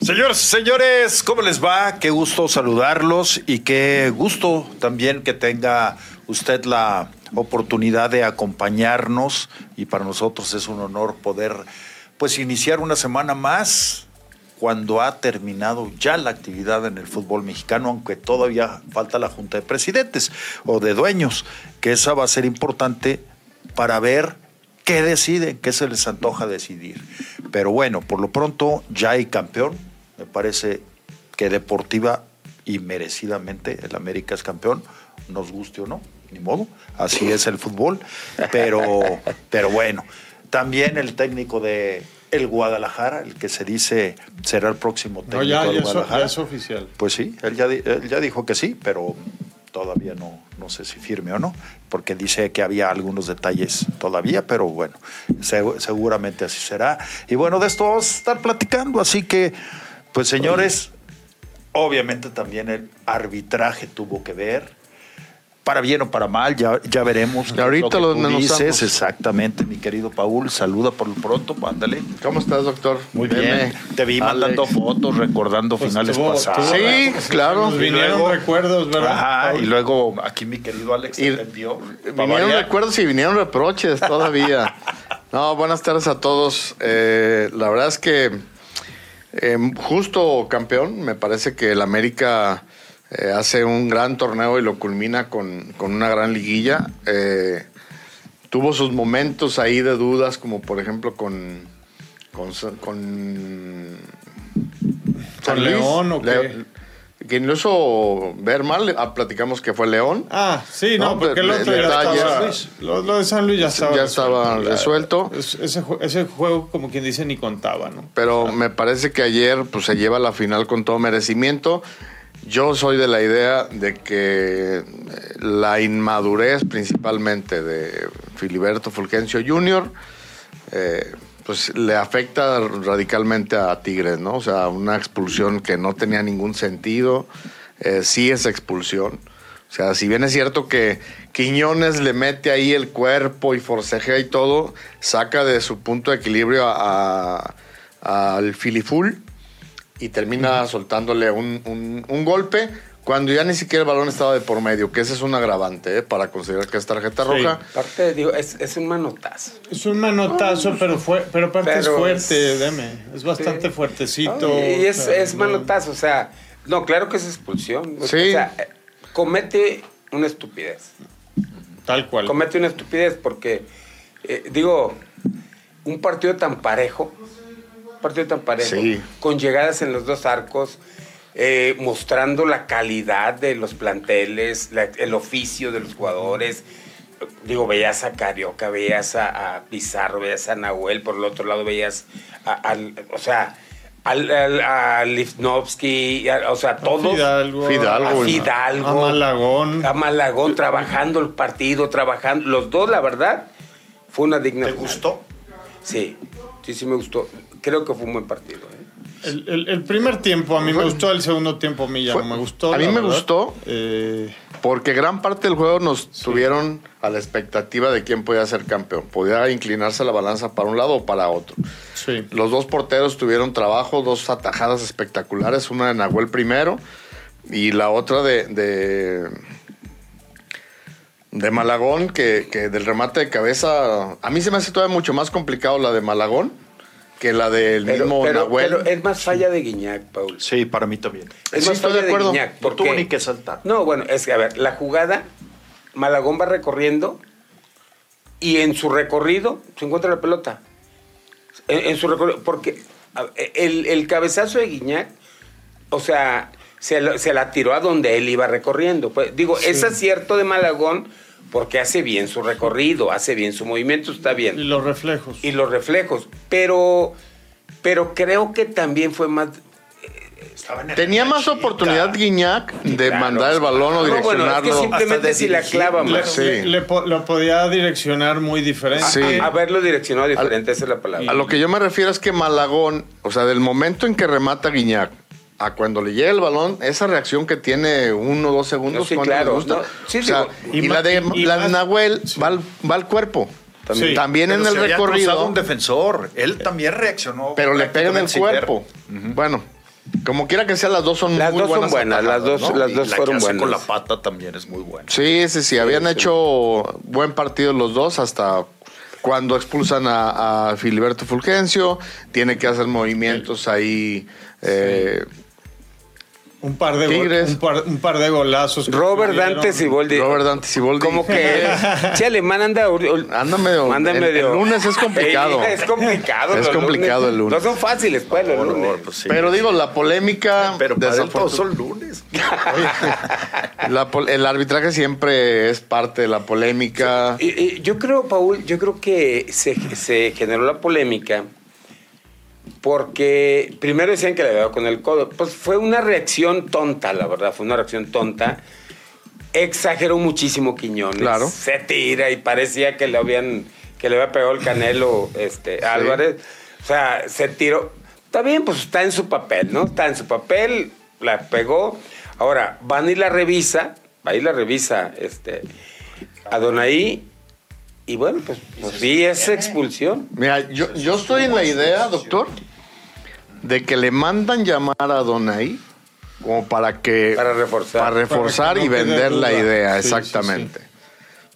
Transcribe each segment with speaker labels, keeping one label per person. Speaker 1: Señores, señores, ¿cómo les va? Qué gusto saludarlos y qué gusto también que tenga usted la oportunidad de acompañarnos y para nosotros es un honor poder pues iniciar una semana más cuando ha terminado ya la actividad en el fútbol mexicano, aunque todavía falta la junta de presidentes o de dueños, que esa va a ser importante para ver qué deciden, qué se les antoja decidir. Pero bueno, por lo pronto ya hay campeón, me parece que deportiva y merecidamente el América es campeón, nos guste o no, ni modo, así es el fútbol, pero, pero bueno, también el técnico de el Guadalajara, el que se dice será el próximo técnico
Speaker 2: No, ya,
Speaker 1: del
Speaker 2: ya es,
Speaker 1: Guadalajara.
Speaker 2: ya es oficial.
Speaker 1: Pues sí, él ya, di- él ya dijo que sí, pero todavía no, no sé si firme o no, porque dice que había algunos detalles todavía, pero bueno, se- seguramente así será. Y bueno, de esto vamos a estar platicando, así que, pues señores, obviamente también el arbitraje tuvo que ver. Para bien o para mal, ya, ya veremos.
Speaker 3: Ahorita
Speaker 1: que
Speaker 3: lo
Speaker 1: tú
Speaker 3: desmenuzamos.
Speaker 1: dices, exactamente, mi querido Paul. Saluda por lo pronto, ándale.
Speaker 3: ¿Cómo estás, doctor?
Speaker 1: Muy bien. Te vi mandando fotos, recordando
Speaker 2: Pues
Speaker 1: finales
Speaker 2: tuvo-
Speaker 1: pasados.
Speaker 2: tuvo-
Speaker 3: Sí,
Speaker 2: pues,
Speaker 3: claro.
Speaker 2: Nos
Speaker 3: Y
Speaker 2: vinieron
Speaker 1: luego-
Speaker 2: recuerdos, ¿verdad?
Speaker 1: Ajá,
Speaker 2: Paul?
Speaker 1: y luego aquí mi querido Alex
Speaker 3: Y-
Speaker 1: entendió.
Speaker 3: Vinieron recuerdos y vinieron reproches todavía. no, buenas tardes a todos. Eh, la verdad es que eh, justo campeón, me parece que el América eh, hace un gran torneo y lo culmina con, con una gran liguilla. Eh, tuvo sus momentos ahí de dudas, como por ejemplo con... con, Sa- con San Luis.
Speaker 2: León o
Speaker 3: Le- Que lo hizo ver mal, ah, platicamos que fue León.
Speaker 2: Ah, sí, no,
Speaker 3: No,
Speaker 2: porque el
Speaker 3: pero
Speaker 2: otro
Speaker 3: le-
Speaker 2: ya
Speaker 3: detalle-
Speaker 2: estaba. Lo, lo de San Luis ya estaba.
Speaker 3: ya
Speaker 2: resuelto.
Speaker 3: estaba resuelto.
Speaker 2: Es- ese, jue- ese juego, como quien dice, ni contaba, ¿no?
Speaker 3: Pero me parece que ayer pues, se lleva la final con todo merecimiento. Yo soy de la idea de que eh, la inmadurez principalmente de Filiberto Fulgencio Jr. eh, pues le afecta radicalmente a Tigres, ¿no? O sea, una expulsión que no tenía ningún sentido, eh, sí es expulsión. O sea, si bien es cierto que Quiñones le mete ahí el cuerpo y forcejea y todo, saca de su punto de equilibrio a- a- al Filiful y termina soltándole un, un- un golpe cuando ya ni siquiera el balón estaba de por medio, que ese es un agravante ¿eh? para considerar que es tarjeta
Speaker 2: Sí.
Speaker 3: roja.
Speaker 4: Aparte, digo, es, es un manotazo.
Speaker 2: Es un manotazo, pero fue, pero aparte es
Speaker 4: Pero
Speaker 2: fuerte,
Speaker 4: es-
Speaker 2: deme. Es bastante
Speaker 4: Sí.
Speaker 2: fuertecito.
Speaker 4: Y
Speaker 2: o
Speaker 4: es,
Speaker 2: sea,
Speaker 4: es
Speaker 2: no-
Speaker 4: manotazo, o sea, no, claro que es expulsión. O
Speaker 3: Sí.
Speaker 4: sea, eh, comete una estupidez.
Speaker 2: Tal cual.
Speaker 4: Comete una estupidez porque, eh, digo, un partido tan parejo, un partido tan parejo,
Speaker 3: Sí.
Speaker 4: con llegadas en los dos arcos, eh, mostrando la calidad de los planteles, la- el oficio de los jugadores. Digo, veías a Carioca, veías a, a Pizarro, veías a Nahuel, por el otro lado veías a- al, o sea, al, al- a Lifnovsky, a- o sea, todos.
Speaker 2: Fidalgo.
Speaker 3: Fidalgo,
Speaker 4: A
Speaker 3: güey.
Speaker 4: Fidalgo. Ah.
Speaker 2: A Malagón.
Speaker 4: A Malagón trabajando el partido, trabajando. Los dos, la verdad, fue una digna.
Speaker 1: ¿Te
Speaker 4: final.
Speaker 1: gustó?
Speaker 4: Sí, sí, sí me gustó. Creo que fue un buen partido. ¿eh?
Speaker 2: El, el- el primer tiempo a mí me gustó, el segundo tiempo a mí ya
Speaker 3: Fue-
Speaker 2: no me gustó.
Speaker 3: a mí
Speaker 2: la
Speaker 3: me
Speaker 2: verdad.
Speaker 3: gustó.
Speaker 2: Eh,
Speaker 3: Porque gran parte del juego nos tuvieron a la expectativa de quién podía ser campeón. Podía inclinarse la balanza para un lado o para otro.
Speaker 2: sí.
Speaker 3: Los dos porteros tuvieron trabajo, dos atajadas espectaculares, una de Nahuel primero y la otra de, de, de Malagón, que, que del remate de cabeza, a mí se me hace todavía mucho más complicado la de Malagón que la del mismo Nahuel.
Speaker 4: pero es más falla de Guiñac, Paul.
Speaker 1: Sí, para mí también.
Speaker 4: Es
Speaker 3: Sí,
Speaker 4: más
Speaker 3: estoy
Speaker 4: falla
Speaker 3: de acuerdo.
Speaker 4: Guiñac,
Speaker 1: No
Speaker 4: ¿por
Speaker 1: tuvo
Speaker 4: qué?
Speaker 1: ni que saltar.
Speaker 4: No, bueno, es que, a ver, la jugada, Malagón va recorriendo y en su recorrido se encuentra la pelota. En, en su recorrido, porque a- el, el cabezazo de Guiñac, o sea, se, la- se la tiró a donde él iba recorriendo. Pues, digo, es acierto de Malagón porque hace bien su recorrido, hace bien su movimiento, está bien
Speaker 2: Y los reflejos.
Speaker 4: y los reflejos. Pero, pero creo que también fue más.
Speaker 1: Estaba en el
Speaker 3: Tenía más
Speaker 1: Chita.
Speaker 3: oportunidad Guiñac de
Speaker 4: claro,
Speaker 3: mandar el balón o
Speaker 4: No, bueno, es que
Speaker 3: direccionarlo.
Speaker 4: siempre- Simplemente
Speaker 1: Hasta de
Speaker 4: si la
Speaker 1: dirigir.
Speaker 4: clava,
Speaker 2: Le-
Speaker 4: man.
Speaker 3: Sí.
Speaker 2: le- le po- lo podía direccionar muy diferente.
Speaker 3: Sí.
Speaker 4: a- Haberlo direccionado diferente, esa es la palabra.
Speaker 3: A lo que yo me refiero es que Malagón, o sea, del momento en que remata Guiñac a cuando le llega el balón, esa reacción que tiene uno o dos segundos,
Speaker 4: No, sí,
Speaker 3: ¿cuánto les
Speaker 4: claro,
Speaker 3: gusta?
Speaker 4: no, sí,
Speaker 3: O sea,
Speaker 2: digo,
Speaker 3: y,
Speaker 2: y
Speaker 3: la
Speaker 2: más-
Speaker 3: de,
Speaker 2: y- y
Speaker 3: la de
Speaker 2: más-
Speaker 3: Nahuel
Speaker 2: sí.
Speaker 3: va, al, va al cuerpo. También,
Speaker 2: Sí.
Speaker 3: también
Speaker 1: Pero
Speaker 3: en el
Speaker 1: se había cruzado
Speaker 3: recorrido.
Speaker 1: un defensor. Él también reaccionó.
Speaker 3: Pero le pega en el
Speaker 1: prácticamente sin ver.
Speaker 3: cuerpo. Bueno, Como quiera que sea, las dos son
Speaker 4: Las
Speaker 3: muy
Speaker 4: dos son
Speaker 3: buenas.
Speaker 4: buenas,
Speaker 3: atajadas,
Speaker 4: las dos-
Speaker 3: ¿no?
Speaker 4: las
Speaker 1: Y
Speaker 4: dos
Speaker 1: la que
Speaker 4: fueron
Speaker 1: hace con la
Speaker 4: buenas.
Speaker 1: pata también es muy buena.
Speaker 3: Sí, sí, sí. Habían
Speaker 4: sí.
Speaker 3: hecho buen partido los dos hasta cuando expulsan a, a Filiberto Fulgencio. Tiene que hacer movimientos ahí. eh,
Speaker 2: Un par de, go-
Speaker 3: Tigres.
Speaker 2: un par, un par de golazos. que
Speaker 4: Robert
Speaker 2: tuvieron.
Speaker 4: Dante Siboldi.
Speaker 3: Robert Dante Siboldi.
Speaker 4: Como que. Sí, alemán anda. ori- ol-
Speaker 3: Anda medio-
Speaker 4: anda
Speaker 3: el- el
Speaker 4: medio-
Speaker 3: lunes es complicado.
Speaker 4: Sí, es complicado.
Speaker 3: Es
Speaker 4: los
Speaker 3: complicado el lunes.
Speaker 4: No son fáciles, pues, los
Speaker 1: Por favor,
Speaker 4: lunes.
Speaker 1: pues sí.
Speaker 3: Pero digo, la polémica.
Speaker 1: Pero para él todos
Speaker 3: desafortun-
Speaker 1: son lunes.
Speaker 3: la pol- el arbitraje siempre es parte de la polémica.
Speaker 4: Y- y yo creo, Paul, yo creo que se, se generó la polémica porque primero decían que le había dado con el codo. Pues fue una reacción tonta, la verdad, fue una reacción tonta. Exageró muchísimo Quiñones.
Speaker 3: Claro.
Speaker 4: Se tira y parecía que le habían que le había pegado el canelo este, Álvarez. O sea, se tiró. Está bien, pues está en su papel, ¿no? Está en su papel, la pegó. Ahora, van y la revisa, va y la revisa este, Adonai. Y bueno, pues, pues sí, es expulsión.
Speaker 3: Mira, yo, yo estoy en la idea, doctor, de que le mandan llamar a Donaí como para que.
Speaker 4: Para reforzar.
Speaker 3: Para reforzar
Speaker 2: Para que
Speaker 3: y
Speaker 2: no quede
Speaker 3: vender la
Speaker 2: duda.
Speaker 3: idea,
Speaker 2: Sí, sí,
Speaker 3: exactamente.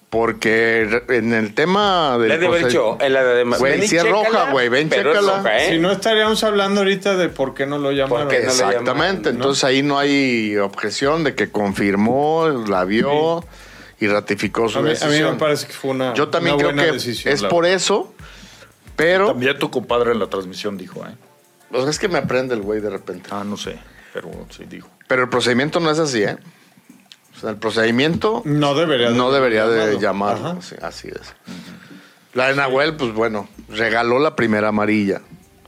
Speaker 3: Porque re- en el tema del.
Speaker 4: La de haber
Speaker 3: pose-
Speaker 4: dicho, eh, la de
Speaker 3: Güey,
Speaker 4: ven y
Speaker 3: sí es roja,
Speaker 4: chécala,
Speaker 3: güey, ven,
Speaker 4: pero es
Speaker 3: chécala.
Speaker 4: roja, ¿eh?
Speaker 2: Si no estaríamos hablando ahorita de por qué no lo llamaron.
Speaker 4: Porque no le llamaron,
Speaker 3: Exactamente,
Speaker 4: ¿no?
Speaker 3: entonces ahí no hay objeción de que confirmó, la vio y ratificó su
Speaker 2: a, mí, a
Speaker 3: decisión.
Speaker 2: mí me parece que fue una,
Speaker 3: Yo también
Speaker 2: una
Speaker 3: creo
Speaker 2: buena
Speaker 3: que
Speaker 2: decisión.
Speaker 3: es
Speaker 2: la
Speaker 3: por eso, pero
Speaker 1: También tu compadre en la transmisión dijo, ¿eh?
Speaker 3: o sea, es que me aprende el güey de repente.
Speaker 1: Ah, no sé, pero sí dijo.
Speaker 3: Pero el procedimiento no es así, ¿eh? O sea, el procedimiento
Speaker 2: No debería de
Speaker 3: no
Speaker 2: haber
Speaker 3: debería de
Speaker 2: llamado.
Speaker 3: llamarlo,
Speaker 2: Ajá.
Speaker 3: así, así es. La de Nahuel, pues bueno, regaló la primera amarilla.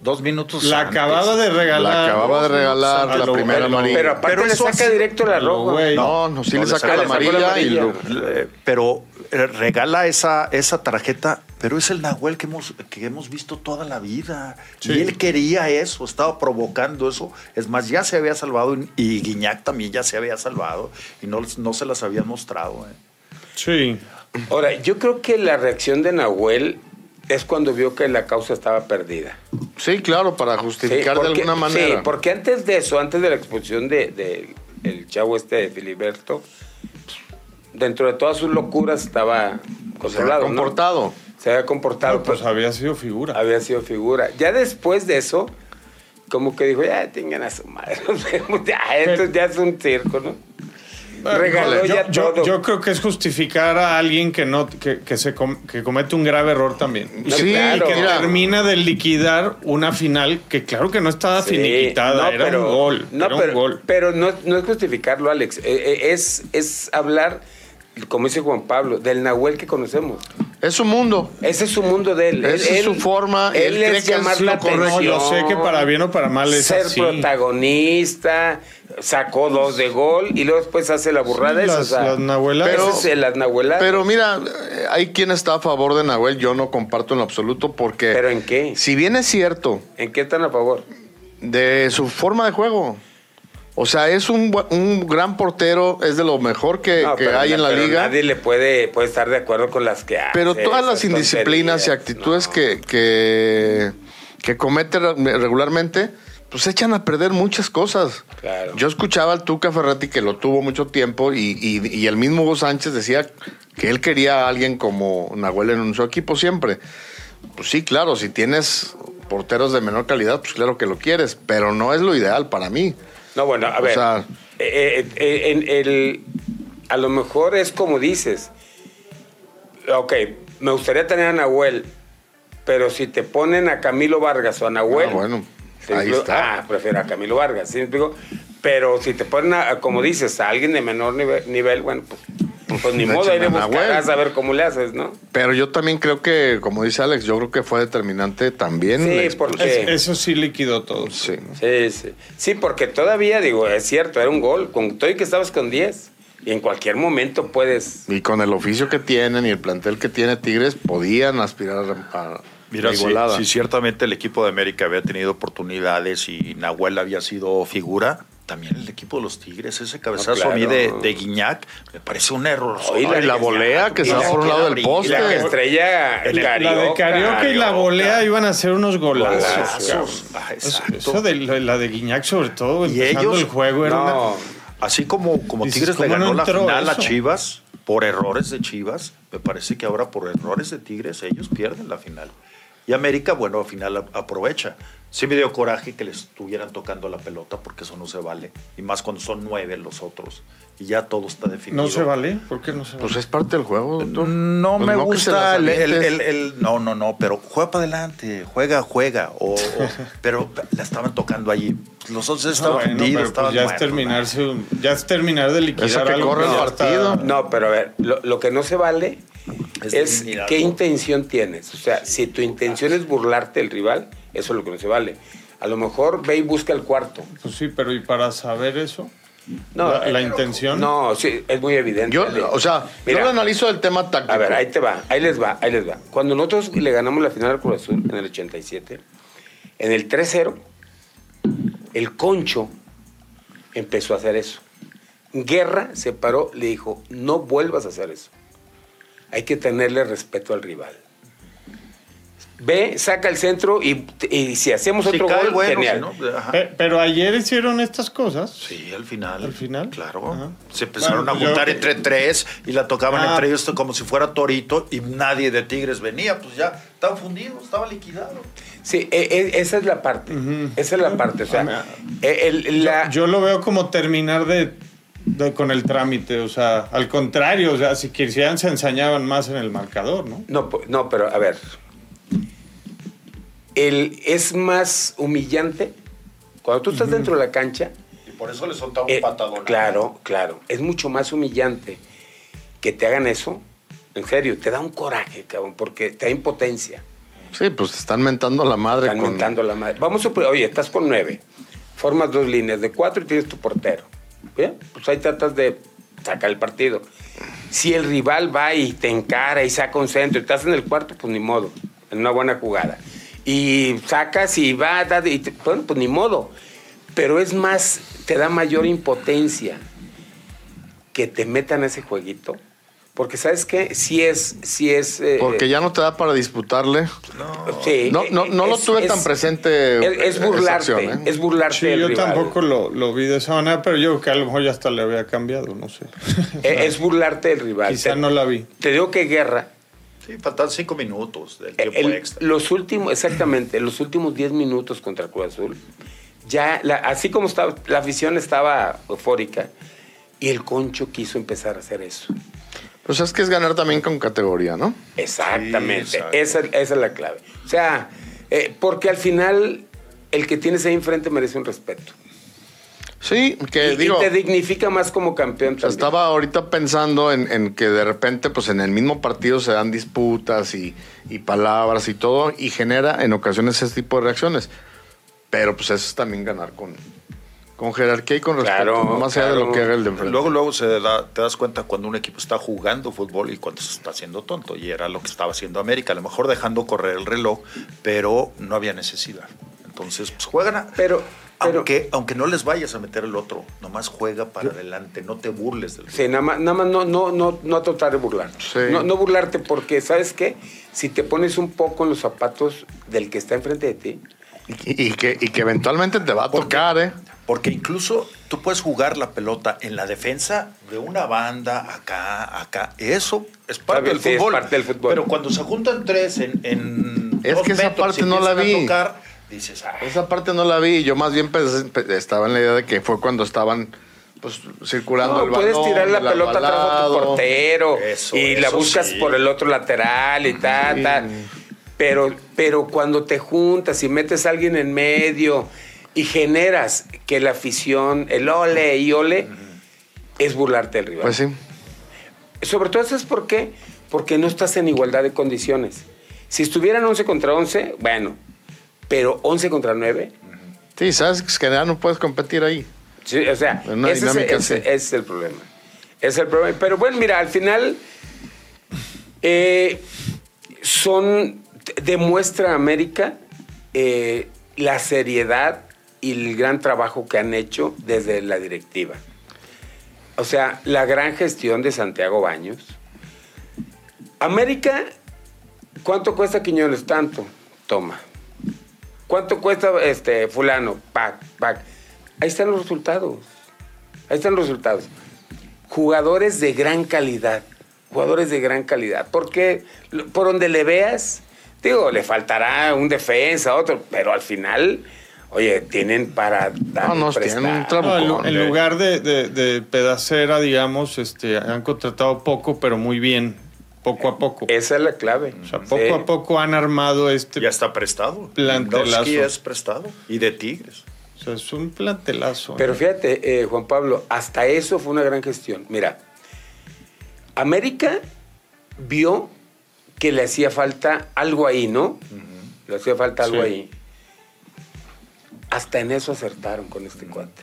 Speaker 1: Dos minutos.
Speaker 2: La
Speaker 1: antes.
Speaker 2: acababa de regalar.
Speaker 3: La acababa de regalar
Speaker 2: a
Speaker 3: la
Speaker 2: lo-
Speaker 3: primera
Speaker 2: a lo-
Speaker 3: amarilla.
Speaker 4: Pero aparte
Speaker 1: Pero
Speaker 4: le
Speaker 1: eso
Speaker 4: saca
Speaker 1: hace-
Speaker 4: directo la
Speaker 2: a lo
Speaker 4: roja.
Speaker 2: güey.
Speaker 3: No, no, sí
Speaker 1: No,
Speaker 3: le saca la
Speaker 4: sacó la
Speaker 3: amarilla, y
Speaker 4: amarilla.
Speaker 3: lo-
Speaker 1: Eh, Pero eh, regala esa, esa tarjeta, pero es el Nahuel que hemos, que hemos visto toda la vida.
Speaker 2: Sí.
Speaker 1: Y él quería eso, estaba provocando eso. Es más, ya se había salvado y- y Guiñac también ya se había salvado y no, no se las había mostrado. ¿eh?
Speaker 2: Sí.
Speaker 4: Ahora, yo creo que la reacción de Nahuel es cuando vio que la causa estaba perdida.
Speaker 3: Sí, claro, para
Speaker 4: Sí,
Speaker 3: justificar de
Speaker 4: porque-
Speaker 3: alguna manera.
Speaker 4: Sí, porque antes de eso, antes de la expulsión de, de- el chavo este de Filiberto, pues, dentro de todas sus locuras estaba
Speaker 3: se había
Speaker 4: controlado. ¿no?
Speaker 3: comportado.
Speaker 4: Se había comportado.
Speaker 2: Claro, pues
Speaker 4: pues,
Speaker 2: había sido figura.
Speaker 4: había sido figura. Ya después de eso, como que dijo, ya tengan a su madre. ya, "Ah, esto ya es un circo, ¿no?
Speaker 2: Ah,
Speaker 4: Regaló
Speaker 2: híjole, yo,
Speaker 4: ya
Speaker 2: yo-
Speaker 4: todo.
Speaker 2: yo creo que es justificar a alguien que no que, que se com- que comete un grave error también. Y
Speaker 4: No,
Speaker 2: que-
Speaker 3: sí,
Speaker 4: claro.
Speaker 2: que
Speaker 3: mira,
Speaker 2: termina de liquidar una final que claro que no estaba
Speaker 4: Sí,
Speaker 2: finiquitada,
Speaker 4: no,
Speaker 2: era
Speaker 4: pero-
Speaker 2: un gol.
Speaker 4: No,
Speaker 2: era un
Speaker 4: pero,
Speaker 2: gol.
Speaker 4: pero no, no es justificarlo, Alex. Eh, eh, es, es hablar, como dice Juan Pablo, del Nahuel que conocemos.
Speaker 3: Es su mundo.
Speaker 4: Ese es su mundo de él.
Speaker 3: Esa
Speaker 4: Él-
Speaker 3: es su
Speaker 4: él-
Speaker 3: forma, y él
Speaker 4: Él,
Speaker 3: cree
Speaker 4: es
Speaker 3: que es
Speaker 4: llamar
Speaker 3: lo
Speaker 4: la
Speaker 3: correcto.
Speaker 2: No,
Speaker 4: atención.
Speaker 2: yo sé que para bien o para mal es
Speaker 4: ser
Speaker 2: así.
Speaker 4: protagonista, sacó dos de gol y luego después hace la
Speaker 2: Sí,
Speaker 4: burrada esa.
Speaker 2: las-
Speaker 4: o sea,
Speaker 2: las nahueladas.
Speaker 4: ese
Speaker 3: Pero-
Speaker 4: es el- las nahueladas.
Speaker 3: Pero mira, eh, hay quien está a favor de Nahuel, yo no comparto en lo absoluto porque...
Speaker 4: ¿Pero en qué?
Speaker 3: Si bien es cierto
Speaker 4: ¿En qué están a favor?
Speaker 3: de su forma de juego, o sea, es un, bu- un gran portero, es de lo mejor que,
Speaker 4: No,
Speaker 3: que
Speaker 4: pero
Speaker 3: hay
Speaker 4: na-
Speaker 3: en la
Speaker 4: pero
Speaker 3: liga,
Speaker 4: Nadie le puede, puede estar de acuerdo con las que hace.
Speaker 3: pero todas las
Speaker 4: Ah, esas
Speaker 3: indisciplinas y
Speaker 4: tonterías,
Speaker 3: actitudes
Speaker 4: no.
Speaker 3: que, que, que comete re- regularmente, pues echan a perder muchas cosas.
Speaker 4: Claro.
Speaker 3: Yo escuchaba al Tuca Ferretti que lo tuvo mucho tiempo y, y- y el mismo Hugo Sánchez decía que él quería a alguien como Nahuel en su equipo siempre. Pues sí, claro, si tienes porteros de menor calidad, pues claro que lo quieres, pero no es lo ideal para mí.
Speaker 4: No, bueno, a
Speaker 3: O
Speaker 4: ver.
Speaker 3: sea-
Speaker 4: eh, eh, eh, en el, a lo mejor es como dices. Ok, me gustaría tener a Nahuel, pero si te ponen a Camilo Vargas o a Nahuel.
Speaker 3: Ah, bueno,
Speaker 4: te
Speaker 3: ahí
Speaker 4: digo,
Speaker 3: está.
Speaker 4: Ah, prefiero a Camilo Vargas, ¿sí me explico? Pero si te ponen, a, a, como dices, a alguien de menor nive- nivel, bueno, pues, pues ni
Speaker 3: le
Speaker 4: modo, ahí le
Speaker 3: echan a
Speaker 4: buscarás
Speaker 3: Nahuel.
Speaker 4: a ver cómo le haces, ¿no?
Speaker 3: Pero yo también creo que, como dice Alex, yo creo que fue determinante también. la
Speaker 4: Sí,
Speaker 3: expulsión.
Speaker 2: Es-
Speaker 4: porque...
Speaker 2: eso sí liquidó todo.
Speaker 3: Sí.
Speaker 4: Sí, sí. Sí, porque todavía, digo, es cierto, era un gol. Con todo y que estabas con 10. Y en cualquier momento puedes.
Speaker 3: Y con el oficio que tienen y el plantel que tiene Tigres, podían aspirar a, a
Speaker 1: Mira,
Speaker 3: la
Speaker 1: si,
Speaker 3: igualada.
Speaker 1: si ciertamente el equipo de América había tenido oportunidades y Nahuel había sido figura, también el equipo de los Tigres, ese cabezazo
Speaker 4: claro.
Speaker 1: a mí de, de Guiñac, me parece un error.
Speaker 4: Oye,
Speaker 3: Y la volea que se
Speaker 4: Y
Speaker 3: va
Speaker 4: la
Speaker 3: por un
Speaker 4: que
Speaker 3: lado del
Speaker 1: brilla,
Speaker 4: Y la que
Speaker 3: poste.
Speaker 4: estrella
Speaker 2: La de Carioca y la volea iban a ser unos golazos. cabrón.
Speaker 1: Golazos. Ah,
Speaker 2: Eso,
Speaker 1: exacto.
Speaker 2: eso de lo- la de Guiñac, sobre todo,
Speaker 1: Y
Speaker 2: empezando
Speaker 1: ellos-
Speaker 2: el juego, era una-
Speaker 4: No,
Speaker 1: Así como, como
Speaker 2: Dices,
Speaker 1: Tigres le
Speaker 2: ¿cómo no
Speaker 1: ganó la
Speaker 2: entró
Speaker 1: final a
Speaker 2: eso?
Speaker 1: Chivas por errores de Chivas, me parece que ahora por errores de Tigres ellos pierden la final. Y América, bueno, al final a- aprovecha. Sí me dio coraje que le estuvieran tocando la pelota porque eso no se vale. Y más cuando son nueve los otros. Y ya todo está definido.
Speaker 2: no se vale. ¿Por qué no se vale?
Speaker 3: Pues es parte del juego, doctor.
Speaker 1: Mm, No
Speaker 3: Pues
Speaker 1: me
Speaker 3: que se las
Speaker 1: gusta el, el-
Speaker 3: avientes.
Speaker 1: el- el- No, no, no, pero juega para adelante, juega, juega. O, o- pero la estaban tocando allí. Los once estaban
Speaker 2: Bueno,
Speaker 1: hundidos,
Speaker 2: pero, pues,
Speaker 1: estaban
Speaker 2: ya es
Speaker 1: muertos.
Speaker 2: terminarse, un- ya es terminar de liquidar
Speaker 3: Eso que
Speaker 2: algo
Speaker 3: corre el
Speaker 2: ya
Speaker 3: partido.
Speaker 2: está-
Speaker 4: no, pero a ver, lo, lo que no se vale
Speaker 1: Es
Speaker 4: es,
Speaker 1: mirarlo.
Speaker 4: qué intención tienes. O sea, si tu intención es burlarte del rival, eso es lo que no se vale. A lo mejor ve y busca el cuarto.
Speaker 2: Pues sí, pero ¿y para saber eso?
Speaker 4: No,
Speaker 2: la, la
Speaker 4: eh,
Speaker 2: intención.
Speaker 4: No, sí, es muy evidente.
Speaker 3: Yo,
Speaker 4: Ale.
Speaker 3: o sea,
Speaker 4: Mira,
Speaker 3: yo lo analizo del tema táctico.
Speaker 4: A ver, ahí te va, ahí les va, ahí les va. Cuando nosotros le ganamos la final al Cruz Azul en el 87, en el 3-0, el concho empezó a hacer eso. Guerra se paró, le dijo, no vuelvas a hacer eso. Hay que tenerle respeto al rival. Ve, saca el centro y, y si hacemos
Speaker 1: Si
Speaker 4: otro
Speaker 1: cae,
Speaker 4: gol,
Speaker 1: bueno,
Speaker 4: genial.
Speaker 1: si no, pues. ajá.
Speaker 2: Pe- pero ayer hicieron estas cosas.
Speaker 1: Sí, al final.
Speaker 2: Eh, ¿Al final?
Speaker 1: Claro.
Speaker 2: Ajá.
Speaker 1: Se empezaron
Speaker 2: Bueno,
Speaker 1: a
Speaker 2: pues
Speaker 1: juntar
Speaker 2: yo-
Speaker 1: entre tres y la tocaban
Speaker 2: Ah.
Speaker 1: entre ellos como si fuera torito y nadie de Tigres venía. Pues ya estaba fundido, estaba liquidado.
Speaker 4: Sí, e- e- esa es la parte.
Speaker 2: Ujú.
Speaker 4: Esa es la parte. O sea,
Speaker 2: Ah,
Speaker 4: el- el- la,
Speaker 2: Yo lo veo como terminar de, de- con el trámite, o sea, al contrario, o sea, si quisieran se ensañaban más en el marcador, ¿no?
Speaker 4: No, po- no, pero a ver. El, es más humillante cuando tú estás dentro de la cancha.
Speaker 1: Y por eso le soltaba un
Speaker 4: eh,
Speaker 1: patadón.
Speaker 4: claro, claro. Es mucho más humillante que te hagan eso. En serio, te da un coraje, cabrón, porque te da impotencia.
Speaker 3: Sí, pues te están mentando la madre.
Speaker 4: Están
Speaker 3: con-
Speaker 4: mentando la madre. Vamos a suponer, oye, estás con nueve. Formas dos líneas de cuatro y tienes tu portero. Bien, pues ahí tratas de sacar el partido. Si el rival va y te encara y saca un centro y estás en el cuarto, pues ni modo. En una buena jugada. Y sacas y va, da- y te- bueno, pues ni modo. Pero es más, te da mayor impotencia que te metan a ese jueguito. Porque, ¿sabes qué? Si es. Si es eh,
Speaker 3: Porque ya no te da para disputarle.
Speaker 4: sí,
Speaker 3: No, no, no lo
Speaker 4: eh, es-
Speaker 3: tuve tan
Speaker 4: es-
Speaker 3: presente.
Speaker 4: es, es
Speaker 3: esa
Speaker 4: burlarte,
Speaker 3: acción, ¿eh?
Speaker 4: es burlarte
Speaker 2: Sí,
Speaker 4: del
Speaker 2: yo
Speaker 4: rival.
Speaker 2: tampoco lo, lo vi de esa manera, pero yo creo que a lo mejor ya hasta le había cambiado, no sé.
Speaker 4: E- Es, burlarte del rival.
Speaker 2: Quizá
Speaker 4: te,
Speaker 2: no la vi.
Speaker 4: te digo que guerra.
Speaker 1: Sí, faltan cinco minutos del tiempo
Speaker 4: Eh, el-
Speaker 1: extra.
Speaker 4: los últimos, exactamente, los últimos 10 minutos contra Cruz Azul, ya la- así como estaba, la afición estaba eufórica y el concho quiso empezar a hacer eso.
Speaker 3: Pues es que es ganar también con categoría, ¿no?
Speaker 4: Exactamente,
Speaker 1: Sí, exacto.
Speaker 4: esa, esa es la clave. O sea, eh, porque al final el que tienes ahí enfrente merece un respeto.
Speaker 3: Sí, que
Speaker 4: y, y
Speaker 3: Eh, digo.
Speaker 4: te dignifica más como campeón. también.
Speaker 3: Estaba ahorita pensando en, en que de repente, pues en el mismo partido se dan disputas y, y palabras y todo, y genera en ocasiones ese tipo de reacciones. Pero pues eso es también ganar con, con jerarquía y con respeto,
Speaker 4: Claro,
Speaker 3: ¿no? más allá de lo
Speaker 4: claro.
Speaker 3: que haga el de enfrente.
Speaker 1: Luego, luego se da- te das cuenta cuando un equipo está jugando fútbol y cuando se está haciendo tonto. Y era lo que estaba haciendo América, a lo mejor dejando correr el reloj, pero no había necesidad. Entonces, pues juegan a-
Speaker 4: Pero- pero-
Speaker 1: aunque, aunque no les vayas a meter el otro, nomás juega para adelante, no te burles del
Speaker 4: Sí, nada más, nada más no, no, no, no tratar de burlarte.
Speaker 3: Sí.
Speaker 4: No, no burlarte porque, ¿sabes qué? Si te pones un poco en los zapatos del que está enfrente de ti,
Speaker 3: Y, y que, y que eventualmente te va a tocar, ¿eh?
Speaker 1: Porque incluso tú puedes jugar la pelota en la defensa de una banda, acá, acá. Eso es parte,
Speaker 4: bien,
Speaker 1: del,
Speaker 4: sí, es
Speaker 1: fútbol.
Speaker 4: parte del fútbol.
Speaker 1: Pero cuando se juntan tres en. en
Speaker 3: Es
Speaker 1: dos
Speaker 3: que esa
Speaker 1: metros
Speaker 3: parte
Speaker 1: y
Speaker 3: no la
Speaker 1: empiezan a
Speaker 3: vi.
Speaker 1: tocar, dices, "Ah,
Speaker 3: Esa parte no la vi, yo más bien pensé- pe- estaba en la idea de que fue cuando estaban pues circulando
Speaker 4: no,
Speaker 3: el balón.
Speaker 4: puedes tirar la
Speaker 3: el
Speaker 4: pelota atrás a tu
Speaker 3: arbalado.
Speaker 4: portero
Speaker 1: Eso,
Speaker 4: y la
Speaker 1: eso
Speaker 4: buscas
Speaker 1: sí.
Speaker 4: por el otro lateral y tal,
Speaker 3: Sí.
Speaker 4: Pero, pero cuando te juntas y metes a alguien en medio y generas que la afición, el ole y ole, es burlarte del rival.
Speaker 3: Pues sí.
Speaker 4: Sobre todo, ¿sabes por qué? Porque no estás en igualdad de condiciones. Si estuvieran 11 contra 11, bueno, pero 11 contra 9,
Speaker 3: Sí, sabes que ya no puedes competir ahí.
Speaker 4: sí, o sea,
Speaker 3: En una
Speaker 4: ese es,
Speaker 3: dinámica
Speaker 4: ese-
Speaker 3: así.
Speaker 4: ese es el problema. Es el problema. Pero bueno, mira, al final eh, son demuestra a América eh, la seriedad y el gran trabajo que han hecho desde la directiva. O sea, la gran gestión de Santiago Baños. América, ¿cuánto cuesta Quiñones? Tanto. Toma. ¿Cuánto cuesta este fulano? Pac, pac. Ahí están los resultados. Ahí están los resultados. Jugadores de gran calidad. Jugadores de gran calidad. Porque lo- por donde le veas, digo, le faltará un defensa, otro, pero al final, oye, tienen para dar.
Speaker 3: No,
Speaker 4: No,
Speaker 3: nos tienen un trabajo.
Speaker 2: No, en lu-
Speaker 3: Con-
Speaker 2: en
Speaker 3: de-
Speaker 2: lugar de, de- de pedacera, digamos, este, han contratado poco, pero muy bien, poco a poco.
Speaker 4: Esa es la clave.
Speaker 2: O sea, poco a popoco han armado este.
Speaker 1: Ya está prestado.
Speaker 2: Plantelazo.
Speaker 1: Lewandowski es prestado. Y de Tigres.
Speaker 2: O sea, es un plantelazo. ¿no?
Speaker 4: Pero fíjate, eh, Juan Pablo, hasta eso fue una gran gestión. Mira, América vio que le hacía falta algo ahí, ¿no? Le hacía falta algo
Speaker 2: Sí.
Speaker 4: ahí. Hasta en eso acertaron con este cuate.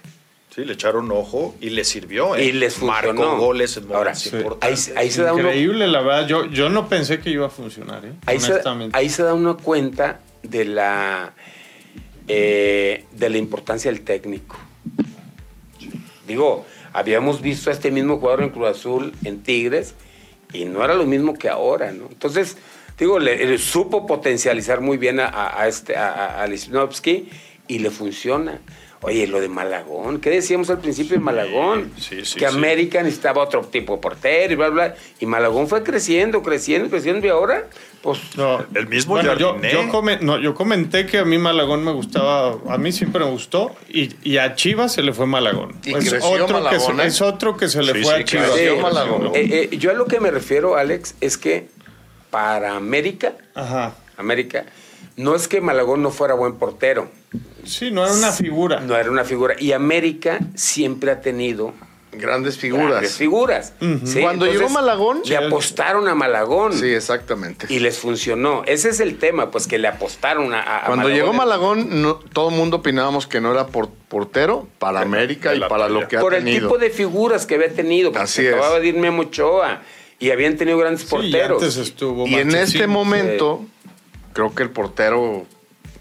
Speaker 1: Sí, le echaron ojo y le sirvió. ¿eh?
Speaker 4: Y les funcionó.
Speaker 1: Marcó goles en
Speaker 4: Ahora,
Speaker 1: momentos
Speaker 2: sí.
Speaker 4: Ahí,
Speaker 1: importantes.
Speaker 4: ahí se da uno,
Speaker 2: Increíble, la verdad. Yo, yo no pensé que iba a funcionar, ¿eh?
Speaker 4: ahí se,
Speaker 2: honestamente.
Speaker 4: ahí se da uno cuenta de la eh, de la importancia del técnico. Digo, habíamos visto a este mismo jugador en Cruz Azul, en Tigres, y no era lo mismo que ahora, ¿no? Entonces, digo, le, le supo potencializar muy bien a, a- a este a, a- a Lichnowsky y le funciona. Oye, lo de Malagón, ¿qué decíamos al principio de Malagón?
Speaker 1: sí, sí,
Speaker 4: que
Speaker 1: sí.
Speaker 4: América necesitaba otro tipo de portero y bla, bla. Y Malagón fue creciendo, creciendo, creciendo, y ahora, pues,
Speaker 2: No,
Speaker 1: El mismo ¿eh?
Speaker 2: yo,
Speaker 1: Jardiné.
Speaker 2: yo, come- no, yo comenté que a mí Malagón me gustaba, a mí siempre me gustó, y, y a Chivas se le fue Malagón.
Speaker 3: Y creció
Speaker 2: otro que
Speaker 3: Malagón,
Speaker 2: se,
Speaker 3: ¿eh?
Speaker 2: es otro que se le
Speaker 1: Sí,
Speaker 2: fue
Speaker 1: sí,
Speaker 2: a Chivas.
Speaker 1: creció
Speaker 4: Sí.
Speaker 3: Malagón.
Speaker 4: este, Eh, eh, yo a lo que me refiero, Alex, es que para América,
Speaker 2: Ajá.
Speaker 4: América, no es que Malagón no fuera buen portero,
Speaker 2: Sí, no era una figura.
Speaker 4: no era una figura. Y América siempre ha tenido
Speaker 3: Grandes figuras.
Speaker 4: grandes figuras.
Speaker 2: Ujú.
Speaker 4: Sí,
Speaker 3: Cuando
Speaker 4: entonces,
Speaker 3: llegó Malagón.
Speaker 4: le apostaron a Malagón
Speaker 3: Sí, exactamente.
Speaker 4: y les funcionó. Ese es el tema, pues que le apostaron a, a- a
Speaker 3: Cuando llegó
Speaker 4: Malagón.
Speaker 3: Malagón, no- todo el mundo opinábamos que no era por- portero para América
Speaker 1: de
Speaker 3: y
Speaker 1: la
Speaker 3: para
Speaker 1: talla.
Speaker 3: lo que ha
Speaker 4: por el
Speaker 3: tenido.
Speaker 4: tipo de figuras que había tenido. porque
Speaker 3: Así
Speaker 4: se
Speaker 3: es.
Speaker 4: Acababa de ir Memo Ochoa y habían tenido grandes
Speaker 2: Sí, y
Speaker 4: porteros.
Speaker 2: antes estuvo
Speaker 3: Y en
Speaker 2: Manchín.
Speaker 3: este momento, creo que el portero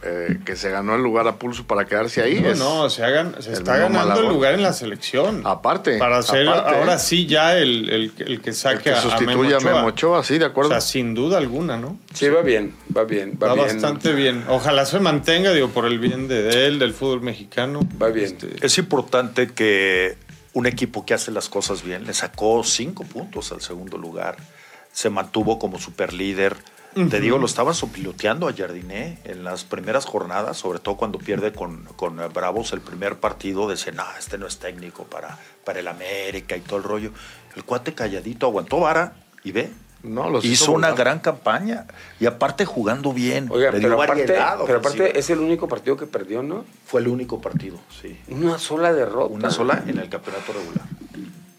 Speaker 3: eh, que se ganó el lugar a pulso para quedarse ahí
Speaker 2: No,
Speaker 3: es-
Speaker 2: no, se, hagan, se
Speaker 3: el
Speaker 2: está
Speaker 3: mismo
Speaker 2: ganando el
Speaker 3: Malagón.
Speaker 2: lugar en la selección.
Speaker 3: Aparte,
Speaker 2: Para ser
Speaker 3: aparte,
Speaker 2: ahora
Speaker 3: ¿eh?
Speaker 2: sí ya el, el- el que
Speaker 3: el
Speaker 2: saque
Speaker 3: que
Speaker 2: a-
Speaker 3: sustituye a
Speaker 2: a Memo
Speaker 3: Memochoa,
Speaker 2: Ochoa.
Speaker 3: sí, de
Speaker 2: O
Speaker 3: acuerdo.
Speaker 2: sea, sin duda alguna, ¿no?
Speaker 4: Sí, va bien, va bien, va,
Speaker 2: Va
Speaker 4: bien.
Speaker 2: bastante bien. Ojalá se mantenga, digo, por el bien de él, del fútbol mexicano. Este,
Speaker 4: Va bien.
Speaker 1: Es importante que un equipo que hace las cosas bien le sacó cinco puntos al segundo lugar. Se mantuvo como superlíder. Te digo, lo estaban sopiloteando a Jardiné en las primeras jornadas, sobre todo cuando pierde con, con eh, Bravos el primer partido. Decían, ah, este no es técnico para, para el América y todo el rollo. El cuate calladito aguantó vara y ve.
Speaker 3: No, los
Speaker 1: hizo
Speaker 3: hizo
Speaker 1: una
Speaker 3: volar.
Speaker 1: gran campaña y aparte jugando bien.
Speaker 4: Oiga,
Speaker 1: le dio
Speaker 4: pero aparte,
Speaker 1: variedad
Speaker 4: pero aparte
Speaker 1: ofensiva.
Speaker 4: es el único partido que perdió, ¿no?
Speaker 1: fue el único partido, sí.
Speaker 4: Una sola derrota.
Speaker 1: Una sola en el campeonato regular.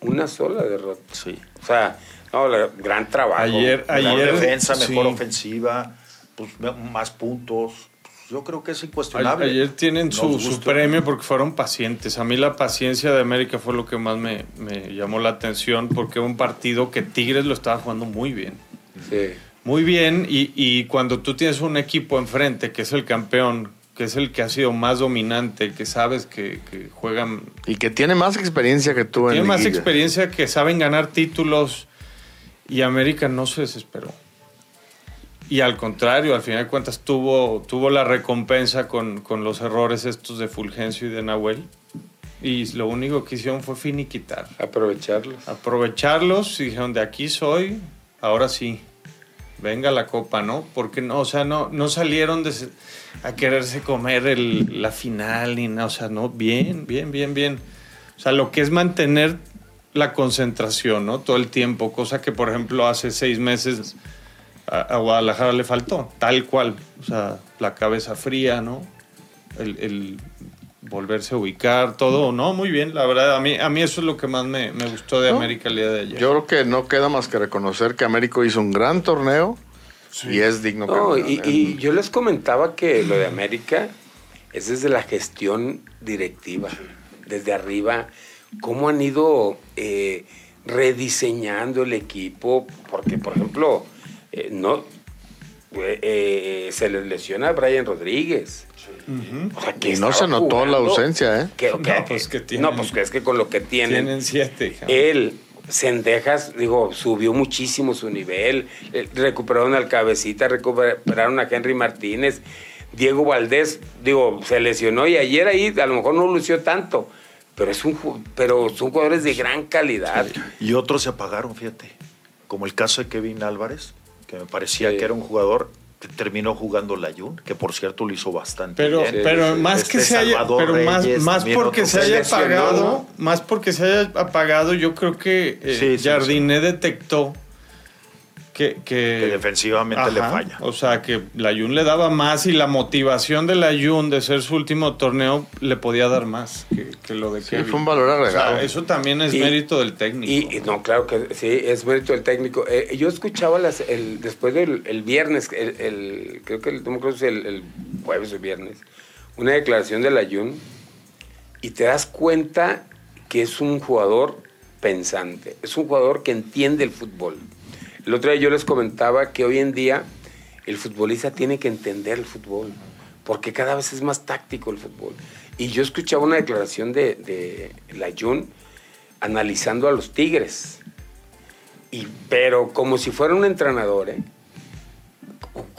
Speaker 4: Una sola derrota.
Speaker 1: Sí.
Speaker 4: O sea, no, la- gran trabajo.
Speaker 2: Ayer-
Speaker 1: Mejor
Speaker 2: ayer-
Speaker 1: defensa, mejor
Speaker 2: sí.
Speaker 1: ofensiva, pues, me- más puntos. Pues, yo creo que es
Speaker 2: A-
Speaker 1: incuestionable.
Speaker 2: Ayer tienen
Speaker 1: Nos
Speaker 2: su, su
Speaker 1: gusta.
Speaker 2: premio porque fueron pacientes. A mí la paciencia de América fue lo que más me, me llamó la atención porque un partido que Tigres lo estaba jugando muy bien.
Speaker 4: Sí.
Speaker 2: Muy bien, y, y cuando tú tienes un equipo enfrente que es el campeón, que es el que ha sido más dominante, que sabes que, que juegan,
Speaker 3: Y que tiene más experiencia que tú en
Speaker 2: tiene más
Speaker 3: liguilla.
Speaker 2: experiencia, que saben ganar títulos, y América no se desesperó. Y al contrario, al final de cuentas tuvo, tuvo la recompensa con, con los errores estos de Fulgencio y de Nahuel, y lo único que hicieron fue finiquitar.
Speaker 4: Aprovecharlo.
Speaker 2: aprovecharlos y dijeron de aquí soy, ahora sí, venga la copa, ¿no? Porque no, o sea, no, no salieron de se- a quererse comer el- la final ni nada, o sea, no, bien, bien, bien, bien. O sea, lo que es mantener la concentración, ¿no? Todo el tiempo, cosa que por ejemplo hace seis meses a, a Guadalajara le faltó, tal cual, o sea, la cabeza fría, ¿no? el, el volverse a ubicar, todo, no, muy bien, la verdad, a mí, a mí eso es lo que más me, me gustó de
Speaker 3: No.
Speaker 2: América el día de ayer.
Speaker 3: Yo creo que no queda más que reconocer que Américo hizo un gran torneo y es digno
Speaker 4: No,
Speaker 3: campeón.
Speaker 4: y, y yo les comentaba que lo de América es desde la gestión directiva, desde arriba, cómo han ido eh, rediseñando el equipo, porque por ejemplo, eh, no, eh, eh, se les lesiona a Brian Rodríguez. O sea, que
Speaker 3: Y no
Speaker 4: estaba
Speaker 3: se notó la
Speaker 4: jugando.
Speaker 3: ausencia, ¿eh?
Speaker 4: Que- que-
Speaker 2: No, pues, que tienen-
Speaker 4: no, pues, que es que con lo que tienen.
Speaker 2: Tienen siete,
Speaker 3: Eh,
Speaker 2: hija.
Speaker 4: Él, Sendejas, digo, subió muchísimo su nivel. Eh, Recuperaron al Cabecita, recuperaron a Henry Martínez. Diego Valdés, digo, se lesionó y ayer ahí a lo mejor no lució tanto. Pero, es un, ju- pero son jugadores de gran calidad.
Speaker 1: Y otros se apagaron, fíjate. Como el caso de Kevin Álvarez, que me parecía
Speaker 4: Sí.
Speaker 1: que era un jugador que terminó jugando la Jun, que por cierto lo hizo bastante
Speaker 2: Pero,
Speaker 1: bien.
Speaker 2: pero más
Speaker 1: Este
Speaker 2: que se haya,
Speaker 1: Salvador
Speaker 2: pero más,
Speaker 1: Reyes,
Speaker 2: más
Speaker 1: también
Speaker 2: porque
Speaker 1: otro
Speaker 2: se
Speaker 1: que
Speaker 2: haya
Speaker 1: lesionó.
Speaker 2: apagado, más porque se haya apagado, yo creo que eh,
Speaker 1: Sí, sí,
Speaker 2: Jardiné detectó que, que,
Speaker 1: Que defensivamente le
Speaker 2: Ajá,
Speaker 1: falla.
Speaker 2: O sea, que la Jun le daba más y la motivación de la Jun de ser su último torneo le podía dar más que, que lo de
Speaker 3: Sí,
Speaker 2: Kevin.
Speaker 3: fue un valor
Speaker 2: O sea,
Speaker 3: agregado.
Speaker 2: eso también es
Speaker 4: Y-
Speaker 2: mérito del técnico.
Speaker 4: Y, y no, claro que sí, es mérito del técnico. Eh, yo escuchaba las, el, después del el viernes, el, el- creo que el, no me acuerdo si el, el jueves o viernes, una declaración del Ayun y te das cuenta que es un jugador pensante, es un jugador que entiende el fútbol. El otro día yo les comentaba que hoy en día el futbolista tiene que entender el fútbol, porque cada vez es más táctico el fútbol. Y yo escuchaba una declaración de, de Layún analizando a los Tigres. Y, pero como si fuera un entrenador, ¿eh?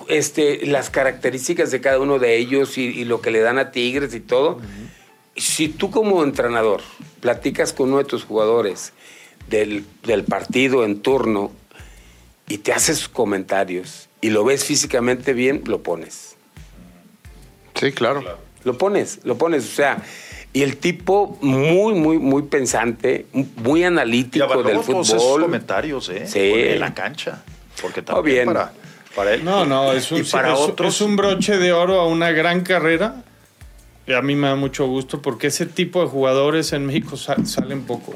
Speaker 4: este, las características de cada uno de ellos y, y lo que le dan a Tigres y todo. Si tú como entrenador platicas con uno de tus jugadores del, del partido en turno y te haces sus comentarios y lo ves físicamente bien, lo pones.
Speaker 3: Sí, claro.
Speaker 4: Lo pones, lo pones, o sea, y el tipo muy, muy, muy pensante, muy
Speaker 1: Y
Speaker 4: analítico del
Speaker 1: abarcamos todos esos
Speaker 4: fútbol.
Speaker 1: comentarios, ¿eh?
Speaker 4: Sí.
Speaker 1: De la cancha. Porque también
Speaker 4: bien.
Speaker 1: Para, para él.
Speaker 2: No, no, es un,
Speaker 1: Y para
Speaker 2: es-
Speaker 1: otros.
Speaker 2: es un broche de oro a una gran carrera. Y a mí me da mucho gusto porque ese tipo de jugadores en México sa- salen poco.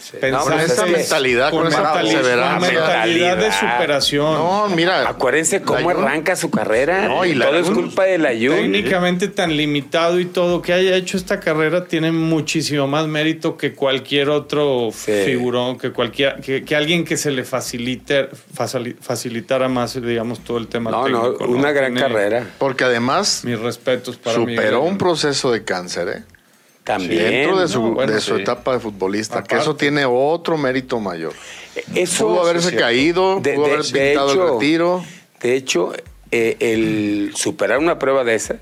Speaker 4: Sí.
Speaker 2: Pensar
Speaker 4: No, pues,
Speaker 3: esa
Speaker 4: es que-
Speaker 3: mentalidad, con esa
Speaker 2: mentali-
Speaker 3: perseverancia.
Speaker 2: con mentalidad de superación.
Speaker 3: No, mira.
Speaker 4: Acuérdense cómo
Speaker 3: Layún,
Speaker 4: arranca su carrera.
Speaker 3: No, y la
Speaker 4: Todo es
Speaker 3: Jun-
Speaker 4: culpa de la Jun.
Speaker 2: Técnicamente tan limitado y todo que haya hecho esta carrera tiene muchísimo más mérito que cualquier otro
Speaker 4: Sí.
Speaker 2: figurón, que cualquier, que, que alguien que se le facilite, facili- facilitara más, digamos, todo el tema
Speaker 4: No, no,
Speaker 2: técnico,
Speaker 4: una gran
Speaker 2: Tiene
Speaker 4: carrera.
Speaker 3: Porque además
Speaker 2: Mis respetos para
Speaker 3: superó
Speaker 2: Miguel.
Speaker 3: un proceso de cáncer, ¿eh?
Speaker 4: También.
Speaker 3: Dentro de su,
Speaker 2: No, bueno,
Speaker 3: de su
Speaker 2: sí.
Speaker 3: etapa de futbolista, que
Speaker 2: Aparte.
Speaker 3: eso tiene otro mérito mayor.
Speaker 4: Eso,
Speaker 3: pudo haberse caído,
Speaker 4: De-
Speaker 3: pudo
Speaker 4: de-
Speaker 3: haber
Speaker 4: de
Speaker 3: pintado
Speaker 4: hecho-
Speaker 3: el retiro.
Speaker 4: De hecho, eh, el superar una prueba de esa,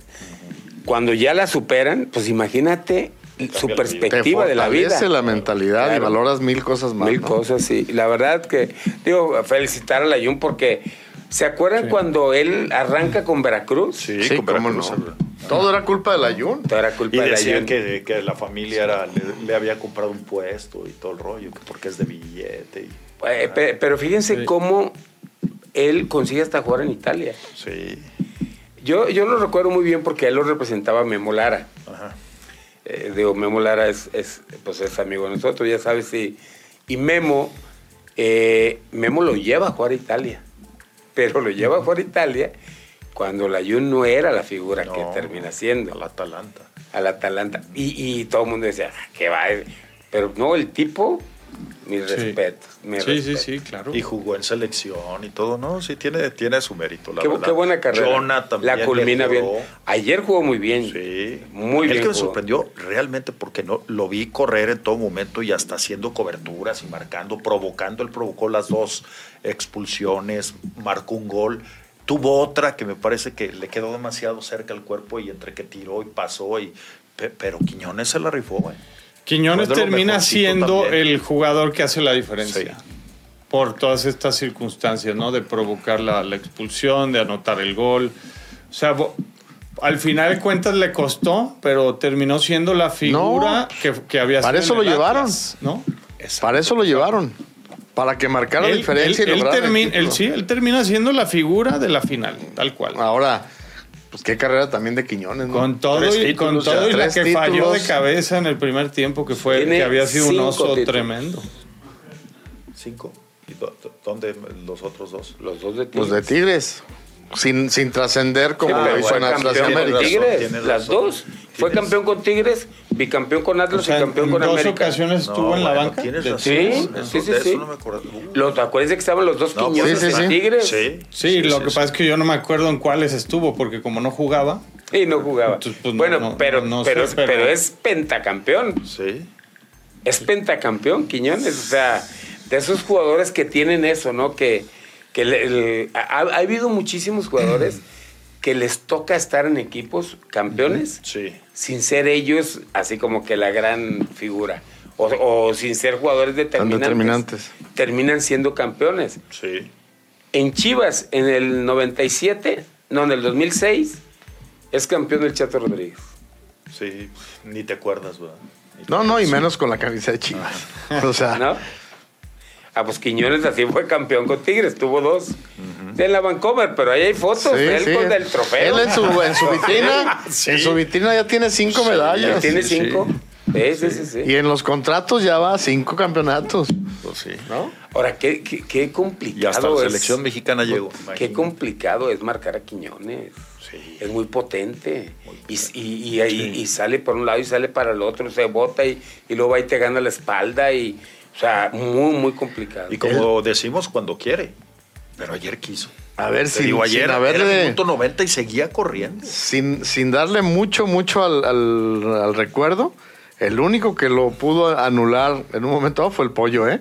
Speaker 4: cuando ya la superan, pues imagínate su
Speaker 3: Te
Speaker 4: perspectiva de la vida.
Speaker 3: fortalece la, mentalidad y
Speaker 4: Claro.
Speaker 3: valoras mil cosas más.
Speaker 4: Mil
Speaker 3: ¿no?
Speaker 4: cosas, sí. La verdad que, digo, felicitar a la Jun porque, ¿se acuerdan cuando él arranca con Veracruz?
Speaker 1: Sí,
Speaker 3: Sí,
Speaker 1: con
Speaker 3: cómo no.
Speaker 1: Veracruz.
Speaker 3: Todo era culpa del ayuno.
Speaker 4: Todo era culpa
Speaker 1: Y
Speaker 4: de la
Speaker 1: decían
Speaker 4: Jun.
Speaker 1: que, que la familia era, le, le había comprado un puesto y todo el rollo, que porque es de billete. y-
Speaker 4: Eh, pe- pero fíjense cómo él consigue hasta jugar en Italia.
Speaker 1: sí.
Speaker 4: Yo, yo lo recuerdo muy bien porque él lo representaba Memo Lara.
Speaker 1: Ajá.
Speaker 4: Eh, digo, Memo Lara es, es, pues es amigo de nosotros, ya sabes. Y, y Memo, eh, Memo lo lleva a jugar a Italia. Pero lo lleva a jugar a Italia cuando la Jun no era la figura que
Speaker 1: No,
Speaker 4: termina
Speaker 1: Al
Speaker 4: siendo.
Speaker 1: Atalanta.
Speaker 4: Al Atalanta. Y, y todo el mundo decía, "Ah, ¿qué va? Pero no, el tipo, mis
Speaker 2: Sí.
Speaker 4: respetos. mis
Speaker 2: Sí, sí,
Speaker 4: respetos.
Speaker 2: sí, claro.
Speaker 1: Y jugó en selección y todo, ¿no? Sí, tiene, tiene su mérito, la
Speaker 4: Qué,
Speaker 1: verdad.
Speaker 4: qué buena carrera.
Speaker 1: Jonah también.
Speaker 4: La culmina
Speaker 1: que
Speaker 4: bien.
Speaker 1: jugó.
Speaker 4: Ayer jugó muy bien.
Speaker 1: Sí.
Speaker 4: Muy
Speaker 1: El
Speaker 4: bien.
Speaker 1: que me
Speaker 4: jugó.
Speaker 1: sorprendió realmente porque no lo vi correr en todo momento y hasta haciendo coberturas y marcando, provocando. Él provocó las dos expulsiones, marcó un gol. Tuvo otra que me parece que le quedó demasiado cerca al cuerpo y entre que tiró y pasó y pe- pero Quiñones se la rifó, güey.
Speaker 2: Quiñones
Speaker 1: Fue
Speaker 3: "Pues
Speaker 1: de lo
Speaker 2: termina
Speaker 1: mejorcito
Speaker 2: siendo
Speaker 1: también.
Speaker 2: el jugador que hace la diferencia.
Speaker 1: Sí.
Speaker 2: Por todas estas circunstancias, ¿no? De provocar la, la expulsión, de anotar el gol. O sea, bo- al final de cuentas le costó, pero terminó siendo la figura que, que había
Speaker 3: para eso
Speaker 2: en el
Speaker 3: lo
Speaker 2: Atlas, ¿no?
Speaker 3: Para eso lo llevaron. Para que marcara
Speaker 2: Él,
Speaker 3: diferencia
Speaker 2: él-
Speaker 3: y
Speaker 2: él
Speaker 3: lograra el
Speaker 2: termina,
Speaker 3: título. Ah,
Speaker 2: él sí, él termina siendo la figura de la final, tal cual.
Speaker 3: Ahora, pues qué carrera también de Quiñones. ¿no?
Speaker 2: Con todo,
Speaker 3: Tres
Speaker 2: y, con
Speaker 3: títulos,
Speaker 2: todo
Speaker 3: ya
Speaker 2: y la
Speaker 3: tres
Speaker 2: que falló de
Speaker 3: títulos.
Speaker 2: cabeza en el primer tiempo, que fue
Speaker 4: Tiene
Speaker 2: que había sido un
Speaker 4: cinco
Speaker 2: oso
Speaker 4: títulos.
Speaker 2: tremendo.
Speaker 1: Cinco. ¿Y do- do- dónde los otros dos?
Speaker 4: Los dos de
Speaker 3: Pues de Tigres. sin, sin trascender como
Speaker 4: Sí,
Speaker 3: lo
Speaker 4: pero
Speaker 3: hizo
Speaker 4: fue
Speaker 3: en Atlas de
Speaker 4: campeón con
Speaker 3: América.
Speaker 1: razón,
Speaker 4: Tigres,
Speaker 1: tienes
Speaker 4: las
Speaker 1: razón.
Speaker 4: dos. Fue
Speaker 1: Tienes-
Speaker 4: campeón con Tigres, bicampeón con Atlas
Speaker 2: O sea,
Speaker 4: y
Speaker 2: en
Speaker 4: campeón con
Speaker 2: dos
Speaker 4: América.
Speaker 2: ocasiones
Speaker 1: No,
Speaker 2: estuvo en la
Speaker 1: bueno,
Speaker 2: banca.
Speaker 1: tienes
Speaker 2: de-
Speaker 1: razón,
Speaker 4: Sí,
Speaker 1: eso-
Speaker 4: sí, sí,
Speaker 1: de eso
Speaker 4: sí.
Speaker 1: no me acuerdo.
Speaker 4: Los, acuérdense que estaban los dos
Speaker 1: No,
Speaker 4: piñones
Speaker 3: sí, sí,
Speaker 4: en
Speaker 3: sí.
Speaker 4: Tigres
Speaker 2: Sí, lo que pasa es que yo no me acuerdo en cuáles estuvo, porque como no jugaba,
Speaker 4: y no jugaba.
Speaker 2: Entonces, pues, no,
Speaker 4: bueno,
Speaker 2: no,
Speaker 4: pero,
Speaker 2: no sé,
Speaker 4: pero, es-
Speaker 2: pero-
Speaker 4: pero es pentacampeón.
Speaker 1: Sí.
Speaker 4: Es pentacampeón, Quiñones. O sea, de esos jugadores que tienen eso, ¿no? Que, que le- el- ha, ha habido muchísimos jugadores que les toca estar en equipos campeones
Speaker 1: Sí.
Speaker 4: sin ser ellos así como que la gran figura. O, o sin ser jugadores determinantes.
Speaker 3: determinantes.
Speaker 4: Terminan siendo campeones.
Speaker 1: Sí.
Speaker 4: En Chivas, en el 97, no, en el 2006, es campeón del Chato Rodríguez.
Speaker 1: Sí. Ni te acuerdas, ¿verdad? Ni te
Speaker 3: No, no, y
Speaker 1: acuerdas.
Speaker 3: menos con la camisa de Chivas. O sea,
Speaker 4: ¿No? Ah, pues Quiñones así fue campeón con Tigres, tuvo dos. En la Vancouver, pero ahí hay fotos
Speaker 3: sí,
Speaker 4: de pues, él
Speaker 3: sí.
Speaker 4: con el trofeo.
Speaker 3: Él en su, en su vitrina,
Speaker 1: Sí.
Speaker 3: en su vitrina ya tiene cinco
Speaker 1: Sí,
Speaker 3: medallas.
Speaker 4: Tiene
Speaker 1: Sí, sí.
Speaker 4: cinco. Sí, sí, sí, sí.
Speaker 3: Y en los contratos ya va a cinco campeonatos.
Speaker 1: Pues sí.
Speaker 3: ¿No?
Speaker 4: Ahora, qué, qué, qué complicado
Speaker 1: Y hasta la
Speaker 4: es.
Speaker 1: selección mexicana llegó.
Speaker 4: Qué complicado es marcar a Quiñones.
Speaker 1: Sí.
Speaker 4: Es muy potente. Y, y- y ahí- y sale por un lado y sale para el otro, se bota y, y luego va y te gana la espalda. y O sea, muy, muy complicado.
Speaker 1: Y como decimos, cuando quiere. Pero ayer quiso.
Speaker 3: A ver,
Speaker 1: Te
Speaker 3: sin,
Speaker 1: digo,
Speaker 3: sin
Speaker 1: ayer a ver,
Speaker 3: haberle-
Speaker 1: era minuto 90 y seguía corriendo.
Speaker 3: sin, sin darle mucho, mucho al, al- al recuerdo, el único que lo pudo anular en un momento dado fue el pollo, ¿eh?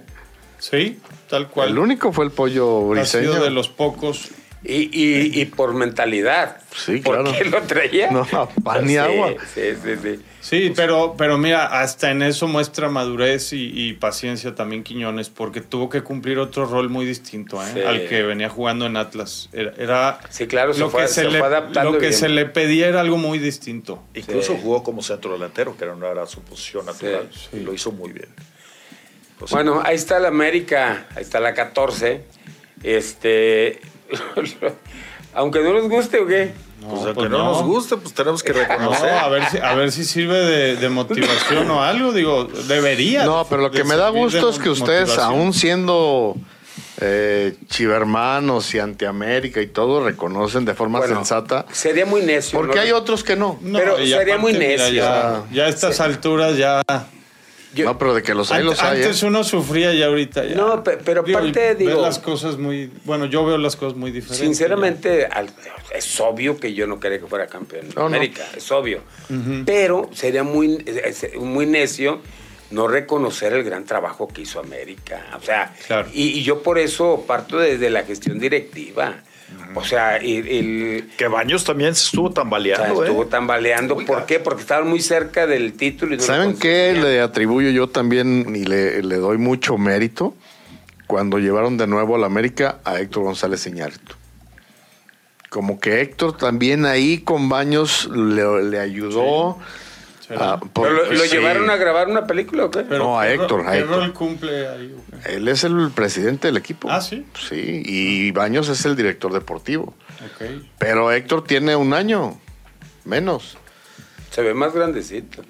Speaker 2: sí, tal cual.
Speaker 3: El único fue el pollo
Speaker 2: ha sido
Speaker 3: briseño.
Speaker 2: de los pocos.
Speaker 4: Y, y- y por mentalidad.
Speaker 3: Sí,
Speaker 4: ¿Por
Speaker 3: claro.
Speaker 4: qué lo traía? Pues
Speaker 3: No, pan ni
Speaker 4: Sí,
Speaker 3: agua.
Speaker 4: Sí, sí, sí.
Speaker 2: Sí, pero, pero mira, hasta en eso muestra madurez y, y paciencia también Quiñones, porque tuvo que cumplir otro rol muy distinto ¿eh?
Speaker 4: Sí.
Speaker 2: al que venía jugando en Atlas. Era, era
Speaker 4: Sí, claro, se fue- se
Speaker 2: le,
Speaker 4: fue adaptando
Speaker 2: lo que
Speaker 4: bien.
Speaker 2: se le pedía era algo muy distinto.
Speaker 1: Incluso
Speaker 4: Sí.
Speaker 1: jugó como centro delantero, que era una era su posición natural. Y lo hizo muy bien. Pues,
Speaker 4: Bueno, ahí está la América, ahí está la 14. Este. Aunque no les guste o qué.
Speaker 2: No,
Speaker 1: pues, aunque
Speaker 2: pues
Speaker 1: no, nos guste, pues tenemos que
Speaker 2: No,
Speaker 1: reconocer.
Speaker 2: a ver si, a ver si sirve de, de motivación o algo, digo, debería.
Speaker 3: No, pero lo
Speaker 2: de
Speaker 3: que me da
Speaker 2: servir de
Speaker 3: gusto es que ustedes,
Speaker 2: motivación.
Speaker 3: aún siendo eh, chivermanos y antiamérica y todo, reconocen de forma
Speaker 4: Bueno,
Speaker 3: sensata.
Speaker 4: Sería muy necio.
Speaker 3: Porque
Speaker 4: ¿no?
Speaker 3: hay otros que no.
Speaker 2: No,
Speaker 4: pero
Speaker 2: y
Speaker 4: sería muy
Speaker 2: mira,
Speaker 4: necio.
Speaker 2: ya, ya a estas alturas ya...
Speaker 4: Yo-
Speaker 3: no, pero de que los hay,
Speaker 2: Ante-
Speaker 3: Pues los hay. ¿eh?
Speaker 2: antes uno sufría y ahorita ya.
Speaker 4: No, pe- pero aparte,
Speaker 2: ves
Speaker 4: digo-
Speaker 2: las cosas muy... Bueno, yo veo las cosas muy
Speaker 3: Pues
Speaker 2: diferentes.
Speaker 4: Sinceramente, al- es obvio que yo no quería que fuera campeón de
Speaker 3: No, no.
Speaker 4: América, es obvio. Pero sería muy, es- es muy necio no reconocer el gran trabajo que hizo América. O sea,
Speaker 2: Claro.
Speaker 4: y, y yo por eso parto desde la gestión directiva. O sea, el, el-
Speaker 1: Que Baños también se estuvo
Speaker 4: o sea,
Speaker 1: tambaleando,
Speaker 4: estuvo
Speaker 1: ¿eh?
Speaker 4: tambaleando. ¿Por qué? Porque estaban muy cerca del título. Y no lo
Speaker 3: ah. ¿Saben qué
Speaker 4: conseguían.
Speaker 3: le atribuyo yo también y le, le doy mucho mérito? Cuando llevaron de nuevo a la América a Héctor González Iñárritu. Como que Héctor también ahí con Baños le, le ayudó. a- por-
Speaker 4: ¿Pero ¿Lo, lo
Speaker 3: sí.
Speaker 4: llevaron a grabar una película o qué?
Speaker 3: Ah, No, a
Speaker 2: ¿qué
Speaker 3: Héctor,
Speaker 2: ro-
Speaker 3: a
Speaker 2: ¿qué
Speaker 3: Héctor.
Speaker 2: rol cumple ahí? o qué?
Speaker 3: Él es el presidente del equipo.
Speaker 2: Ah, ¿sí?
Speaker 3: Sí, y Baños es el director deportivo.
Speaker 2: Ok.
Speaker 3: Pero Héctor tiene un año menos.
Speaker 4: Se ve más grandecito.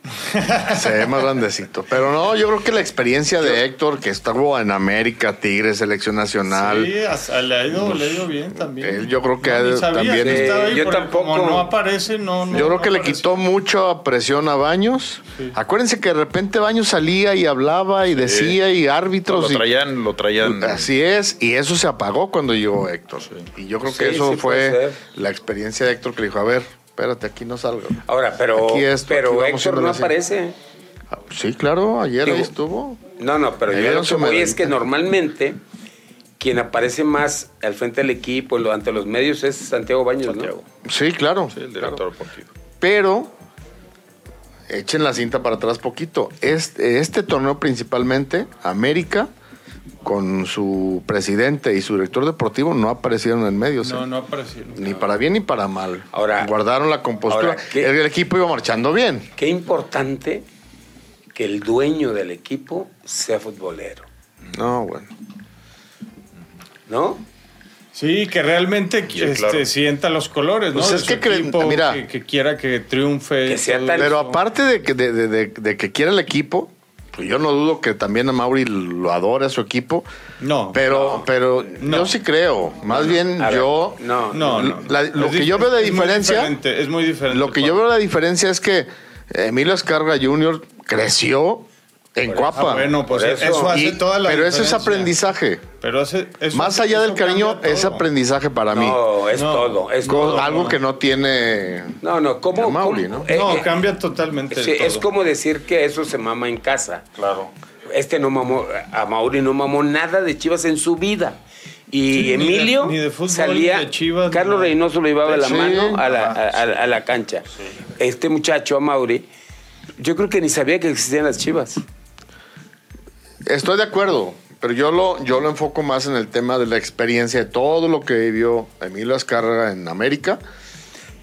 Speaker 3: Se ve más grandecito. Pero no, yo creo que la experiencia de Héctor, que estuvo en América, Tigres, Selección Nacional.
Speaker 2: Sí, hasta le ha ido, le ha ido bien también.
Speaker 3: él yo creo que
Speaker 2: No, ni
Speaker 3: él
Speaker 2: sabía
Speaker 3: también-
Speaker 2: que estaba ahí,
Speaker 4: Sí, yo
Speaker 2: porque
Speaker 4: tampoco.
Speaker 2: Como no aparece, no. no-
Speaker 3: Yo creo
Speaker 2: no
Speaker 3: que le
Speaker 2: apareció.
Speaker 3: quitó mucha presión a Baños.
Speaker 2: Sí.
Speaker 3: Acuérdense que de repente Baños salía y hablaba y decía y árbitros.
Speaker 1: Lo
Speaker 3: y-
Speaker 1: traían, lo traían.
Speaker 3: así es, y eso se apagó cuando llegó Héctor. Y yo creo que
Speaker 4: Sí,
Speaker 3: eso
Speaker 4: sí puede
Speaker 3: fue
Speaker 4: ser.
Speaker 3: la experiencia de Héctor que le dijo, a ver, espérate, aquí no salgo.
Speaker 4: Ahora, pero,
Speaker 3: Aquí esto, aquí
Speaker 4: pero
Speaker 3: vamos
Speaker 4: Héctor no
Speaker 3: haciéndole así.
Speaker 4: aparece.
Speaker 3: Ah, Sí, claro, ayer
Speaker 4: Digo,
Speaker 3: ahí estuvo.
Speaker 4: No, no, pero
Speaker 3: Me
Speaker 4: yo
Speaker 3: dieron
Speaker 4: lo que
Speaker 3: su
Speaker 4: voy es
Speaker 3: medallita.
Speaker 4: que normalmente quien aparece más al frente del equipo, lo- ante los medios, es Santiago Baños,
Speaker 1: Santiago.
Speaker 3: Sí, claro.
Speaker 1: Sí, el director deportivo.
Speaker 3: Pero echen la cinta para atrás poquito. Este, este torneo principalmente, América, con su presidente y su director deportivo, no aparecieron en medios.
Speaker 2: No,
Speaker 3: ¿eh?
Speaker 2: no apareció.
Speaker 3: Ni para bien ni para mal.
Speaker 4: Ahora-
Speaker 3: Guardaron la compostura.
Speaker 4: ahora, ¿qué?
Speaker 3: el, el equipo iba marchando bien.
Speaker 4: ¿no? Qué importante que el dueño del equipo sea futbolero,
Speaker 3: No, bueno.
Speaker 4: ¿no?
Speaker 2: Sí, que realmente
Speaker 1: Sí,
Speaker 2: este,
Speaker 1: claro.
Speaker 2: sienta los colores, ¿no?
Speaker 3: Pues
Speaker 2: De
Speaker 3: es
Speaker 2: su
Speaker 3: que creen-
Speaker 2: equipo,
Speaker 3: mira.
Speaker 2: que, que quiera que triunfe.
Speaker 4: Que sea
Speaker 2: todo
Speaker 4: tal-
Speaker 2: eso.
Speaker 3: Pero aparte de que, de, de- de- de que quiera el equipo, Pues yo no dudo que también a Mauri lo adore a su equipo.
Speaker 2: No.
Speaker 3: Pero, pero
Speaker 2: No.
Speaker 3: yo sí creo. Más bien
Speaker 4: A ver,
Speaker 3: yo.
Speaker 4: No,
Speaker 2: No, no.
Speaker 3: La-
Speaker 2: no.
Speaker 3: lo
Speaker 2: Es
Speaker 3: que
Speaker 2: dif-
Speaker 3: yo veo de
Speaker 2: es muy
Speaker 3: diferencia-
Speaker 2: diferente, Es muy diferente.
Speaker 3: Lo que yo
Speaker 2: Pablo.
Speaker 3: veo la diferencia es que Emilio Escarga Jr. creció en Cuapa.
Speaker 2: Ah, bueno, pues
Speaker 4: Por
Speaker 2: eso,
Speaker 4: eso.
Speaker 2: hace
Speaker 3: Y-
Speaker 2: toda la
Speaker 3: pero eso es
Speaker 2: diferencia.
Speaker 3: aprendizaje.
Speaker 2: Pero hace- eso-
Speaker 3: Más allá
Speaker 2: eso
Speaker 3: del cariño,
Speaker 2: cambia
Speaker 3: es
Speaker 2: todo.
Speaker 3: aprendizaje para mí.
Speaker 4: No, es
Speaker 2: No.
Speaker 4: todo. Es
Speaker 3: Co-
Speaker 4: todo.
Speaker 3: algo que no tiene.
Speaker 4: No, no, ¿cómo?
Speaker 3: A Mauri,
Speaker 4: cómo-
Speaker 3: ¿no?
Speaker 4: eh,
Speaker 2: No,
Speaker 4: eh,
Speaker 2: cambia totalmente.
Speaker 4: sí, es
Speaker 2: todo.
Speaker 4: como decir que eso se mama en casa.
Speaker 1: Claro.
Speaker 4: Este no mamó, a Mauri no mamó nada de Chivas en su vida.
Speaker 2: Sí,
Speaker 4: Y
Speaker 2: ni de-
Speaker 4: Emilio
Speaker 2: ni de fútbol,
Speaker 4: salía,
Speaker 2: ni de Chivas,
Speaker 4: Carlos
Speaker 2: ni-
Speaker 4: Reynoso lo llevaba de la
Speaker 3: Sí.
Speaker 4: mano a la, a- a- a la cancha. Este muchacho, a Mauri, yo creo que ni sabía que existían las Chivas.
Speaker 3: Estoy de acuerdo, pero yo lo, yo lo enfoco más en el tema de la experiencia de todo lo que vivió Emilio Azcárraga en América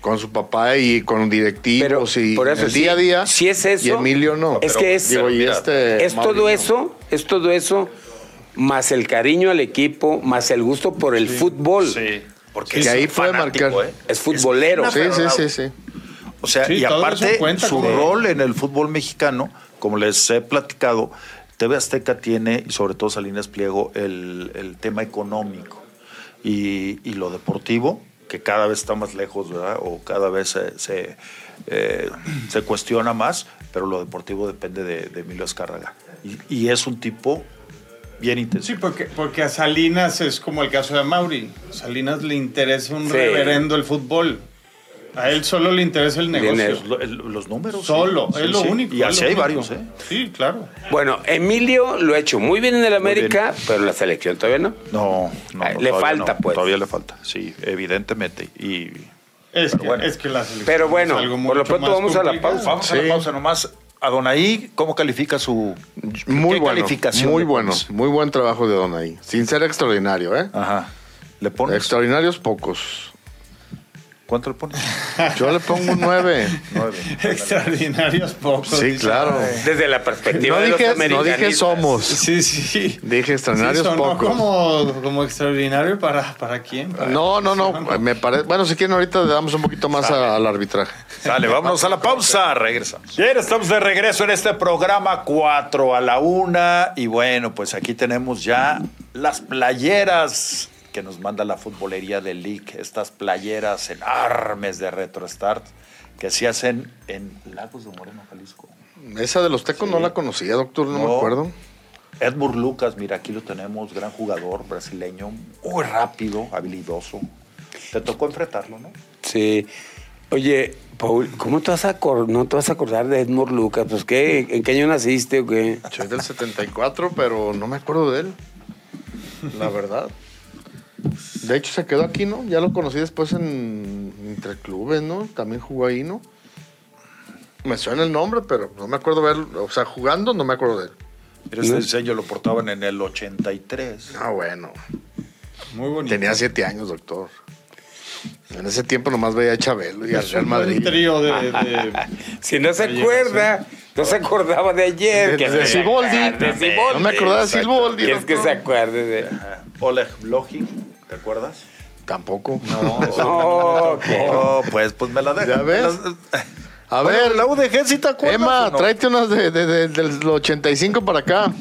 Speaker 3: con su papá y con directivos y
Speaker 4: por eso
Speaker 3: en el
Speaker 4: sí,
Speaker 3: día a día.
Speaker 4: sí es eso.
Speaker 3: Y Emilio no.
Speaker 4: Es que es-
Speaker 3: Digo, y
Speaker 1: pero mira,
Speaker 3: este
Speaker 4: es
Speaker 3: Mauri
Speaker 4: todo
Speaker 3: no.
Speaker 4: eso, es todo eso, más el cariño al equipo, más el gusto por el fútbol.
Speaker 1: Sí. Porque
Speaker 3: Que
Speaker 1: es
Speaker 3: ahí
Speaker 1: un
Speaker 3: puede
Speaker 1: fanático,
Speaker 3: marcar.
Speaker 1: ¿eh?
Speaker 4: Es futbolero.
Speaker 1: una
Speaker 3: Sí, sí,
Speaker 1: perrona,
Speaker 3: sí,
Speaker 1: güey.
Speaker 3: sí.
Speaker 1: O sea,
Speaker 2: Sí,
Speaker 1: y
Speaker 2: todo eso
Speaker 1: aparte,
Speaker 2: cuenta
Speaker 1: su
Speaker 2: como-
Speaker 1: rol en el fútbol mexicano, como les he platicado, TV Azteca tiene, y sobre todo Salinas Pliego, el, el tema económico y, y lo deportivo, que cada vez está más lejos, ¿verdad? O cada vez se, se, eh, se cuestiona más, pero lo deportivo depende de, de Emilio Escárraga. Y, y es un tipo bien intenso.
Speaker 2: Sí, porque, porque a Salinas es como el caso de Mauri. A Salinas le interesa un
Speaker 4: Sí.
Speaker 2: reverendo el fútbol. A él solo le interesa el negocio.
Speaker 4: Dinero.
Speaker 1: Lo- el- los números. sí.
Speaker 2: Solo,
Speaker 1: Sí,
Speaker 2: es lo
Speaker 1: sí.
Speaker 2: único.
Speaker 1: Y
Speaker 2: es
Speaker 1: así
Speaker 2: lo
Speaker 1: hay
Speaker 2: único.
Speaker 1: varios, ¿eh?
Speaker 2: Sí, claro.
Speaker 4: Bueno, Emilio lo ha hecho muy bien en el América, pero la selección todavía no.
Speaker 1: No, no,
Speaker 4: Ay,
Speaker 1: no,
Speaker 4: le
Speaker 1: todavía
Speaker 4: falta,
Speaker 1: no,
Speaker 4: pues.
Speaker 1: Todavía le falta, sí, evidentemente. Y
Speaker 2: Es, que,
Speaker 1: bueno.
Speaker 2: es que la selección
Speaker 4: Pero bueno,
Speaker 2: es algo
Speaker 4: por lo
Speaker 2: mucho
Speaker 4: pronto
Speaker 2: más
Speaker 4: vamos a la
Speaker 2: complicado.
Speaker 4: pausa.
Speaker 1: Vamos a
Speaker 3: Sí.
Speaker 1: la pausa nomás. Adonai, ¿cómo califica su
Speaker 3: Muy
Speaker 1: qué
Speaker 3: bueno.
Speaker 1: calificación
Speaker 3: Muy
Speaker 1: le
Speaker 3: bueno.
Speaker 1: pones?
Speaker 3: Muy buen trabajo de Don ahí. Sin ser extraordinario, ¿eh?
Speaker 1: Ajá. ¿Le pones?
Speaker 3: Extraordinarios pocos.
Speaker 1: ¿Cuánto le pones?
Speaker 3: Yo le pongo un 9.
Speaker 1: Nueve.
Speaker 2: Extraordinarios pocos.
Speaker 3: Sí,
Speaker 2: dice.
Speaker 3: claro.
Speaker 4: Desde la perspectiva
Speaker 3: No
Speaker 4: de
Speaker 3: dije,
Speaker 4: los
Speaker 3: no dije
Speaker 4: americanistas.
Speaker 3: somos.
Speaker 2: Sí, sí.
Speaker 3: Dije extraordinarios
Speaker 2: Sí, sonó
Speaker 3: pocos.
Speaker 2: Como, como extraordinario para, para quién. Para-
Speaker 3: No, no, no. Me parece. Bueno, si quieren, ahorita le damos un poquito más a- al arbitraje.
Speaker 1: Sale, vámonos a la pausa, regresamos. Bien, estamos de regreso en este programa 4 a la 1 y bueno, pues aquí tenemos ya las playeras que nos manda la futbolería del LIC, estas playeras enormes de RetroStart que se hacen en Lagos de Moreno, Jalisco.
Speaker 3: Esa de los tecos no la conocía, doctor, no, me acuerdo.
Speaker 1: Edmund Lucas, mira, aquí lo tenemos, gran jugador brasileño, muy rápido, habilidoso. Te tocó enfrentarlo, ¿no?
Speaker 4: Sí. Oye, Paul, ¿cómo te vas a, acor- no te vas a acordar de Edmund Lucas? Pues, ¿qué? ¿En qué año naciste o qué?
Speaker 3: Soy del 74, pero no me acuerdo de él. La verdad. De hecho, se quedó aquí, ¿no? Ya lo conocí después en Interclubes, ¿no? También jugó ahí, ¿no? Me suena el nombre, pero no me acuerdo de él. O sea, jugando no me acuerdo de él.
Speaker 1: Pero ese diseño lo portaban en el 83.
Speaker 3: Ah, bueno.
Speaker 2: Muy bonito.
Speaker 3: Tenía siete años, doctor. En ese tiempo nomás veía a Chabelo y al
Speaker 2: Es
Speaker 3: Real
Speaker 2: un buen
Speaker 3: Madrid.
Speaker 2: trío de- de-
Speaker 4: Si no se
Speaker 2: Oye,
Speaker 4: acuerda, no se acordaba de ayer.
Speaker 3: De-
Speaker 4: que
Speaker 3: de
Speaker 4: se-
Speaker 3: Siboldi.
Speaker 4: Ah, de Siboldi.
Speaker 3: No me acordaba de
Speaker 4: Exacto.
Speaker 3: Siboldi,
Speaker 4: Que es que
Speaker 3: doctor.
Speaker 4: se acuerde de...
Speaker 1: Ah. Oleg Blochin, ¿te acuerdas?
Speaker 3: Tampoco.
Speaker 4: No, que-
Speaker 1: Oh, pues, pues me la dejo.
Speaker 3: ¿Ya ves? A
Speaker 1: Oye,
Speaker 3: ver,
Speaker 1: la UDG sí te acuerdas.
Speaker 3: Emma,
Speaker 1: o no?
Speaker 3: tráete unas de, de- de- del 85 para acá.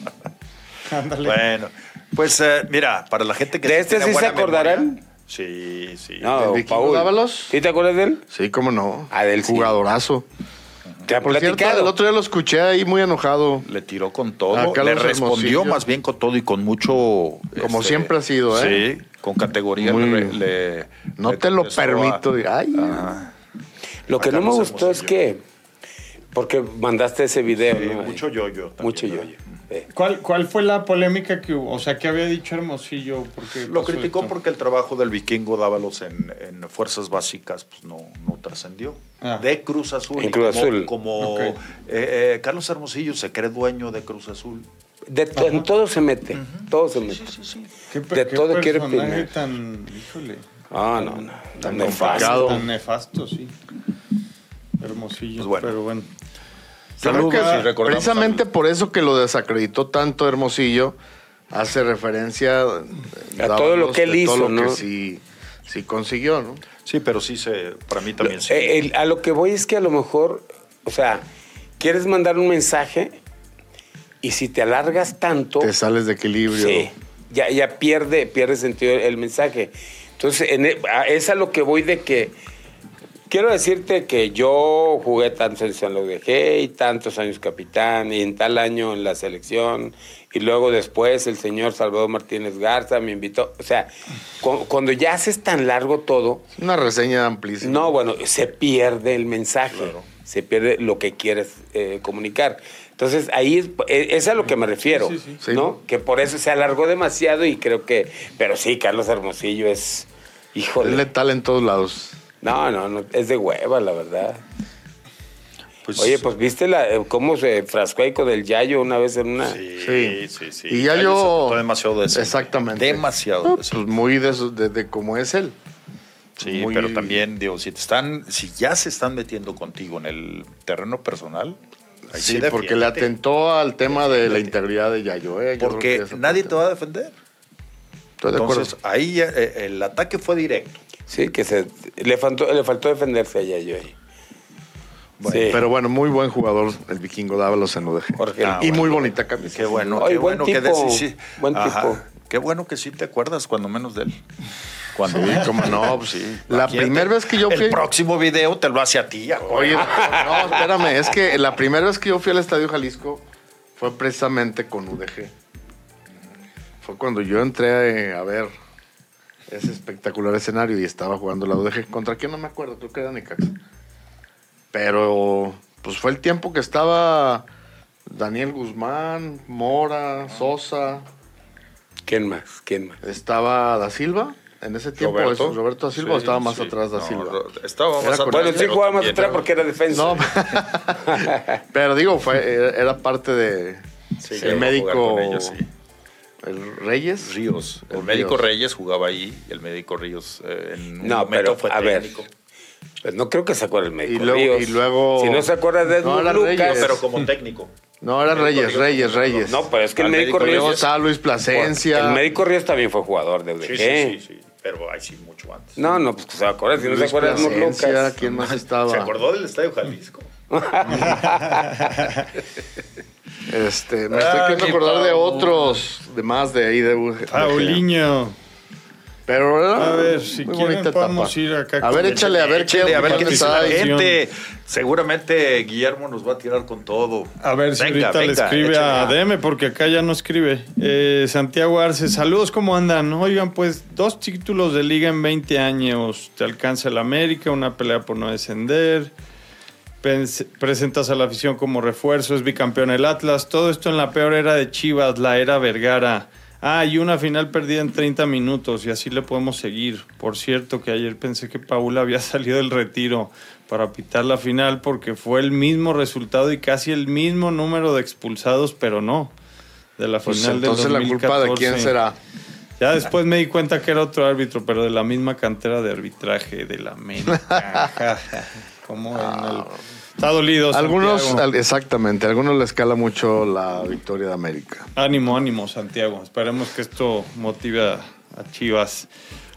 Speaker 2: Ándale.
Speaker 1: Bueno, pues eh, mira, para la gente que
Speaker 4: ¿De este
Speaker 1: tiene
Speaker 4: sí se
Speaker 1: buena
Speaker 4: acordarán?
Speaker 1: memoria- sí, sí.
Speaker 4: No,
Speaker 3: ¿Del Vikingo
Speaker 4: Paul.
Speaker 3: Dávalos?
Speaker 4: ¿Sí te acuerdas de él?
Speaker 3: Sí, cómo no.
Speaker 4: Ah, del sí.
Speaker 3: Jugadorazo.
Speaker 4: Te ha
Speaker 3: Por cierto,
Speaker 4: platicado.
Speaker 3: el otro día lo escuché ahí muy enojado.
Speaker 1: Le tiró con todo,
Speaker 3: A
Speaker 1: le
Speaker 3: Carlos
Speaker 1: respondió
Speaker 3: Hermosillo.
Speaker 1: más bien con todo y con mucho... este,
Speaker 3: Como siempre ha sido, ¿eh?
Speaker 1: Sí, con categoría.
Speaker 3: Muy-
Speaker 1: le- le-
Speaker 3: No
Speaker 1: le
Speaker 3: te lo
Speaker 1: contestó a-
Speaker 3: permito. Ay,
Speaker 1: Ajá.
Speaker 4: Lo que no me
Speaker 1: Carlos
Speaker 4: gustó es que... Porque mandaste ese video,
Speaker 1: Sí,
Speaker 4: ¿no?
Speaker 1: mucho yo-yo. también,
Speaker 4: Mucho yo.
Speaker 1: ¿verdad?
Speaker 4: Eh.
Speaker 2: ¿Cuál, ¿Cuál fue la polémica que hubo? O sea, ¿qué había dicho Hermosillo? Porque pues,
Speaker 1: Lo criticó porque el trabajo del vikingo Dávalos en, en Fuerzas Básicas pues no, no trascendió.
Speaker 2: Ah.
Speaker 1: De Cruz Azul.
Speaker 4: En
Speaker 1: y
Speaker 4: Cruz
Speaker 1: como,
Speaker 4: Azul.
Speaker 1: Como
Speaker 2: Ok.
Speaker 1: eh, eh, Carlos Hermosillo se cree dueño de Cruz Azul.
Speaker 4: De to- en todo se mete, todo se mete.
Speaker 2: ¿Qué, pe-
Speaker 4: de
Speaker 2: qué
Speaker 4: todo quiere
Speaker 2: personaje
Speaker 4: opinar.
Speaker 2: tan, híjole,
Speaker 4: Ah, no, no. Tan
Speaker 3: complicado.
Speaker 4: nefasto.
Speaker 2: tan nefasto, sí. Hermosillo,
Speaker 1: Pues bueno.
Speaker 2: pero bueno.
Speaker 3: Yo creo
Speaker 1: Saludos,
Speaker 3: que
Speaker 1: si recordamos
Speaker 3: precisamente por eso que lo desacreditó tanto Hermosillo, hace referencia a
Speaker 4: todo lo que él hizo,
Speaker 3: todo lo
Speaker 4: ¿no?
Speaker 3: que sí, sí consiguió, ¿no?
Speaker 1: Sí, pero sí, se, para mí también sí.
Speaker 4: Eh, el- a lo que voy es que a lo mejor, o sea, quieres mandar un mensaje Y si te alargas tanto,
Speaker 3: Te sales de equilibrio.
Speaker 4: sí, ya, ya pierde, pierde sentido el, el mensaje. Entonces, en e- a- es a lo que voy de que quiero decirte que yo jugué tantos años en la UDG y tantos años capitán y en tal año en la selección y luego después el señor Salvador Martínez Garza me invitó. O sea, cu- cuando ya haces tan largo todo,
Speaker 3: Una reseña amplísima.
Speaker 4: no, bueno, se pierde el mensaje, se pierde lo que quieres eh, comunicar. Entonces, ahí es, eh, es a lo que me refiero,
Speaker 2: Sí, sí,
Speaker 3: sí.
Speaker 4: ¿no? Que por eso se alargó demasiado y creo que... Pero sí, Carlos Hermosillo es...
Speaker 3: Es
Speaker 4: Híjole.
Speaker 3: letal en todos lados.
Speaker 4: No, no, no, es de hueva, la verdad.
Speaker 1: Pues,
Speaker 4: Oye, pues viste la, eh, cómo se frascó ahí con el Yayo una vez en una...
Speaker 3: Sí.
Speaker 1: Sí, sí, sí.
Speaker 3: Y ya
Speaker 1: Ahí
Speaker 3: yo-
Speaker 1: se trató demasiado de eso.
Speaker 3: Exactamente.
Speaker 1: Demasiado
Speaker 3: No,
Speaker 1: de
Speaker 3: pues
Speaker 1: eso.
Speaker 3: muy de, su- de- de cómo es él.
Speaker 1: Sí,
Speaker 3: muy-
Speaker 1: pero también, digo, si te están, si ya se están metiendo contigo en el terreno personal, ahí
Speaker 3: Sí, porque le
Speaker 1: defiéndete.
Speaker 3: atentó al tema de la integridad de Yayo. ¿eh? Yo creo
Speaker 1: Porque
Speaker 3: que esa
Speaker 1: nadie te
Speaker 3: parte-
Speaker 1: va a defender.
Speaker 3: Estoy de acuerdo.
Speaker 1: Entonces, ahí ya, eh, el ataque fue directo.
Speaker 4: Sí, que se, le, faltó, le faltó defenderse a Yayo ahí.
Speaker 1: Bueno,
Speaker 4: Sí.
Speaker 3: Pero bueno, muy buen jugador el vikingo Dávalos en UDG.
Speaker 4: Jorge.
Speaker 1: Ah,
Speaker 3: y
Speaker 1: bueno.
Speaker 3: muy bonita camisa.
Speaker 1: Qué bueno,
Speaker 4: Ay,
Speaker 1: qué
Speaker 4: buen
Speaker 1: bueno que de-
Speaker 4: tipo,
Speaker 1: sí, sí.
Speaker 4: buen
Speaker 1: Ajá.
Speaker 4: tipo.
Speaker 1: Qué bueno que sí te acuerdas, cuando menos de él. Cuando
Speaker 3: Sí, cómo no, pues sí. La
Speaker 1: Imagínate,
Speaker 3: primera vez que yo fui.
Speaker 1: El próximo video te lo hace a ti, a
Speaker 3: Oye, no, espérame, es que la primera vez que yo fui al Estadio Jalisco fue precisamente con UDG. Fue cuando yo entré eh, a ver ese espectacular escenario y estaba jugando la UDG. ¿Contra quién no me acuerdo? Creo que era Necaxa. Pero pues fue el tiempo que estaba Daniel Guzmán, Mora, Sosa,
Speaker 4: ¿Quién más? ¿Quién más?
Speaker 3: estaba Da Silva. En ese tiempo
Speaker 1: Roberto.
Speaker 3: eso, Roberto Da Silva
Speaker 2: Sí,
Speaker 3: o estaba más
Speaker 2: sí.
Speaker 3: atrás Da
Speaker 1: No,
Speaker 3: Silva.
Speaker 1: Ro- estaba más
Speaker 3: Era
Speaker 1: atrás,
Speaker 3: con-
Speaker 4: Bueno, sí
Speaker 1: pero
Speaker 4: jugaba más
Speaker 1: también-
Speaker 4: atrás porque era defensa.
Speaker 3: No, pero digo, fue, era- era parte de
Speaker 1: Sí,
Speaker 3: el
Speaker 1: llegó a
Speaker 3: médico
Speaker 1: jugar con ellos, sí.
Speaker 3: el Reyes.
Speaker 1: Ríos. El,
Speaker 3: El
Speaker 1: médico
Speaker 3: Ríos.
Speaker 1: Reyes jugaba ahí, el médico Ríos eh, en un
Speaker 4: No,
Speaker 1: momento
Speaker 4: pero,
Speaker 1: fue
Speaker 4: a ver,
Speaker 1: técnico.
Speaker 4: Pues no creo que se acuerde el médico.
Speaker 3: Y luego-
Speaker 4: Ríos.
Speaker 3: y luego-
Speaker 4: Si no se acuerda de
Speaker 3: No,
Speaker 4: Edmund
Speaker 3: era
Speaker 4: Lucas.
Speaker 3: Reyes.
Speaker 1: Pero como técnico.
Speaker 3: No, era
Speaker 1: Médico
Speaker 3: Reyes,
Speaker 1: Ríos.
Speaker 3: Reyes, Reyes.
Speaker 4: No, pero es que el
Speaker 1: Al
Speaker 4: médico,
Speaker 1: médico
Speaker 4: Ríos.
Speaker 3: Luego
Speaker 1: Reyes-
Speaker 3: estaba Luis Plasencia.
Speaker 4: El médico Ríos también fue jugador de UDG.
Speaker 1: Sí, sí, sí, sí. Pero ahí sí, mucho antes.
Speaker 4: No, no, pues que se acuerda. Si no se
Speaker 3: Luis
Speaker 4: acuerda de Edmund
Speaker 3: Plasencia,
Speaker 4: Lucas.
Speaker 3: ¿quién más
Speaker 1: ¿Se
Speaker 3: estaba?
Speaker 1: acordó del Estadio Jalisco?
Speaker 3: Este, me
Speaker 1: Ah,
Speaker 3: estoy queriendo
Speaker 1: mi
Speaker 3: acordar de
Speaker 1: Paul.
Speaker 3: otros, de más de ahí de UG.
Speaker 2: Paulinho.
Speaker 3: Pero era
Speaker 2: Ah, A ver, si
Speaker 3: muy
Speaker 2: quieren
Speaker 3: bonita
Speaker 2: podemos
Speaker 3: etapa.
Speaker 2: ir acá
Speaker 3: A
Speaker 2: con
Speaker 3: ver,
Speaker 2: el-
Speaker 3: échale, a ver,
Speaker 1: Échale,
Speaker 3: qué-
Speaker 1: a ver quién está la
Speaker 2: participación.
Speaker 1: gente. Seguramente Guillermo nos va a tirar con todo.
Speaker 2: A ver si
Speaker 1: Venga,
Speaker 2: ahorita le
Speaker 1: venga,
Speaker 2: escribe a
Speaker 1: échale.
Speaker 2: DM, porque acá ya no escribe. Eh, Santiago Arce, saludos, ¿cómo andan? Oigan, pues dos títulos de liga en 20 años. Te alcanza el América, una pelea por no descender. Pens- presentas a la afición como refuerzo, es bicampeón el Atlas. Todo esto en la peor era de Chivas, la era Vergara. Ah, y una final perdida en 30 minutos y así le podemos seguir. Por cierto, que ayer pensé que Paula había salido del retiro para pitar la final porque fue el mismo resultado y casi el mismo número de expulsados, pero no. De la
Speaker 3: Pues
Speaker 2: final del
Speaker 3: entonces la culpa de
Speaker 2: 2014.
Speaker 3: quién será.
Speaker 2: Ya después me di cuenta que era otro árbitro, pero de la misma cantera de arbitraje de la América. ¿Cómo ven el- Está dolido.
Speaker 3: Algunos,
Speaker 2: Santiago.
Speaker 3: al- exactamente, a algunos le escala mucho la victoria de América.
Speaker 2: Ánimo, ánimo, Santiago. Esperemos que esto motive a, a Chivas.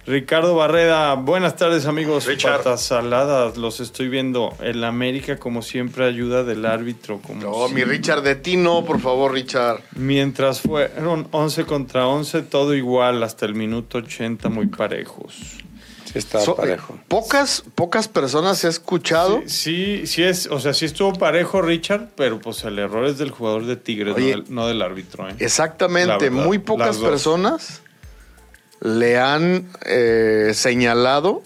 Speaker 2: Ricardo Barreda, buenas tardes amigos.
Speaker 1: Richard.
Speaker 2: Patas saladas, los estoy viendo. El América, como siempre, ayuda del árbitro. Como
Speaker 3: No, mi
Speaker 2: siempre.
Speaker 3: Richard de Tino, por favor, Richard.
Speaker 2: Mientras fueron 11 contra 11, todo igual, hasta el minuto 80, muy parejos.
Speaker 4: Sí, estaba
Speaker 3: So- eh,
Speaker 4: parejo.
Speaker 3: Pocas, pocas personas he escuchado.
Speaker 2: Sí, sí es, o sea, sí estuvo parejo Richard, pero pues el error es del jugador de Tigres, no,
Speaker 3: Oye.
Speaker 2: del, no del árbitro. ¿eh? La
Speaker 3: Exactamente,
Speaker 2: verdad,
Speaker 3: muy
Speaker 2: las
Speaker 3: pocas
Speaker 2: dos.
Speaker 3: personas le han eh, señalado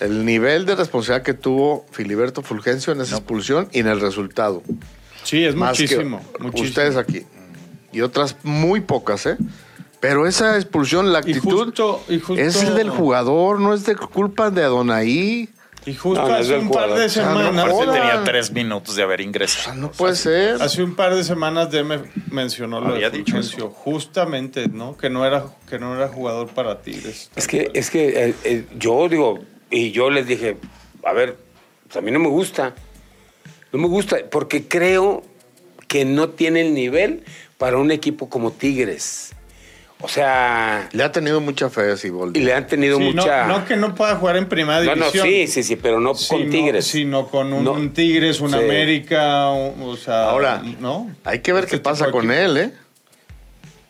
Speaker 3: el nivel de responsabilidad que tuvo Filiberto Fulgencio en esa expulsión y en el resultado.
Speaker 2: Sí, es
Speaker 3: Más que
Speaker 2: muchísimo, muchísimo.
Speaker 3: Ustedes aquí. Y otras muy pocas, ¿eh? Pero esa expulsión, la
Speaker 2: Y
Speaker 3: actitud
Speaker 2: justo, y justo-
Speaker 3: es el del jugador, no es de culpa de Adonai.
Speaker 2: Y justo
Speaker 4: No, no es
Speaker 2: hace
Speaker 4: del
Speaker 2: un par de
Speaker 4: jugador.
Speaker 3: Ah, no,
Speaker 2: semanas.
Speaker 1: Aparte
Speaker 3: Hola.
Speaker 1: tenía tres minutos de haber
Speaker 3: O sea,
Speaker 2: Ah,
Speaker 4: Ah,
Speaker 1: ingresado.
Speaker 3: no puede ser.
Speaker 2: Hace un par de semanas Deme mencionó lo
Speaker 1: Había
Speaker 2: de
Speaker 1: dicho
Speaker 2: Fulgencio, justamente, ¿no? Que no era, que no era jugador para Tigres.
Speaker 4: Es que, es que eh, eh, yo digo, y yo les dije, a ver, pues a mí no me gusta. No me gusta, porque creo que no tiene el nivel para un equipo como Tigres. O sea,
Speaker 3: Le ha tenido mucha fe a Siboldi.
Speaker 4: y le han tenido
Speaker 2: Sí, no-
Speaker 4: mucha.
Speaker 2: no, que no pueda jugar en primera
Speaker 4: No,
Speaker 2: división.
Speaker 4: no, sí, sí, sí, pero no
Speaker 2: Sino-
Speaker 4: con Tigres.
Speaker 2: Sino con un,
Speaker 4: No.
Speaker 2: un Tigres, un
Speaker 4: Sí.
Speaker 2: América, o, o sea.
Speaker 3: Ahora,
Speaker 2: ¿no?
Speaker 3: hay que ver
Speaker 2: Este
Speaker 3: qué pasa
Speaker 2: tipo de
Speaker 3: con
Speaker 2: equipo.
Speaker 3: él, ¿eh?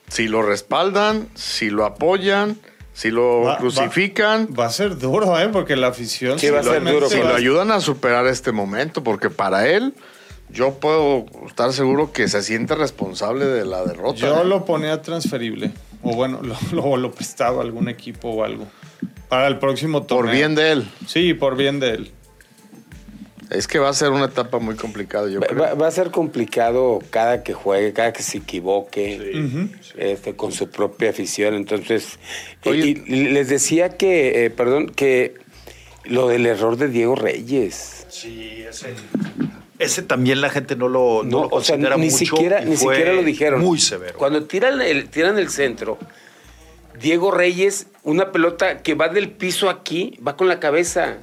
Speaker 3: Si lo respaldan, si lo apoyan, si lo
Speaker 2: Va- va-
Speaker 3: crucifican,
Speaker 2: Va a ser duro, ¿eh? Porque la afición.
Speaker 4: Sí, va a ser
Speaker 2: seguramente
Speaker 4: duro,
Speaker 2: se
Speaker 3: si
Speaker 2: va
Speaker 3: lo
Speaker 2: a-
Speaker 3: ayudan a superar este momento, porque para él yo puedo estar seguro que se siente responsable de la derrota.
Speaker 2: Yo
Speaker 3: ¿eh?
Speaker 2: lo ponía transferible. O bueno, lo, lo, lo prestaba a algún equipo o algo. Para el próximo torneo.
Speaker 3: Por bien de él.
Speaker 2: Sí, por bien de él.
Speaker 3: Es que va a ser una etapa muy complicada, yo
Speaker 4: Va-
Speaker 3: creo.
Speaker 4: va, va a ser complicado cada que juegue, cada que se equivoque.
Speaker 2: Ujú.
Speaker 4: este, con su propia afición. Entonces, eh,
Speaker 3: Oye.
Speaker 4: y les decía que, eh, perdón, que lo del error de Diego Reyes.
Speaker 1: Sí, ese. Ese también la gente no lo, no
Speaker 4: No,
Speaker 1: lo
Speaker 4: o sea,
Speaker 1: considera
Speaker 4: ni
Speaker 1: mucho
Speaker 4: siquiera,
Speaker 1: y
Speaker 4: ni
Speaker 1: fue
Speaker 4: siquiera lo dijeron.
Speaker 1: Muy severo.
Speaker 4: Cuando tiran el, tiran el centro, Diego Reyes, una pelota que va del piso aquí, va con la cabeza.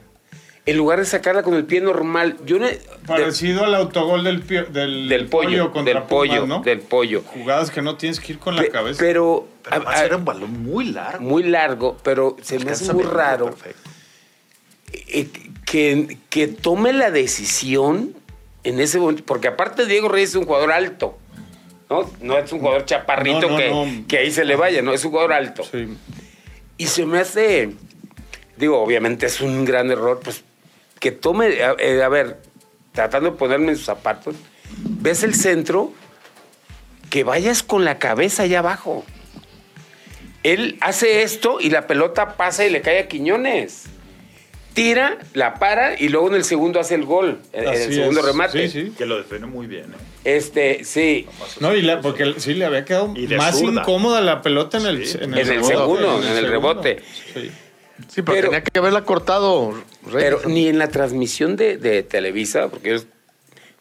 Speaker 4: En lugar de sacarla con el pie normal, yo no- de-
Speaker 2: Parecido al autogol del, pio- del,
Speaker 4: del pollo,
Speaker 2: contra
Speaker 4: del pollo,
Speaker 2: Pumas, ¿no?
Speaker 4: del pollo.
Speaker 2: Jugadas que no tienes que ir con la
Speaker 4: Pe-
Speaker 2: cabeza.
Speaker 4: Pero,
Speaker 1: Pero
Speaker 4: a-
Speaker 1: además
Speaker 4: a-
Speaker 1: era un balón muy largo.
Speaker 4: muy largo, pero se me
Speaker 1: Alcanza
Speaker 4: hace muy
Speaker 1: a verlo
Speaker 4: raro.
Speaker 1: perfecto.
Speaker 4: eh, que, que tome la decisión en ese momento, porque aparte Diego Reyes es un jugador alto, ¿no? No es un jugador chaparrito
Speaker 2: No, no,
Speaker 4: que,
Speaker 2: no.
Speaker 4: que ahí se le vaya, ¿no? Es un jugador alto.
Speaker 2: Sí.
Speaker 4: Y se me hace, digo, obviamente es un gran error, pues que tome, a, eh, a ver, tratando de ponerme en sus zapatos, ves el centro, que vayas con la cabeza allá abajo. Él hace esto y la pelota pasa y le cae a Quiñones. Tira, la para y luego en el segundo hace el gol, en en el
Speaker 2: Así
Speaker 4: segundo
Speaker 2: es.
Speaker 4: remate.
Speaker 2: Sí, sí.
Speaker 1: Que lo defiende muy bien. ¿eh?
Speaker 4: Este, sí,
Speaker 2: No, y la- porque sí le había quedado
Speaker 1: Y de
Speaker 2: más
Speaker 1: zurda.
Speaker 2: incómoda la pelota en el,
Speaker 1: Sí.
Speaker 4: en el segundo, en el rebote.
Speaker 2: Sí.
Speaker 3: Sí, pero,
Speaker 4: pero-
Speaker 3: tenía que haberla cortado. Reyes.
Speaker 4: Pero ni en la transmisión de, de Televisa, porque yo,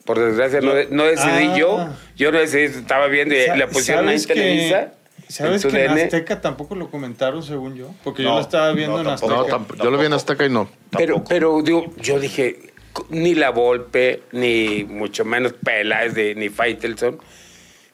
Speaker 4: por desgracia, no, no decidí
Speaker 2: Ah.
Speaker 4: yo. Yo no decidí, estaba viendo y
Speaker 2: Sa-
Speaker 4: la pusieron ahí en
Speaker 2: ¿sabes que-
Speaker 4: Televisa.
Speaker 2: ¿Sabes
Speaker 4: en tu
Speaker 2: que en
Speaker 4: DN?
Speaker 2: Azteca tampoco lo comentaron, según yo? Porque yo
Speaker 1: No,
Speaker 2: lo estaba viendo
Speaker 1: no,
Speaker 2: en Azteca.
Speaker 3: No, tamp- yo lo vi en
Speaker 1: Tampoco.
Speaker 3: Azteca y no.
Speaker 4: Pero, pero digo, yo dije, co- ni La Volpe, ni mucho menos Peláez, de- ni Faitelson,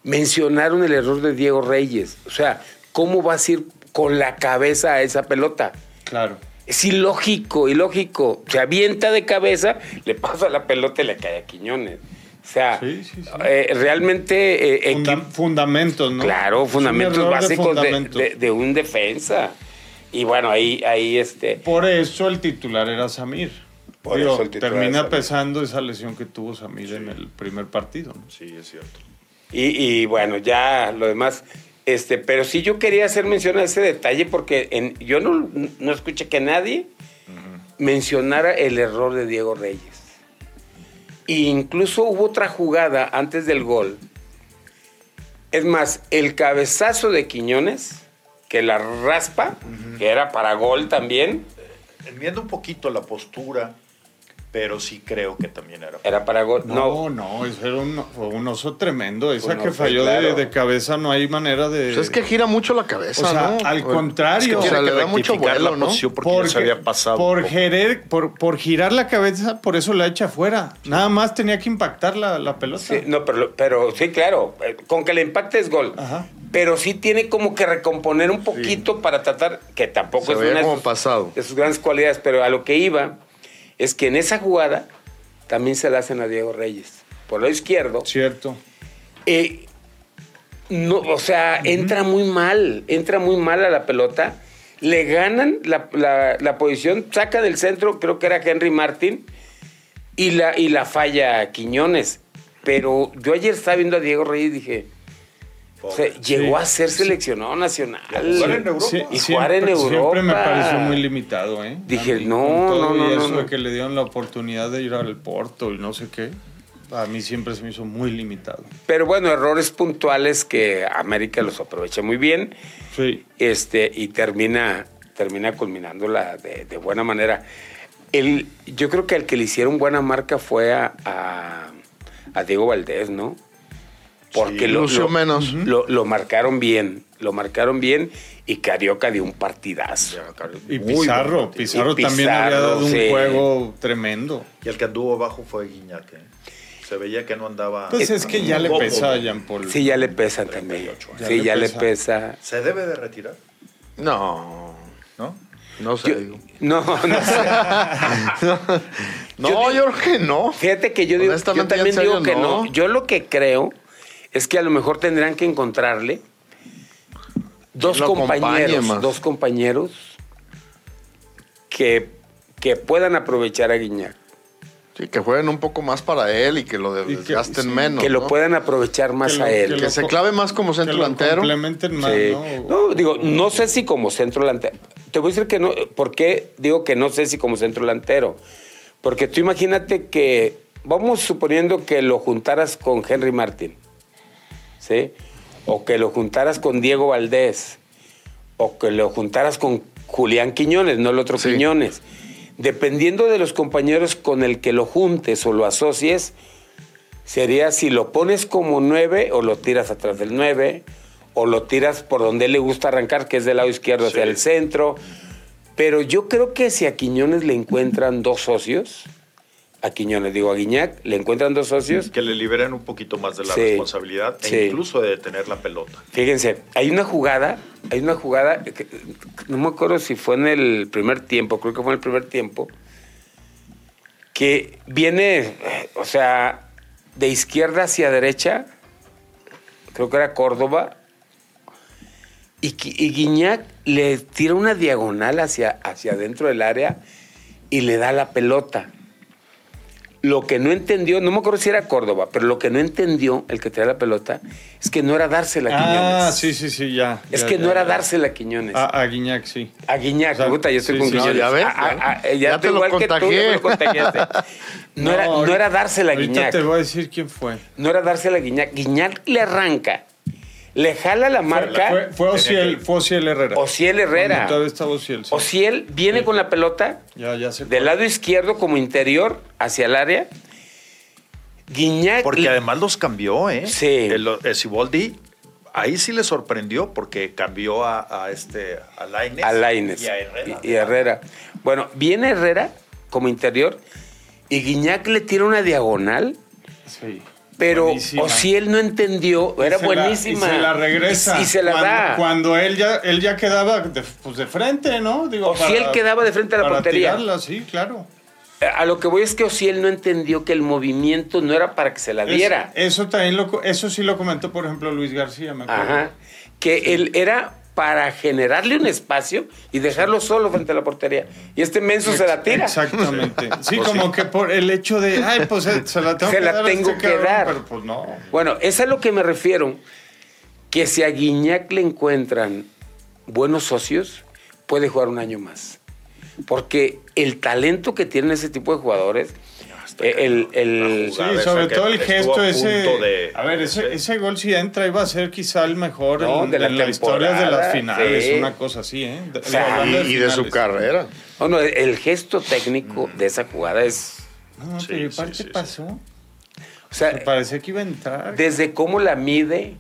Speaker 4: mencionaron el error de Diego Reyes. O sea, ¿cómo vas a ir con la cabeza a esa pelota?
Speaker 2: Claro.
Speaker 4: Es ilógico, ilógico. Se avienta de cabeza, le pasa la pelota y le cae a Quiñones. O sea,
Speaker 2: Sí, sí, sí.
Speaker 4: eh, realmente... eh,
Speaker 2: Funda-
Speaker 4: equi-
Speaker 2: fundamentos, ¿no? Es
Speaker 4: Claro,
Speaker 2: un
Speaker 4: fundamentos
Speaker 2: error de
Speaker 4: básicos de,
Speaker 2: fundamentos.
Speaker 4: de- de un defensa. Y bueno, ahí, ahí este...
Speaker 2: Por eso el titular era Samir.
Speaker 4: Por
Speaker 2: Digo,
Speaker 4: eso el titular
Speaker 2: termina
Speaker 4: era Samir.
Speaker 2: pesando esa lesión que tuvo Samir en el primer partido. ¿no?
Speaker 1: Sí, es cierto.
Speaker 4: Y, y bueno, ya lo demás. Este, pero sí yo quería hacer mención a ese detalle porque en- yo no, no escuché que nadie mencionara el error de Diego Reyes. E incluso hubo otra jugada antes del gol. Es más, el cabezazo de Quiñones, que la raspa, que era para gol también,
Speaker 1: Enmiendo un poquito la postura, pero sí creo que también era.
Speaker 4: era para gol.
Speaker 2: No, no, ese era un, fue un oso tremendo. Esa
Speaker 4: Un
Speaker 2: que
Speaker 4: oso,
Speaker 2: falló de,
Speaker 4: claro.
Speaker 2: de cabeza no hay manera de...
Speaker 3: Pues es que gira mucho la cabeza,
Speaker 2: O sea,
Speaker 3: ¿no? Pues,
Speaker 2: al
Speaker 3: Es que
Speaker 2: contrario.
Speaker 3: o sea,
Speaker 1: Tiene
Speaker 3: le
Speaker 1: que
Speaker 3: da mucho
Speaker 1: rectificar
Speaker 3: vuelo,
Speaker 1: la
Speaker 3: ¿no?
Speaker 1: posición porque, ya se había pasado.
Speaker 2: Por,
Speaker 1: un poco.
Speaker 2: querer- por, por girar la cabeza, por eso la echa afuera. Nada más tenía que impactar la, la pelota.
Speaker 4: Sí, no, pero, pero sí, claro, eh, con que le impacte es gol.
Speaker 2: Ajá.
Speaker 4: Pero sí tiene como que recomponer un poquito para tratar, que tampoco
Speaker 3: Se
Speaker 4: es
Speaker 3: veía
Speaker 4: una de
Speaker 3: como
Speaker 4: sus,
Speaker 3: pasado.
Speaker 4: de sus grandes cualidades, pero a lo que iba es que en esa jugada también se la hacen a Diego Reyes. Por lo izquierdo.
Speaker 2: Cierto.
Speaker 4: eh, no, o sea, entra muy mal, entra muy mal a la pelota. Le ganan la, la- la posición, saca del centro, creo que era Henry Martin, y la, y la falla Quiñones. Pero yo ayer estaba viendo a Diego Reyes y dije, o sea, llegó a ser seleccionado nacional.
Speaker 1: jugar en Europa.
Speaker 2: Sí,
Speaker 4: Y jugar
Speaker 2: siempre,
Speaker 4: en Europa.
Speaker 2: siempre me pareció muy limitado, ¿eh?
Speaker 4: Dije,
Speaker 2: A mí,
Speaker 4: no,
Speaker 2: con todo
Speaker 4: no, no,
Speaker 2: Y eso
Speaker 4: no,
Speaker 2: de
Speaker 4: no.
Speaker 2: que le dieron la oportunidad de ir al Porto y no sé qué. A mí siempre se me hizo muy limitado.
Speaker 4: Pero bueno, errores puntuales que América los aprovecha muy bien.
Speaker 2: Sí.
Speaker 4: este, y termina, termina culminándola de, de buena manera. El, yo creo que al que le hicieron buena marca fue a, a- a Diego Valdés, ¿no? Porque
Speaker 3: Sí,
Speaker 4: lo,
Speaker 3: lució
Speaker 4: lo-
Speaker 3: menos.
Speaker 4: lo- lo marcaron bien, lo marcaron bien y Carioca dio un partidazo.
Speaker 1: Muy
Speaker 2: Y
Speaker 1: buen
Speaker 2: Pizarro,
Speaker 1: partido.
Speaker 2: Pizarro
Speaker 4: Y
Speaker 2: también había
Speaker 4: Pizarro,
Speaker 2: dado un
Speaker 4: sí.
Speaker 2: juego tremendo.
Speaker 1: Y el que anduvo abajo fue Guiñac. ¿eh? Se veía que no andaba.
Speaker 2: Pues es que ya le
Speaker 1: cómodo.
Speaker 2: pesa a Jean Paul.
Speaker 4: Eh, Sí, ya le pesa también.
Speaker 1: 38
Speaker 2: años.
Speaker 4: sí,
Speaker 2: Ya
Speaker 4: ya
Speaker 2: le
Speaker 4: le
Speaker 2: pesa.
Speaker 4: pesa.
Speaker 1: Se debe de retirar,
Speaker 3: No,
Speaker 1: ¿no?
Speaker 3: no
Speaker 4: Yo-
Speaker 3: sé. digo.
Speaker 4: no, no sé.
Speaker 3: no,
Speaker 4: yo
Speaker 3: yo,
Speaker 4: digo-
Speaker 3: creo que no.
Speaker 4: Fíjate que yo digo, yo
Speaker 3: Honestamente,
Speaker 4: también
Speaker 3: en
Speaker 4: digo
Speaker 3: serio,
Speaker 4: que no.
Speaker 3: no.
Speaker 4: Yo lo que creo es que a lo mejor tendrán que encontrarle dos
Speaker 3: lo acompañe
Speaker 4: compañeros,
Speaker 3: más.
Speaker 4: dos compañeros que, que puedan aprovechar a Guiñac,
Speaker 3: Sí, que jueguen un poco más para él y que lo
Speaker 2: que-
Speaker 3: desgasten
Speaker 2: sí.
Speaker 3: menos.
Speaker 4: que lo
Speaker 3: ¿no?
Speaker 4: puedan aprovechar más
Speaker 2: Que lo-
Speaker 4: a él.
Speaker 3: Que se clave más como
Speaker 2: Que
Speaker 3: centro
Speaker 2: lo
Speaker 3: delantero.
Speaker 2: complementen más,
Speaker 4: Sí.
Speaker 2: ¿no?
Speaker 4: No, digo, no sé si como centro delantero. Te voy a decir que no. ¿Por qué digo que no sé si como centro delantero? Porque tú imagínate que, vamos suponiendo que lo juntaras con Henry Martin, ¿sí? O que lo juntaras con Diego Valdés, o que lo juntaras con Julián Quiñones, no el otro
Speaker 3: Sí.
Speaker 4: Quiñones. Dependiendo de los compañeros con el que lo juntes o lo asocies, sería si lo pones como 9 o lo tiras atrás del 9 o lo tiras por donde le gusta arrancar, que es del lado izquierdo hacia
Speaker 1: Sí.
Speaker 4: el centro. Pero yo creo que si a Quiñones le encuentran dos socios, a Quiñones, digo a Guiñac, le encuentran dos socios.
Speaker 1: Que le liberen un poquito más de la
Speaker 4: Sí.
Speaker 1: responsabilidad
Speaker 4: Sí.
Speaker 1: e incluso de detener la pelota.
Speaker 4: Fíjense, hay una jugada, hay una jugada, que- no me acuerdo si fue en el primer tiempo, creo que fue en el primer tiempo, que viene, eh, o sea, de izquierda hacia derecha, creo que era Córdoba, y, Qui- y Guiñac le tira una diagonal hacia, hacia dentro del área y le da la pelota. Lo que no entendió, no me acuerdo si era Córdoba, pero lo que no entendió el que traía la pelota es que no era dársela a Quiñones.
Speaker 2: Ah, sí, sí, sí, ya.
Speaker 4: Es
Speaker 2: ya,
Speaker 4: que
Speaker 2: ya,
Speaker 4: no era
Speaker 2: ya. Ah,
Speaker 4: dársela a Quiñones.
Speaker 2: A, a Guiñac, sí.
Speaker 4: A Guiñac,
Speaker 2: O sea,
Speaker 4: puta, yo estoy
Speaker 2: sí,
Speaker 4: con
Speaker 2: sí, sí.
Speaker 4: Guiñac.
Speaker 3: No, ya ves, ya.
Speaker 4: ya
Speaker 3: Ya
Speaker 4: estoy
Speaker 3: te lo
Speaker 4: igual que tú, ya me lo
Speaker 3: contagié.
Speaker 4: contagiaste. No, era, no
Speaker 2: ahorita-
Speaker 4: era dársela a Guiñac.
Speaker 2: Ahorita te voy a decir quién fue.
Speaker 4: No era dársela a Guiñac. Guiñac le arranca, le jala la marca.
Speaker 2: Fue, fue Ociel, fue Ociel Herrera.
Speaker 4: Ociel Herrera.
Speaker 2: Cuando Todavía estaba Ociel. sí.
Speaker 4: Ociel viene con la pelota
Speaker 2: Ya, ya se
Speaker 4: del lado izquierdo como interior hacia el área. Guiñac.
Speaker 1: Porque
Speaker 4: le-
Speaker 1: además los cambió, ¿eh?
Speaker 4: Sí.
Speaker 1: El, el Siboldi, ahí sí le sorprendió porque cambió a, a este a Lainez,
Speaker 4: a Lainez
Speaker 1: y a Herrera.
Speaker 4: Y- y Herrera. Bueno, viene Herrera como interior y Guiñac le tira una diagonal,
Speaker 2: Sí.
Speaker 4: pero
Speaker 2: Buenísima.
Speaker 4: o si él no entendió,
Speaker 2: Y
Speaker 4: era
Speaker 2: se la-
Speaker 4: buenísima.
Speaker 2: y se la regresa.
Speaker 4: Y, se la
Speaker 2: cuando,
Speaker 4: da.
Speaker 2: Cuando él ya, él ya quedaba de, pues de frente, ¿no? Digo,
Speaker 4: O si él quedaba de frente a la
Speaker 2: para
Speaker 4: portería.
Speaker 2: tirarla, sí, claro.
Speaker 4: A lo que voy es que Ociel no entendió que el movimiento no era para que se la
Speaker 2: Es-
Speaker 4: diera.
Speaker 2: eso también lo, co- eso sí lo comentó, por ejemplo, Luis García, me acuerdo.
Speaker 4: Ajá. Que él era para generarle un espacio y dejarlo solo frente a la portería. Y este menso se la tira.
Speaker 2: Exactamente. Sí,
Speaker 1: Pues
Speaker 2: como
Speaker 1: sí.
Speaker 2: que por el hecho de, ay, pues eh, se la tengo
Speaker 4: Se
Speaker 2: que
Speaker 4: la
Speaker 2: dar. a
Speaker 4: tengo
Speaker 2: este
Speaker 4: que
Speaker 2: cabrón",
Speaker 4: dar.
Speaker 2: Pero pues no.
Speaker 4: Bueno, es a lo que me refiero. Que si a Guiñac le encuentran buenos socios, puede jugar un año más. Porque el talento que tienen ese tipo de jugadores,
Speaker 1: Hasta que
Speaker 4: el, el-
Speaker 1: la
Speaker 2: Sí,
Speaker 1: jugada esa
Speaker 2: sobre
Speaker 1: que
Speaker 2: todo el
Speaker 1: estuvo
Speaker 2: gesto
Speaker 1: a
Speaker 2: ese.
Speaker 1: punto de-
Speaker 2: a ver, ese,
Speaker 1: sí.
Speaker 2: ese gol si entra iba a ser quizá el mejor
Speaker 4: No,
Speaker 2: en,
Speaker 4: de la
Speaker 2: en la historia de
Speaker 4: temporada,
Speaker 2: las finales,
Speaker 4: sí.
Speaker 2: una cosa así, ¿eh? De-
Speaker 4: sea,
Speaker 2: digo, hablando
Speaker 3: Y, y de su
Speaker 2: finales.
Speaker 3: carrera.
Speaker 4: no, no, el gesto técnico
Speaker 2: Mm.
Speaker 4: de esa jugada es,
Speaker 2: No,
Speaker 1: Sí,
Speaker 2: pero
Speaker 1: sí,
Speaker 2: aparte
Speaker 1: sí, sí.
Speaker 2: pasó.
Speaker 4: o
Speaker 2: Me
Speaker 4: sea,
Speaker 2: parecía que iba a entrar.
Speaker 4: desde cómo la mide,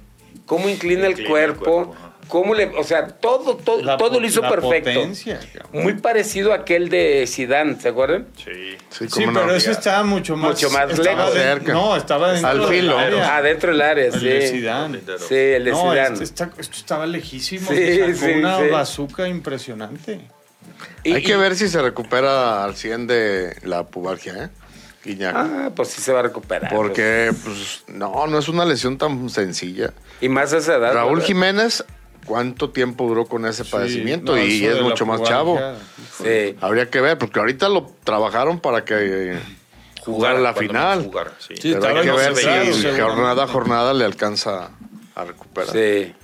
Speaker 4: cómo inclina el
Speaker 1: Inclina el
Speaker 4: cuerpo,
Speaker 1: cuerpo, ajá.
Speaker 4: cómo le, o sea, todo, todo,
Speaker 2: La
Speaker 4: todo
Speaker 2: pot-
Speaker 4: lo hizo
Speaker 2: la
Speaker 4: perfecto.
Speaker 2: potencia, cabrón.
Speaker 4: Muy parecido a aquel de Zidane, ¿se acuerdan?
Speaker 1: Sí.
Speaker 3: Sí,
Speaker 2: Sí,
Speaker 3: cómo no.
Speaker 2: pero eso estaba mucho más.
Speaker 4: Mucho más
Speaker 2: estaba
Speaker 4: lejos.
Speaker 2: de-
Speaker 3: Cerca.
Speaker 2: No, estaba dentro
Speaker 3: Al
Speaker 2: del
Speaker 3: filo.
Speaker 2: área.
Speaker 4: Adentro del área,
Speaker 2: El
Speaker 4: sí.
Speaker 2: de Zidane.
Speaker 4: Sí, el de
Speaker 2: No,
Speaker 4: Zidane.
Speaker 2: este está- esto estaba lejísimo.
Speaker 4: Sí,
Speaker 2: se sacó
Speaker 4: sí,
Speaker 2: una
Speaker 4: sí.
Speaker 2: bazuca impresionante.
Speaker 4: Y-
Speaker 3: Hay que
Speaker 4: y-
Speaker 3: ver si se recupera al 100 de la pubargia, ¿eh? Guiñac.
Speaker 4: Ah, pues sí se va a recuperar.
Speaker 3: Porque, pues, no, no es una lesión tan sencilla.
Speaker 4: pues. Y más a esa edad.
Speaker 3: Raúl
Speaker 4: ¿verdad?
Speaker 3: Jiménez, ¿cuánto tiempo duró con ese padecimiento?
Speaker 2: Sí, no,
Speaker 3: y
Speaker 2: eso
Speaker 3: es
Speaker 2: de la
Speaker 3: mucho más chavo.
Speaker 2: pubalgia.
Speaker 4: Sí.
Speaker 3: Habría que ver, porque ahorita lo trabajaron para que jugara la
Speaker 1: cuando
Speaker 3: final.
Speaker 1: menos jugar, sí.
Speaker 2: Sí,
Speaker 3: pero hay que
Speaker 2: estaba
Speaker 3: ver
Speaker 2: concentrado,
Speaker 3: si
Speaker 2: seguramente.
Speaker 3: jornada a jornada le alcanza a recuperar.
Speaker 4: Sí.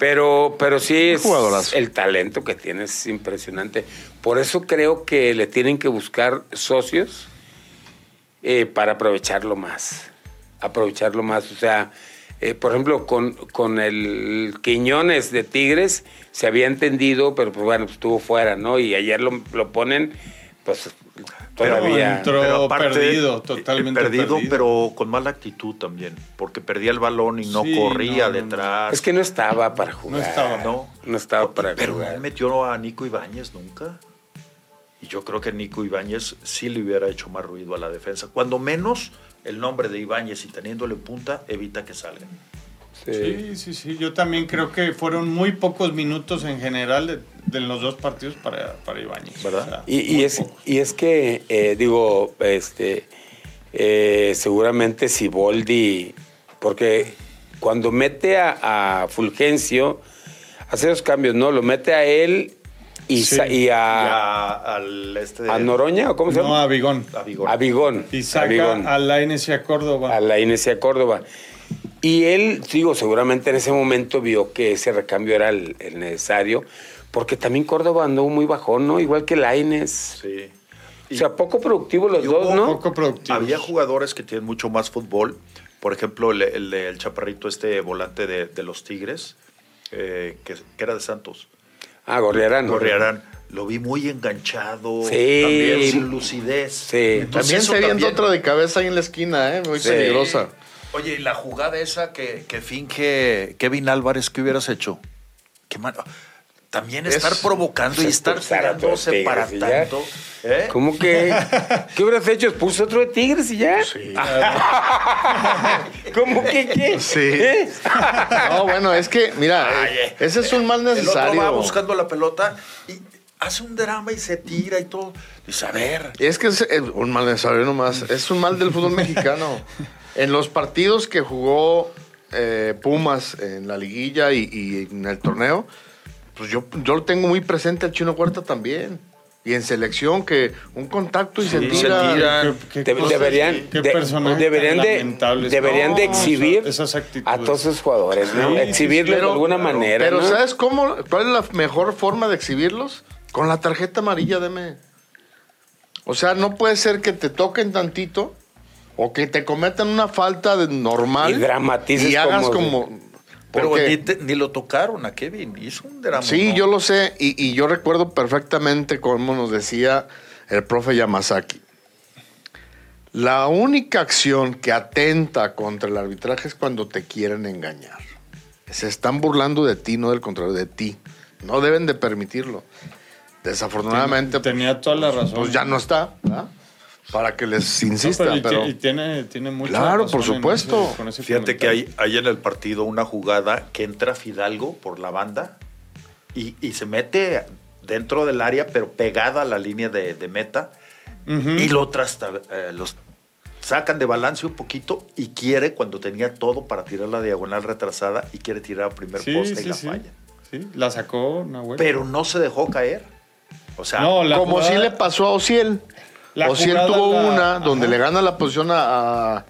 Speaker 4: Pero, pero sí es
Speaker 3: jugadorazo.
Speaker 4: el talento que tiene es impresionante. Por eso creo que le tienen que buscar socios eh, para aprovecharlo más. Aprovecharlo más. O sea, eh, por ejemplo, con, con el Quiñones de Tigres se había entendido, pero pues bueno, pues, estuvo fuera, ¿no? Y ayer lo, lo ponen, pues todavía.
Speaker 2: entró perdido, totalmente
Speaker 1: eh, perdido,
Speaker 2: perdido.
Speaker 1: pero con mala actitud también, porque perdía el balón y no
Speaker 2: Sí,
Speaker 1: corría
Speaker 2: no, no, no.
Speaker 1: detrás.
Speaker 4: Es que no estaba para jugar.
Speaker 2: No estaba.
Speaker 1: no,
Speaker 4: No estaba para
Speaker 1: pero
Speaker 4: jugar.
Speaker 1: no metió a Nico Ibáñez nunca. Y yo creo que Nico Ibáñez sí le hubiera hecho más ruido a la defensa, cuando menos el nombre de Ibáñez y teniéndole punta, evita que salga.
Speaker 2: Sí, sí, sí. Yo también creo que fueron muy pocos minutos en general de, de los dos partidos para, para Ibáñez.
Speaker 1: ¿Verdad?
Speaker 2: O sea,
Speaker 4: Y, y
Speaker 2: muy
Speaker 4: es,
Speaker 2: pocos.
Speaker 4: y es que, eh, digo, este, eh, seguramente Siboldi, porque cuando mete a, a Fulgencio, hace dos cambios, ¿no? Lo mete a él y,
Speaker 2: Sí,
Speaker 4: sa- y a,
Speaker 1: Ya al este
Speaker 4: a Noroña, ¿o cómo se
Speaker 2: No,
Speaker 4: llama?
Speaker 2: a Bigón.
Speaker 1: a Vigor.
Speaker 4: a Bigón.
Speaker 2: Y
Speaker 4: a Bigón,
Speaker 2: saca a Lainez y a Córdoba.
Speaker 4: a la Inés y a Córdoba. Y él, digo, seguramente en ese momento vio que ese recambio era el, el necesario, porque también Córdoba anduvo muy bajón, ¿no? Igual que la Inés.
Speaker 1: Sí.
Speaker 4: O sea, poco productivo los
Speaker 1: Y
Speaker 4: dos,
Speaker 1: hubo
Speaker 4: ¿no?
Speaker 2: Poco productivo.
Speaker 1: Había jugadores que tienen mucho más fútbol. Por ejemplo, el, el, el chaparrito, este volante de, de los Tigres, eh, que, que era de Santos.
Speaker 4: Ah, Gorriarán.
Speaker 1: Gorriarán. Lo vi muy enganchado,
Speaker 4: Sí.
Speaker 1: también sin lucidez.
Speaker 4: Sí.
Speaker 3: También
Speaker 1: Pues eso
Speaker 3: se viendo
Speaker 1: también-
Speaker 3: otra de cabeza ahí en la esquina, ¿eh? Muy
Speaker 4: Sí.
Speaker 3: peligrosa.
Speaker 1: Oye, y la jugada esa que, que finge Kevin Álvarez, ¿qué hubieras hecho? Qué mal- También
Speaker 3: Es-
Speaker 1: estar provocando y
Speaker 4: se
Speaker 1: estar
Speaker 4: pues, expulsar a todos
Speaker 1: tirándose
Speaker 4: los
Speaker 1: para
Speaker 4: Tigres y ya.
Speaker 1: tanto. ¿eh?
Speaker 4: ¿Cómo que? ¿Qué hubieras hecho? ¿Expulsó otro de Tigres y
Speaker 3: Pues
Speaker 4: ya? Sí. ¿Cómo que qué?
Speaker 3: Pues Sí.
Speaker 4: ¿Eh?
Speaker 3: No, bueno, es que, mira,
Speaker 1: Ay, eh,
Speaker 3: ese es un mal
Speaker 1: El otro va
Speaker 3: necesario.
Speaker 1: buscando la pelota y hace un drama y se tira y todo. Dice, a ver.
Speaker 3: Es que es eh, un mal necesario nomás. Es un mal del fútbol mexicano. En los partidos que jugó eh, Pumas en la liguilla y, y en el torneo, pues yo, yo lo tengo muy presente al Chino Huerta también. Y en selección, que un contacto y se
Speaker 1: se
Speaker 3: tira.
Speaker 1: tira.
Speaker 2: Qué- qué
Speaker 4: De-
Speaker 2: cosas,
Speaker 4: deberían
Speaker 2: qué
Speaker 4: de,
Speaker 2: personajes tan
Speaker 4: deberían de,
Speaker 2: lamentables.
Speaker 4: deberían
Speaker 2: No,
Speaker 4: de
Speaker 2: o sea,
Speaker 4: exhibir
Speaker 2: esas actitudes.
Speaker 4: a todos esos jugadores, ¿no?
Speaker 2: Sí, sí,
Speaker 4: Exhibirlos de alguna manera.
Speaker 3: Pero
Speaker 4: ¿no?
Speaker 3: ¿sabes cómo? ¿Cuál es la mejor forma de exhibirlos? Con la tarjeta amarilla, deme. O sea, no puede ser que te toquen tantito o que te cometan una falta de normal
Speaker 4: Y dramatices
Speaker 3: y hagas
Speaker 4: como-
Speaker 3: como...
Speaker 1: Pero
Speaker 3: porque-
Speaker 1: ni, te- ni lo tocaron a Kevin. Hizo un drama.
Speaker 3: Sí,
Speaker 1: ¿no?
Speaker 3: yo lo sé y, y yo recuerdo perfectamente cómo nos decía el profe Yamazaki. La única acción que atenta contra el arbitraje es cuando te quieren engañar. Se están burlando de ti, no del contrario, de ti. No deben de permitirlo. Desafortunadamente,
Speaker 2: Tenía toda la razón.
Speaker 3: pues ya no está, ¿verdad? Para que les insista,
Speaker 2: No, pero y,
Speaker 3: pero...
Speaker 2: ti- y tiene, tiene mucha
Speaker 3: Claro,
Speaker 2: razón
Speaker 3: por
Speaker 2: en
Speaker 3: supuesto.
Speaker 2: ese- con ese
Speaker 1: Fíjate que
Speaker 2: comentario.
Speaker 1: hay, hay en el partido una jugada que entra Fidalgo por la banda y, y se mete dentro del área, pero pegada a la línea de, de meta.
Speaker 2: Ujú.
Speaker 1: Y lo trasta, eh, los sacan de balance un poquito y quiere, cuando tenía todo para tirar la diagonal retrasada, y quiere tirar a primer
Speaker 2: Sí,
Speaker 1: poste y
Speaker 2: sí,
Speaker 1: la
Speaker 2: sí.
Speaker 1: falla.
Speaker 2: Sí, la sacó Nahuel.
Speaker 1: Pero no se dejó caer. O sea,
Speaker 2: No, la
Speaker 3: Como
Speaker 2: jugada-
Speaker 3: si le pasó a Ociel.
Speaker 2: La
Speaker 3: Ociel
Speaker 2: jugada
Speaker 3: tuvo
Speaker 2: la-
Speaker 3: una donde
Speaker 2: Ajá.
Speaker 3: le gana la posición a, a-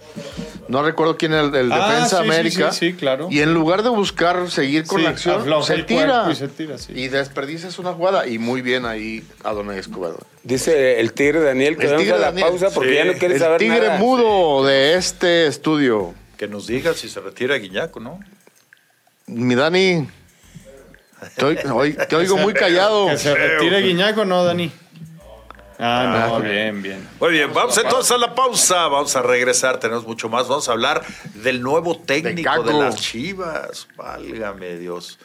Speaker 3: no recuerdo quién era el, el
Speaker 2: Ah,
Speaker 3: defensa
Speaker 2: sí, sí,
Speaker 3: América.
Speaker 2: sí, sí, claro.
Speaker 3: Y en lugar de buscar seguir con
Speaker 2: Sí,
Speaker 3: la acción,
Speaker 2: afloja
Speaker 3: se
Speaker 2: el
Speaker 3: tira.
Speaker 2: cuerpo
Speaker 3: Y,
Speaker 2: y se tira, sí.
Speaker 3: desperdices una jugada y muy bien ahí a Don Escobar.
Speaker 4: Dice el tigre Daniel que
Speaker 3: El
Speaker 4: vamos a
Speaker 3: Tigre
Speaker 4: la
Speaker 3: Daniel.
Speaker 4: pausa porque
Speaker 1: Sí.
Speaker 4: ya no quiere
Speaker 3: El
Speaker 4: saber
Speaker 3: tigre
Speaker 4: nada.
Speaker 3: mudo de este estudio.
Speaker 1: que nos diga si se retira Guiñaco, ¿no?
Speaker 3: Mi Dani, te, oy- hoy- te oigo muy callado.
Speaker 2: Que se retire Guiñaco, ¿no, Dani? Ah, no, bien, bien.
Speaker 1: Muy bien, vamos entonces a la pausa. Vamos a regresar, tenemos mucho más. Vamos a hablar del nuevo técnico
Speaker 3: Caco.
Speaker 1: de, las Chivas. Válgame Dios.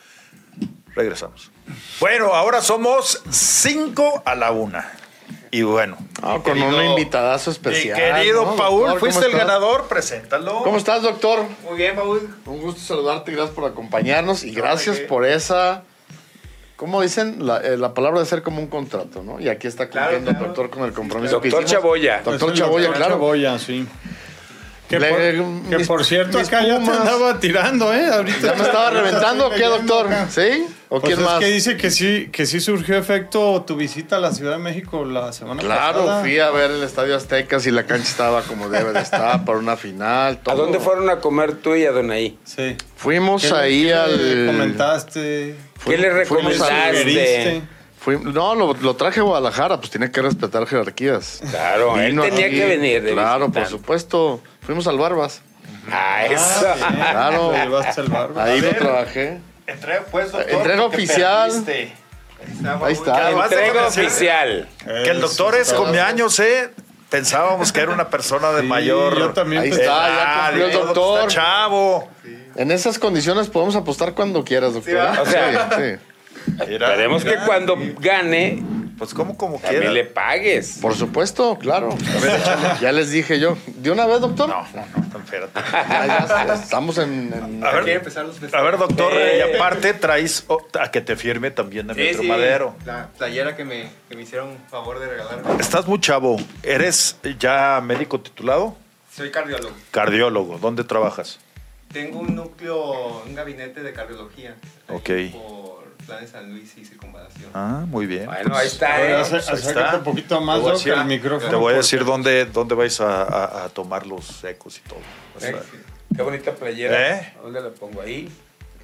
Speaker 1: Regresamos. Bueno, ahora somos 5 a la una. Y bueno.
Speaker 3: Ah,
Speaker 1: mi
Speaker 3: con
Speaker 1: querido-
Speaker 3: un invitadazo especial.
Speaker 1: Mi querido
Speaker 3: ¿no,
Speaker 1: Paul,
Speaker 3: doctor? ¿Cómo
Speaker 1: fuiste el
Speaker 3: estás?
Speaker 1: ganador, preséntalo.
Speaker 3: ¿Cómo estás, doctor?
Speaker 1: Muy bien, Paul.
Speaker 3: Un gusto saludarte, gracias por acompañarnos y gracias por esa. ¿Cómo dicen? La, eh, la palabra de ser como un contrato, ¿no? Y aquí está cumpliendo el doctor con el compromiso. que
Speaker 4: Doctor
Speaker 3: hicimos.
Speaker 4: Chaboya.
Speaker 2: Es
Speaker 3: Doctor
Speaker 2: el
Speaker 3: Chaboya,
Speaker 2: doctor
Speaker 3: claro.
Speaker 2: Chaboya, sí. Que,
Speaker 3: Le-
Speaker 2: por, que
Speaker 3: mis-
Speaker 2: por cierto,
Speaker 3: mis
Speaker 2: acá ya te
Speaker 3: Pumas.
Speaker 2: andaba tirando, ¿eh? Ahorita
Speaker 3: ¿Ya me estaba reventando o qué, doctor?
Speaker 2: Acá.
Speaker 3: ¿Sí? ¿O
Speaker 2: Pues es
Speaker 3: quién más?
Speaker 2: que dice que sí, que sí surgió efecto tu visita a la Ciudad de México la semana
Speaker 3: Claro,
Speaker 2: pasada.
Speaker 3: fui a ver el Estadio Azteca si la cancha estaba como debe de estar para una final. todo.
Speaker 4: ¿A dónde fueron a comer tú y a Donaí?
Speaker 2: Sí.
Speaker 3: Fuimos ahí
Speaker 2: ¿Qué
Speaker 3: al.
Speaker 2: le comentaste?
Speaker 3: Fu-
Speaker 4: ¿Qué le
Speaker 3: fuimos al-
Speaker 4: recomendaste?
Speaker 2: sugeriste?
Speaker 3: fui- no, lo, lo traje a Guadalajara, pues tiene que respetar jerarquías.
Speaker 4: Claro, él
Speaker 3: Vino
Speaker 4: tenía
Speaker 3: aquí,
Speaker 4: que venir. de
Speaker 3: Claro, por
Speaker 4: visitante.
Speaker 3: supuesto. Fuimos al Barbas.
Speaker 4: Ah, eso.
Speaker 2: Ah, bien,
Speaker 3: Claro.
Speaker 2: te llevaste al barba.
Speaker 3: Ahí
Speaker 1: ver.
Speaker 3: lo trabajé.
Speaker 1: Entré, pues, doctor.
Speaker 3: Entrega
Speaker 1: porque
Speaker 3: oficial.
Speaker 1: perdiste.
Speaker 3: Ahí está.
Speaker 1: Además,
Speaker 4: Entrega
Speaker 1: déjame decirte-
Speaker 4: oficial.
Speaker 1: Que el doctor es come años, ¿eh? Pensábamos que era una persona de
Speaker 2: Sí,
Speaker 1: mayor.
Speaker 2: yo también
Speaker 3: Ahí
Speaker 2: pensé-
Speaker 1: Ah,
Speaker 3: está. ya
Speaker 1: edad,
Speaker 3: cumplió el
Speaker 1: y todo,
Speaker 3: doctor.
Speaker 1: está chavo.
Speaker 3: En esas condiciones podemos apostar cuando quieras, doctora.
Speaker 4: O sea-
Speaker 3: Sí, sí.
Speaker 1: Mira,
Speaker 4: Esperemos que
Speaker 1: mira.
Speaker 4: cuando gane
Speaker 1: Pues como, como quiera.
Speaker 4: También le pagues.
Speaker 3: Por supuesto, claro. ya les dije yo. ¿De una vez, doctor?
Speaker 1: No, no, no, espérate.
Speaker 3: Ya, ya, estamos en, en-
Speaker 1: A
Speaker 5: Hay que
Speaker 1: ver,
Speaker 5: empezar los
Speaker 1: a ver, doctor,
Speaker 4: Eh.
Speaker 1: y aparte traes oh, a que te firme también
Speaker 5: Sí,
Speaker 1: Demetrio
Speaker 5: sí,
Speaker 1: Madero.
Speaker 5: La playera que me, que me hicieron favor de regalarme.
Speaker 1: Estás muy chavo. ¿Eres ya médico titulado?
Speaker 5: Soy cardiólogo.
Speaker 1: Cardiólogo. ¿Dónde trabajas?
Speaker 5: Tengo un núcleo, un gabinete de cardiología. ahí
Speaker 1: Ok.
Speaker 5: Por Planes San Luis y circunvalación.
Speaker 1: Ah, muy bien.
Speaker 4: Bueno,
Speaker 1: Pues,
Speaker 4: ahí está. ¿eh?
Speaker 1: hace- ahí
Speaker 2: Acércate
Speaker 1: está.
Speaker 2: un poquito más,
Speaker 1: Te voy a
Speaker 2: Doc,
Speaker 1: decir-
Speaker 2: al micrófono.
Speaker 1: Te voy a
Speaker 4: pues,
Speaker 2: porque-
Speaker 1: decir dónde, dónde vais a, a- a tomar los ecos y todo. O sea,
Speaker 4: ¿Eh? Qué bonita playera.
Speaker 1: ¿Eh?
Speaker 4: ¿Dónde la pongo? Ahí.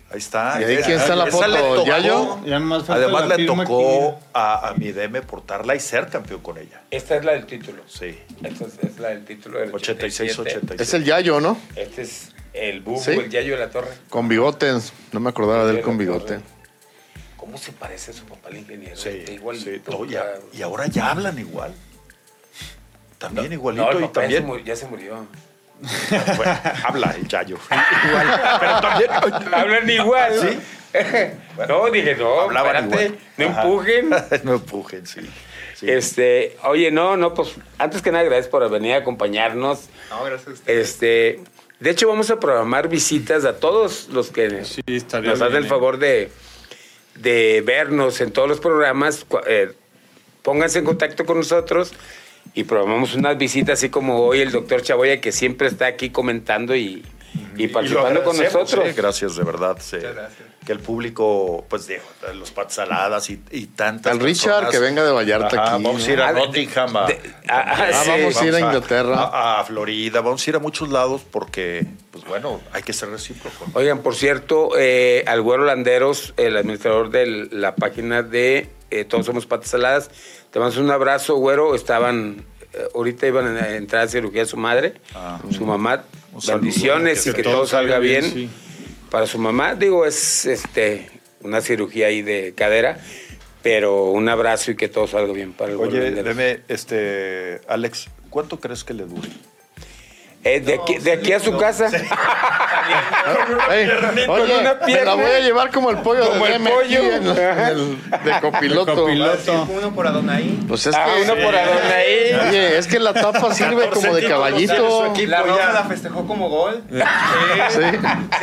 Speaker 1: Ahí está. eh,
Speaker 3: ¿Y ahí quién está la
Speaker 1: Esa
Speaker 3: foto?
Speaker 1: le tocó-
Speaker 3: ¿Ya yo?
Speaker 2: Ya nomás falta
Speaker 1: Además
Speaker 2: la
Speaker 1: le
Speaker 2: firma
Speaker 1: tocó
Speaker 2: aquí.
Speaker 1: a, a mi DM portarla y ser campeón con ella.
Speaker 4: Esta es la del título.
Speaker 1: Sí.
Speaker 4: Esta es, es la del título del
Speaker 1: 86,
Speaker 4: 87.
Speaker 1: 86.
Speaker 3: Es el Yayo, ¿no?
Speaker 4: Este es el bubo,
Speaker 3: ¿Sí?
Speaker 4: el Yayo de la Torre.
Speaker 3: Con bigotes. No me acordaba de él con bigote.
Speaker 4: ¿Cómo se parece a su papá el ingeniero?
Speaker 1: Sí,
Speaker 4: Está igualito,
Speaker 1: sí, no, y,
Speaker 4: claro.
Speaker 1: a- y ahora ya hablan igual. También
Speaker 4: No,
Speaker 1: igualito
Speaker 4: el
Speaker 1: y
Speaker 4: papá ya se
Speaker 1: también.
Speaker 4: murió- ya se murió.
Speaker 1: Bueno, habla el Yayo. Igual, pero también.
Speaker 4: Hablan igual.
Speaker 1: ¿Sí?
Speaker 4: no, dije, no,
Speaker 1: Hablaban
Speaker 4: espérate,
Speaker 1: igual.
Speaker 4: no
Speaker 1: Ajá.
Speaker 4: empujen.
Speaker 1: no empujen, sí. sí.
Speaker 4: Este, oye, no, no, pues antes que nada, gracias por venir a acompañarnos.
Speaker 5: No, gracias a
Speaker 1: Eh,
Speaker 5: ustedes.
Speaker 4: Este, de hecho, vamos a programar visitas a todos los que
Speaker 2: Sí, estaría
Speaker 4: nos hacen
Speaker 2: bien,
Speaker 4: el
Speaker 2: ¿eh?
Speaker 4: favor de, de vernos en todos los programas. Cu- eh, pónganse en contacto con nosotros y programamos unas visitas, así como hoy el doctor Chaboya, que siempre está aquí comentando y, y
Speaker 1: lo
Speaker 4: participando con
Speaker 1: agradecemos, ¿eh?
Speaker 4: nosotros.
Speaker 1: sí, gracias, de verdad. sí.
Speaker 5: Muchas gracias.
Speaker 1: Que el público, pues, de los patzaladas y, y tantas.
Speaker 3: Al Richard,
Speaker 1: personas.
Speaker 3: que venga de Vallarta
Speaker 1: Ajá,
Speaker 3: aquí.
Speaker 1: Vamos a ir a
Speaker 4: Ah, de-
Speaker 1: Nottingham. a-
Speaker 4: de- ah, ah,
Speaker 3: Ah,
Speaker 4: sí.
Speaker 3: vamos a ir a Inglaterra.
Speaker 1: A, a Florida, vamos a ir a muchos lados porque, pues bueno, hay que ser recíproco. ¿no?
Speaker 4: Oigan, por cierto, eh, al güero Landeros, el administrador de la página de eh, Todos Somos Patas Saladas, te mando un abrazo, güero. Estaban, eh, ahorita iban a entrar a cirugía su madre,
Speaker 1: Ah.
Speaker 4: su mamá.
Speaker 1: Un saludo,
Speaker 4: Bendiciones
Speaker 1: que
Speaker 4: y que todo salga bien. Para su mamá, digo, es este una cirugía ahí de cadera, pero un abrazo y que todo salga bien para el güero
Speaker 1: Oye,
Speaker 4: Landeros.
Speaker 1: deme, este, Alex, ¿cuánto crees que le dure?
Speaker 4: Eh, de, aquí, de aquí a su casa.
Speaker 3: Ey, Ah, oye,
Speaker 4: una
Speaker 3: me
Speaker 4: pierna.
Speaker 3: la voy a llevar como el pollo
Speaker 4: Como
Speaker 3: de
Speaker 4: el
Speaker 3: DM aquí
Speaker 4: pollo.
Speaker 3: en la- en el- de
Speaker 2: De
Speaker 3: copiloto.
Speaker 2: copiloto.
Speaker 5: Uno por Adonai.
Speaker 3: Pues es
Speaker 4: Ah,
Speaker 3: que,
Speaker 4: uno por Adonai.
Speaker 3: Oye, es que la tapa sirve como de caballito.
Speaker 1: equipo
Speaker 5: La roja
Speaker 1: ya.
Speaker 5: la festejó como gol.
Speaker 3: Sí.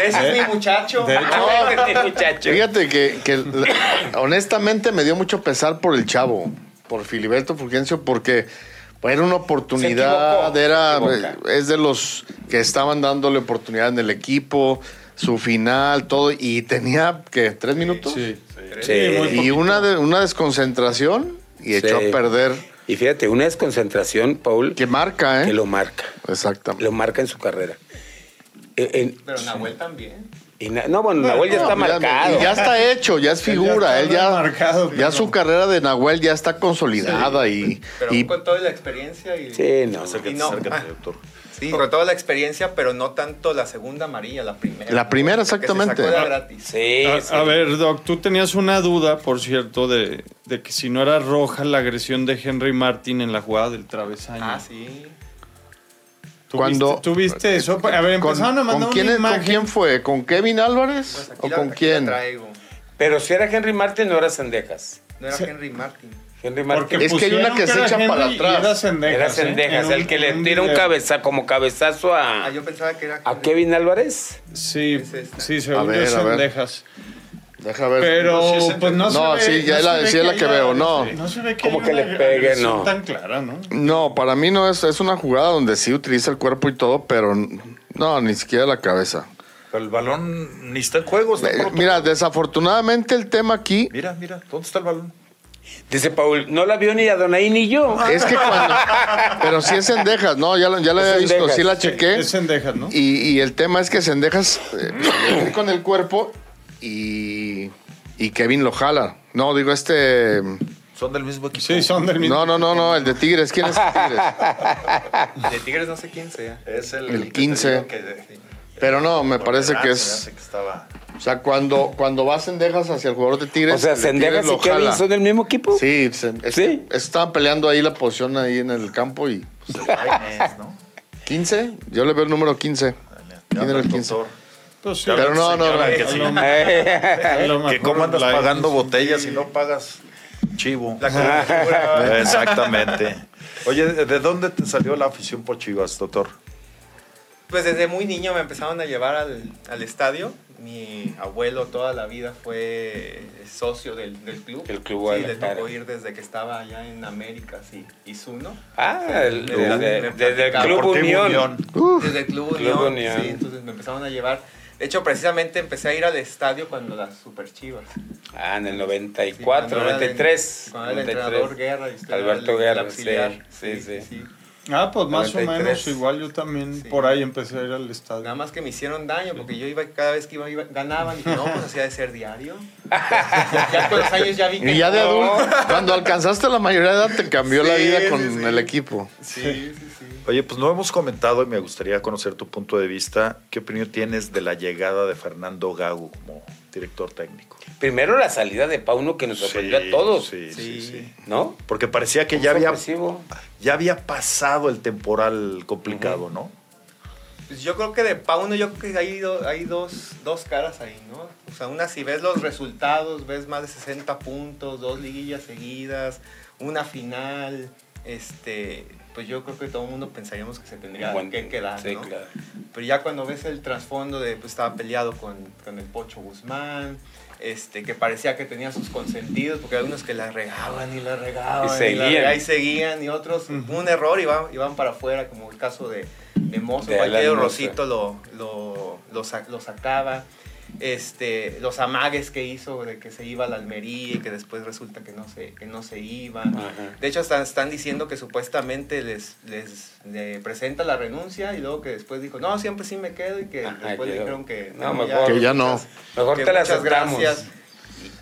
Speaker 5: Ese es mi muchacho.
Speaker 2: De hecho,
Speaker 4: este muchacho.
Speaker 3: Fíjate que, que la- honestamente me dio mucho pesar por el chavo, por Filiberto Fulgencio, porque era una oportunidad,
Speaker 4: Se
Speaker 3: era,
Speaker 4: equivocó, se equivoca.
Speaker 3: es de los que estaban dándole oportunidad en el equipo, su final, todo, y tenía que tres minutos
Speaker 2: Sí.
Speaker 4: Sí.
Speaker 2: muy
Speaker 3: y una, de- una desconcentración y echó
Speaker 4: Sí.
Speaker 3: a perder
Speaker 4: Y fíjate, una desconcentración, Paul,
Speaker 3: que marca, ¿eh?
Speaker 4: que lo marca.
Speaker 3: Exactamente.
Speaker 4: Lo marca en su carrera. Eh, en-
Speaker 5: Pero Nahuel también.
Speaker 4: y na- no, bueno, Nahuel ya
Speaker 3: No,
Speaker 4: está
Speaker 3: mira,
Speaker 4: marcado.
Speaker 3: y ya está hecho, ya es
Speaker 2: Él ya está
Speaker 3: figura. Él ya,
Speaker 2: marcado,
Speaker 3: ya
Speaker 2: claro.
Speaker 3: su carrera de Nahuel ya está consolidada
Speaker 5: Pero
Speaker 3: y, y
Speaker 5: con toda la experiencia y.
Speaker 4: Sí, no.
Speaker 1: Acércate,
Speaker 5: Y no.
Speaker 3: Ah.
Speaker 1: acércate, doctor.
Speaker 5: Sí, con toda la experiencia, pero no tanto la segunda amarilla, la primera.
Speaker 3: La primera,
Speaker 5: Porque se
Speaker 3: exactamente.
Speaker 5: sacó de gratis.
Speaker 4: Sí,
Speaker 2: A,
Speaker 4: sí.
Speaker 2: a ver, Doc, tú tenías una duda, por cierto, de, de que si no era roja la agresión de Henry Martin en la jugada del travesaño.
Speaker 5: Ah, sí.
Speaker 2: ¿Tú
Speaker 3: Cuando-
Speaker 2: viste, tú viste eso? Pues, A ver,
Speaker 3: ¿Con,
Speaker 2: empezaron a
Speaker 3: con
Speaker 2: mandar
Speaker 3: quién,
Speaker 2: una
Speaker 3: es- con
Speaker 2: imagen.
Speaker 3: quién fue? ¿Con Kevin Álvarez?
Speaker 5: Pues aquí
Speaker 3: ¿O
Speaker 5: la-
Speaker 3: con
Speaker 5: aquí
Speaker 3: quién?
Speaker 5: la traigo.
Speaker 4: Pero si era Henry Martin, no era Sendejas.
Speaker 5: No era Henry Martin.
Speaker 4: Henry
Speaker 2: Porque
Speaker 4: Martin
Speaker 3: Es que hay una
Speaker 2: pusieron
Speaker 3: que se
Speaker 2: era
Speaker 3: echa
Speaker 2: Henry
Speaker 3: para
Speaker 2: y
Speaker 3: atrás.
Speaker 2: Era Sendejas.
Speaker 4: era
Speaker 2: ¿eh?
Speaker 4: Sendejas,
Speaker 2: En
Speaker 4: el que le
Speaker 2: en
Speaker 4: tira un
Speaker 2: video.
Speaker 4: cabezazo, como cabezazo a,
Speaker 5: Ah, yo pensaba que era.
Speaker 4: a
Speaker 5: Henry.
Speaker 4: Kevin Álvarez.
Speaker 2: Sí,
Speaker 5: Es esta.
Speaker 2: sí, según
Speaker 3: ver,
Speaker 2: yo
Speaker 3: a ver.
Speaker 2: Sendejas.
Speaker 3: Deja ver.
Speaker 2: Pero, pues no,
Speaker 3: No,
Speaker 2: se ve.
Speaker 3: sí, ya
Speaker 2: no
Speaker 3: es la-
Speaker 2: se ve
Speaker 3: sí es la que
Speaker 2: haya-
Speaker 3: veo, no.
Speaker 2: No se ve que
Speaker 4: Como
Speaker 2: haya
Speaker 4: que le
Speaker 2: una
Speaker 4: pegue,
Speaker 2: agresión
Speaker 4: no.
Speaker 2: tan clara, ¿no?
Speaker 3: No, para mí no es, es una jugada donde sí utiliza el cuerpo y todo, pero n- no, ni siquiera la cabeza.
Speaker 1: Pero el balón ni está en juego.
Speaker 5: Este
Speaker 1: está
Speaker 3: Eh,
Speaker 1: roto.
Speaker 3: Mira, desafortunadamente el tema aquí
Speaker 1: mira, mira, ¿dónde está el balón?
Speaker 4: Dice Paul, no la vio ni Adonai ni yo.
Speaker 3: es que cuando. pero sí es Sendejas, no, ya, la- ya la
Speaker 4: Es
Speaker 3: había visto,
Speaker 4: Sendejas.
Speaker 3: sí la chequé.
Speaker 2: Es Sendejas, ¿no?
Speaker 3: Y, y el tema es que Sendejas eh, salió con el cuerpo y, y Kevin lo jala. No, digo este.
Speaker 1: Son del mismo equipo.
Speaker 2: Sí, son del mismo.
Speaker 3: No, no, no, no, el de Tigres. ¿Quién es el Tigres?
Speaker 5: De Tigres no sé quién sea.
Speaker 1: Es el,
Speaker 3: El
Speaker 1: que te
Speaker 3: 15.
Speaker 1: digo que-
Speaker 3: Pero no, me parece
Speaker 5: Ah,
Speaker 3: que
Speaker 1: Se me
Speaker 3: es.
Speaker 1: hace que estaba-
Speaker 3: O sea, cuando, cuando va Sendejas hacia el jugador de Tigres.
Speaker 4: o sea,
Speaker 3: el de Tigres
Speaker 4: Sendejas y
Speaker 3: lo
Speaker 4: Kevin
Speaker 3: jala.
Speaker 4: son del mismo equipo.
Speaker 3: Sí, se- es-
Speaker 4: Sí.
Speaker 3: estaban peleando ahí la posición ahí en el campo y.
Speaker 1: Ay, es, ¿no?
Speaker 3: 15, yo le veo el número 15. ¿Quién era el 15?
Speaker 1: Doctor.
Speaker 2: Pues sí.
Speaker 3: Pero no, no,
Speaker 1: Señora,
Speaker 3: no.
Speaker 1: que sí.
Speaker 2: A lo
Speaker 4: Ah,
Speaker 1: Que
Speaker 2: mejor
Speaker 1: cómo andas
Speaker 2: la-
Speaker 1: pagando botellas si no pagas Chivo.
Speaker 5: La cobertura.
Speaker 1: Exactamente. Oye, ¿de dónde te salió la afición por Chivas, doctor?
Speaker 5: Pues desde muy niño me empezaron a llevar al, al estadio. Mi abuelo toda la vida fue socio del, del club.
Speaker 4: El Club
Speaker 5: Sí, le
Speaker 4: Guadalajara.
Speaker 5: tocó ir desde que estaba allá en América, sí, Izuno.
Speaker 4: Ah, el-
Speaker 5: Desde-
Speaker 4: desde,
Speaker 5: me
Speaker 4: desde el
Speaker 5: platicaba.
Speaker 4: Club
Speaker 1: Deportivo
Speaker 4: Unión.
Speaker 5: Desde el Club
Speaker 4: Club
Speaker 5: Unión.
Speaker 4: Unión.
Speaker 5: Sí, entonces me empezaron a llevar. De hecho, precisamente empecé a ir al estadio cuando las Super Chivas.
Speaker 4: Ah, en el
Speaker 5: Sí,
Speaker 4: 94,
Speaker 5: cuando era el-
Speaker 4: 93.
Speaker 5: Cuando era el
Speaker 4: 93.
Speaker 5: entrenador Guerra. y usted era
Speaker 4: Alberto
Speaker 5: el- el
Speaker 4: Guerra,
Speaker 5: auxiliar.
Speaker 4: sí, sí, sí.
Speaker 2: Ah, pues más o
Speaker 4: 93.
Speaker 2: menos igual yo también
Speaker 5: Sí.
Speaker 2: por ahí empecé a ir al
Speaker 5: Nada
Speaker 2: estadio.
Speaker 5: más que me hicieron daño porque yo iba cada vez que iba, iba- ganaban y dije, no, pues hacía de ser diario. ya con los años ya vi que
Speaker 3: Y ya de
Speaker 5: no.
Speaker 3: adulto, cuando alcanzaste la mayoría de edad, te cambió la
Speaker 5: Sí,
Speaker 3: vida con
Speaker 5: sí, sí.
Speaker 3: el equipo.
Speaker 5: Sí, sí, sí.
Speaker 1: Oye, pues no hemos comentado y me gustaría conocer tu punto de vista. ¿Qué opinión tienes de la llegada de Fernando Gago como director técnico?
Speaker 4: Primero la salida de Pauno que nos sorprendió a todos,
Speaker 1: Sí, sí, sí.
Speaker 4: ¿no?
Speaker 1: Porque parecía que ya
Speaker 4: Fue
Speaker 1: había,
Speaker 4: sorpresivo.
Speaker 1: ya había pasado el temporal complicado, ¿no?
Speaker 5: Pues yo creo que de Pauno, yo creo que hay, do- hay dos, dos caras ahí, ¿no? O sea, una si ves los resultados, ves más de 60 puntos, dos liguillas seguidas, una final, este, pues yo creo que todo el mundo pensaríamos que se tendría
Speaker 4: Buen-
Speaker 5: que quedar,
Speaker 4: sí,
Speaker 5: ¿no?
Speaker 4: claro.
Speaker 5: Pero ya cuando ves el trasfondo de, pues estaba peleado con, con el Pocho Guzmán, este, que parecía que tenía sus consentidos, porque hay unos que la regaban y la regaban.
Speaker 4: Y
Speaker 5: la
Speaker 4: seguían.
Speaker 5: regaban, y seguían, y otros un error y van, y van para afuera, como el caso de, de Mozo,
Speaker 4: De
Speaker 5: cualquier
Speaker 4: Alan Mozo.
Speaker 5: Rosito lo, lo, lo, sa- lo sacaba. Este, los amagues que hizo de que se iba a la Almería y que después resulta que no se, que no se iba.
Speaker 4: Ajá.
Speaker 5: De hecho, están, están diciendo que supuestamente les, les, le presenta la renuncia y luego que después dijo, no, siempre sí me quedo y que
Speaker 4: Ajá,
Speaker 5: después
Speaker 4: que-
Speaker 5: dijeron que
Speaker 4: no, mejor.
Speaker 3: Que ya no.
Speaker 4: Mejor
Speaker 5: que
Speaker 4: te la
Speaker 5: muchas
Speaker 4: aceptamos.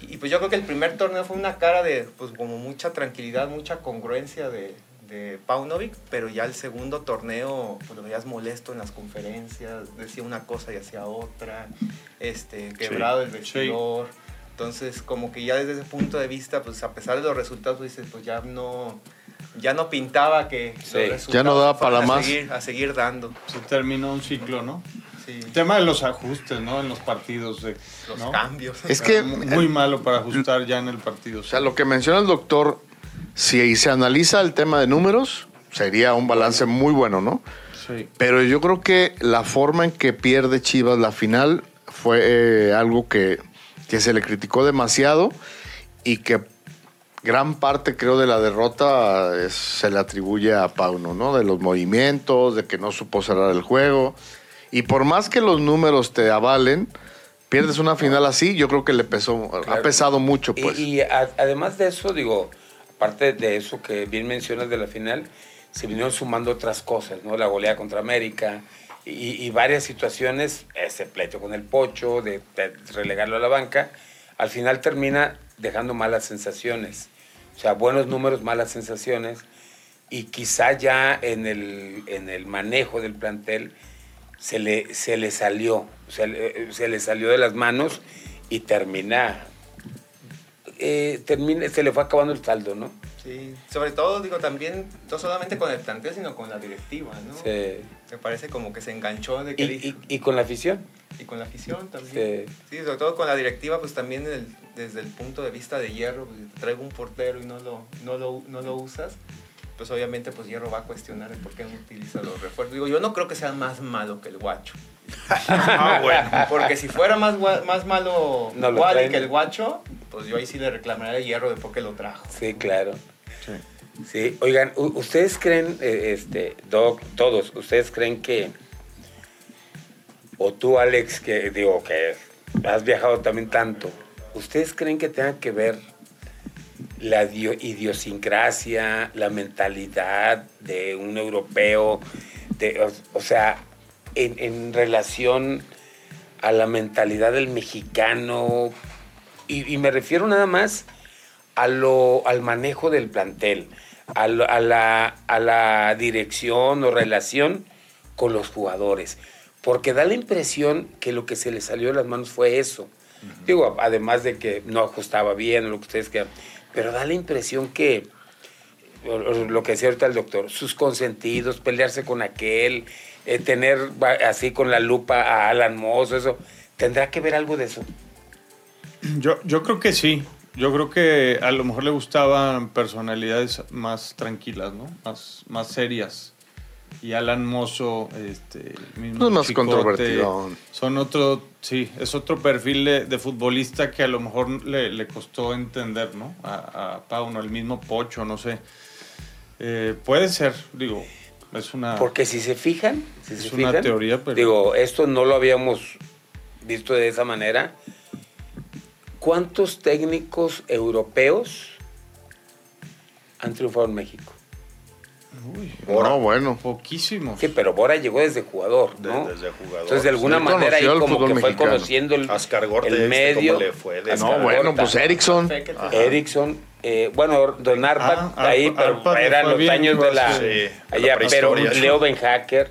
Speaker 5: Y, y pues yo creo que el primer torneo fue una cara de, pues como mucha tranquilidad, mucha congruencia de, de Paunovic, pero ya el segundo torneo, pues lo veías molesto en las conferencias, decía una cosa y hacía otra, este, quebrado el vestidor. Entonces, como que ya desde ese punto de vista, pues a pesar de los resultados, pues, dices, pues ya no, ya no pintaba que los
Speaker 4: Sí. Ya no
Speaker 5: resultados
Speaker 3: daba para
Speaker 5: fueran a
Speaker 3: más.
Speaker 5: seguir- a seguir dando.
Speaker 2: Se terminó un ciclo, ¿no?
Speaker 5: Sí,
Speaker 2: El tema de los ajustes, ¿no? En los partidos. De,
Speaker 5: los
Speaker 2: ¿no?
Speaker 5: cambios.
Speaker 3: Es que
Speaker 2: Muy muy malo para ajustar ya en el partido.
Speaker 3: O sea, lo que menciona el doctor, si se analiza el tema de números, sería un balance muy bueno, ¿no?
Speaker 2: Sí.
Speaker 3: Pero yo creo que la forma en que pierde Chivas la final fue eh, algo que, que se le criticó demasiado y que gran parte, creo, de la derrota es- se le atribuye a Pauno, ¿no? De los movimientos, de que no supo cerrar el juego. Y por más que los números te avalen, pierdes una final así, yo creo que le pesó, ha
Speaker 4: Claro.
Speaker 3: pesado mucho,
Speaker 4: Y-
Speaker 3: pues.
Speaker 4: Y, a- además de eso, digo, aparte de eso que bien mencionas de la final, se vinieron sumando otras cosas, ¿no? La goleada contra América y, y varias situaciones, ese pleito con el Pocho, de, de relegarlo a la banca, al final termina dejando malas sensaciones. O sea, buenos números, malas sensaciones. Y quizá ya en el, en el manejo del plantel se le, se le salió, se le, se le salió de las manos y termina eh, termina, se le fue acabando el saldo, ¿no?
Speaker 5: Sí, sobre todo, digo, también, no solamente con el planteo, sino con la directiva, ¿no?
Speaker 4: Se-
Speaker 5: Me parece como que se enganchó de
Speaker 4: y,
Speaker 5: que dijo-
Speaker 4: y- y con la afición.
Speaker 5: y con la afición también.
Speaker 4: Sí.
Speaker 5: Sí, sobre todo con la directiva, pues también el- desde el punto de vista de Hierro, pues, te traigo un portero y no lo, no lo, no lo usas, pues obviamente pues Hierro va a cuestionar el por qué no utiliza los refuerzos. Digo, yo no creo que sea más malo que el guacho.
Speaker 1: Ah, bueno.
Speaker 5: Porque si fuera más, gua- más malo
Speaker 4: No lo
Speaker 5: Wally
Speaker 4: traen.
Speaker 5: que el guacho, pues yo ahí sí le reclamaría a Hierro de por qué lo trajo.
Speaker 4: Sí, claro. Sí. Oigan, u- ¿ustedes creen, eh, este, Doc, todos, ustedes creen que, o tú, Alex, que digo que has viajado también tanto, ¿ustedes creen que tenga que ver la dio- idiosincrasia, la mentalidad de un europeo, de, o, o sea, en, en relación a la mentalidad del mexicano? Y- y me refiero nada más a lo, al manejo del plantel, a, lo- a la, a la dirección o relación con los jugadores. Porque da la impresión que lo que se le salió de las manos fue eso. Digo, a- además de que no ajustaba bien, lo que ustedes quieran, pero da la impresión que, o- o lo que decía ahorita el doctor, sus consentidos, pelearse con aquel, eh, tener va- así con la lupa a Alan Mozo, eso, ¿tendrá que ver algo de eso?
Speaker 2: Yo, yo creo que sí. Yo creo que a lo mejor le gustaban personalidades más tranquilas, ¿no? Más, más serias. Y Alan Mozo, este, el mismo
Speaker 3: Pues más
Speaker 2: Chicote,
Speaker 3: controvertidón.
Speaker 2: Son otro, sí, es otro perfil de, de futbolista que a lo mejor le, le costó entender, ¿no? A, a Pauno, el mismo Pocho, no sé. Eh, puede ser, digo, es una...
Speaker 4: Porque si se fijan, si
Speaker 2: Ah. Es
Speaker 4: se
Speaker 2: una
Speaker 4: fijan,
Speaker 2: teoría, pero-
Speaker 4: digo, esto no lo habíamos visto de esa manera. ¿Cuántos técnicos europeos han triunfado en México?
Speaker 2: Uy,
Speaker 3: No, bueno.
Speaker 2: poquísimos.
Speaker 4: Sí, pero Bora llegó desde jugador,
Speaker 1: De-
Speaker 4: ¿no?
Speaker 1: desde jugador.
Speaker 4: Entonces, de alguna
Speaker 3: Sí,
Speaker 4: manera, ahí
Speaker 3: conoció el
Speaker 4: como que
Speaker 3: fútbol
Speaker 4: fue
Speaker 3: mexicano.
Speaker 4: conociendo el,
Speaker 1: Ascargorte,
Speaker 4: el
Speaker 1: este,
Speaker 4: medio.
Speaker 1: ¿cómo le fue? De-
Speaker 3: No,
Speaker 4: Ascargorta.
Speaker 3: bueno, pues Erickson.
Speaker 5: Fe que te-
Speaker 4: Erickson, eh, bueno, Don Arpa,
Speaker 2: Ah,
Speaker 4: ahí,
Speaker 2: Arpa-
Speaker 4: pero
Speaker 2: Arpa le
Speaker 4: eran
Speaker 2: fue
Speaker 4: los
Speaker 2: bien,
Speaker 4: años de la.
Speaker 2: sí,
Speaker 1: de la
Speaker 4: allá, pero
Speaker 1: prehistoria.
Speaker 4: Leo Benhacker,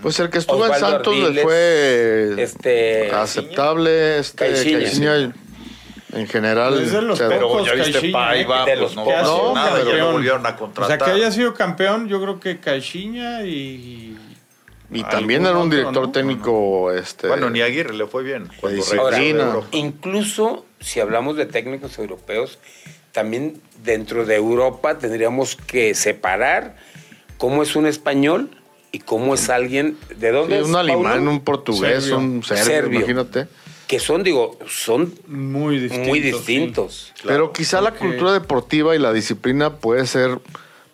Speaker 3: Pues el que estuvo en
Speaker 4: Osvaldo
Speaker 3: Santos le
Speaker 4: Ardiles,
Speaker 3: fue
Speaker 4: este.
Speaker 3: aceptable. Este,
Speaker 4: Caixinha.
Speaker 3: Caixinha, en general.
Speaker 2: Pues Es de los
Speaker 3: se-
Speaker 2: pocos.
Speaker 1: Pero ya viste
Speaker 2: Caixinha,
Speaker 1: Paiva,
Speaker 4: ¿eh? de
Speaker 1: pues
Speaker 4: los
Speaker 1: no
Speaker 4: pocos.
Speaker 1: pasó
Speaker 3: No,
Speaker 1: nada, ya
Speaker 2: campeón.
Speaker 1: lo volvieron a
Speaker 2: O sea,
Speaker 1: contratar.
Speaker 2: que haya sido campeón, yo creo que Caixinha y...
Speaker 3: y también era un
Speaker 2: algún otro,
Speaker 3: director
Speaker 2: ¿no?
Speaker 3: técnico. Este,
Speaker 1: Bueno, ni a Aguirre le fue bien cuando
Speaker 3: Sí,
Speaker 1: regresó
Speaker 4: Ahora,
Speaker 1: de
Speaker 3: Regina.
Speaker 1: Europa.
Speaker 4: incluso si hablamos de técnicos europeos, también dentro de Europa tendríamos que separar cómo es un español y cómo es alguien. ¿De
Speaker 3: Sí,
Speaker 4: dónde es?
Speaker 3: un alemán,
Speaker 4: Paulo?
Speaker 3: un portugués,
Speaker 2: Serbio.
Speaker 3: un serbio,
Speaker 4: Serbio.
Speaker 3: imagínate.
Speaker 4: Que son, digo, son
Speaker 2: Muy distintos.
Speaker 4: muy
Speaker 2: sí.
Speaker 4: distintos.
Speaker 3: Pero quizá la
Speaker 2: porque-
Speaker 3: cultura deportiva y la disciplina puede ser,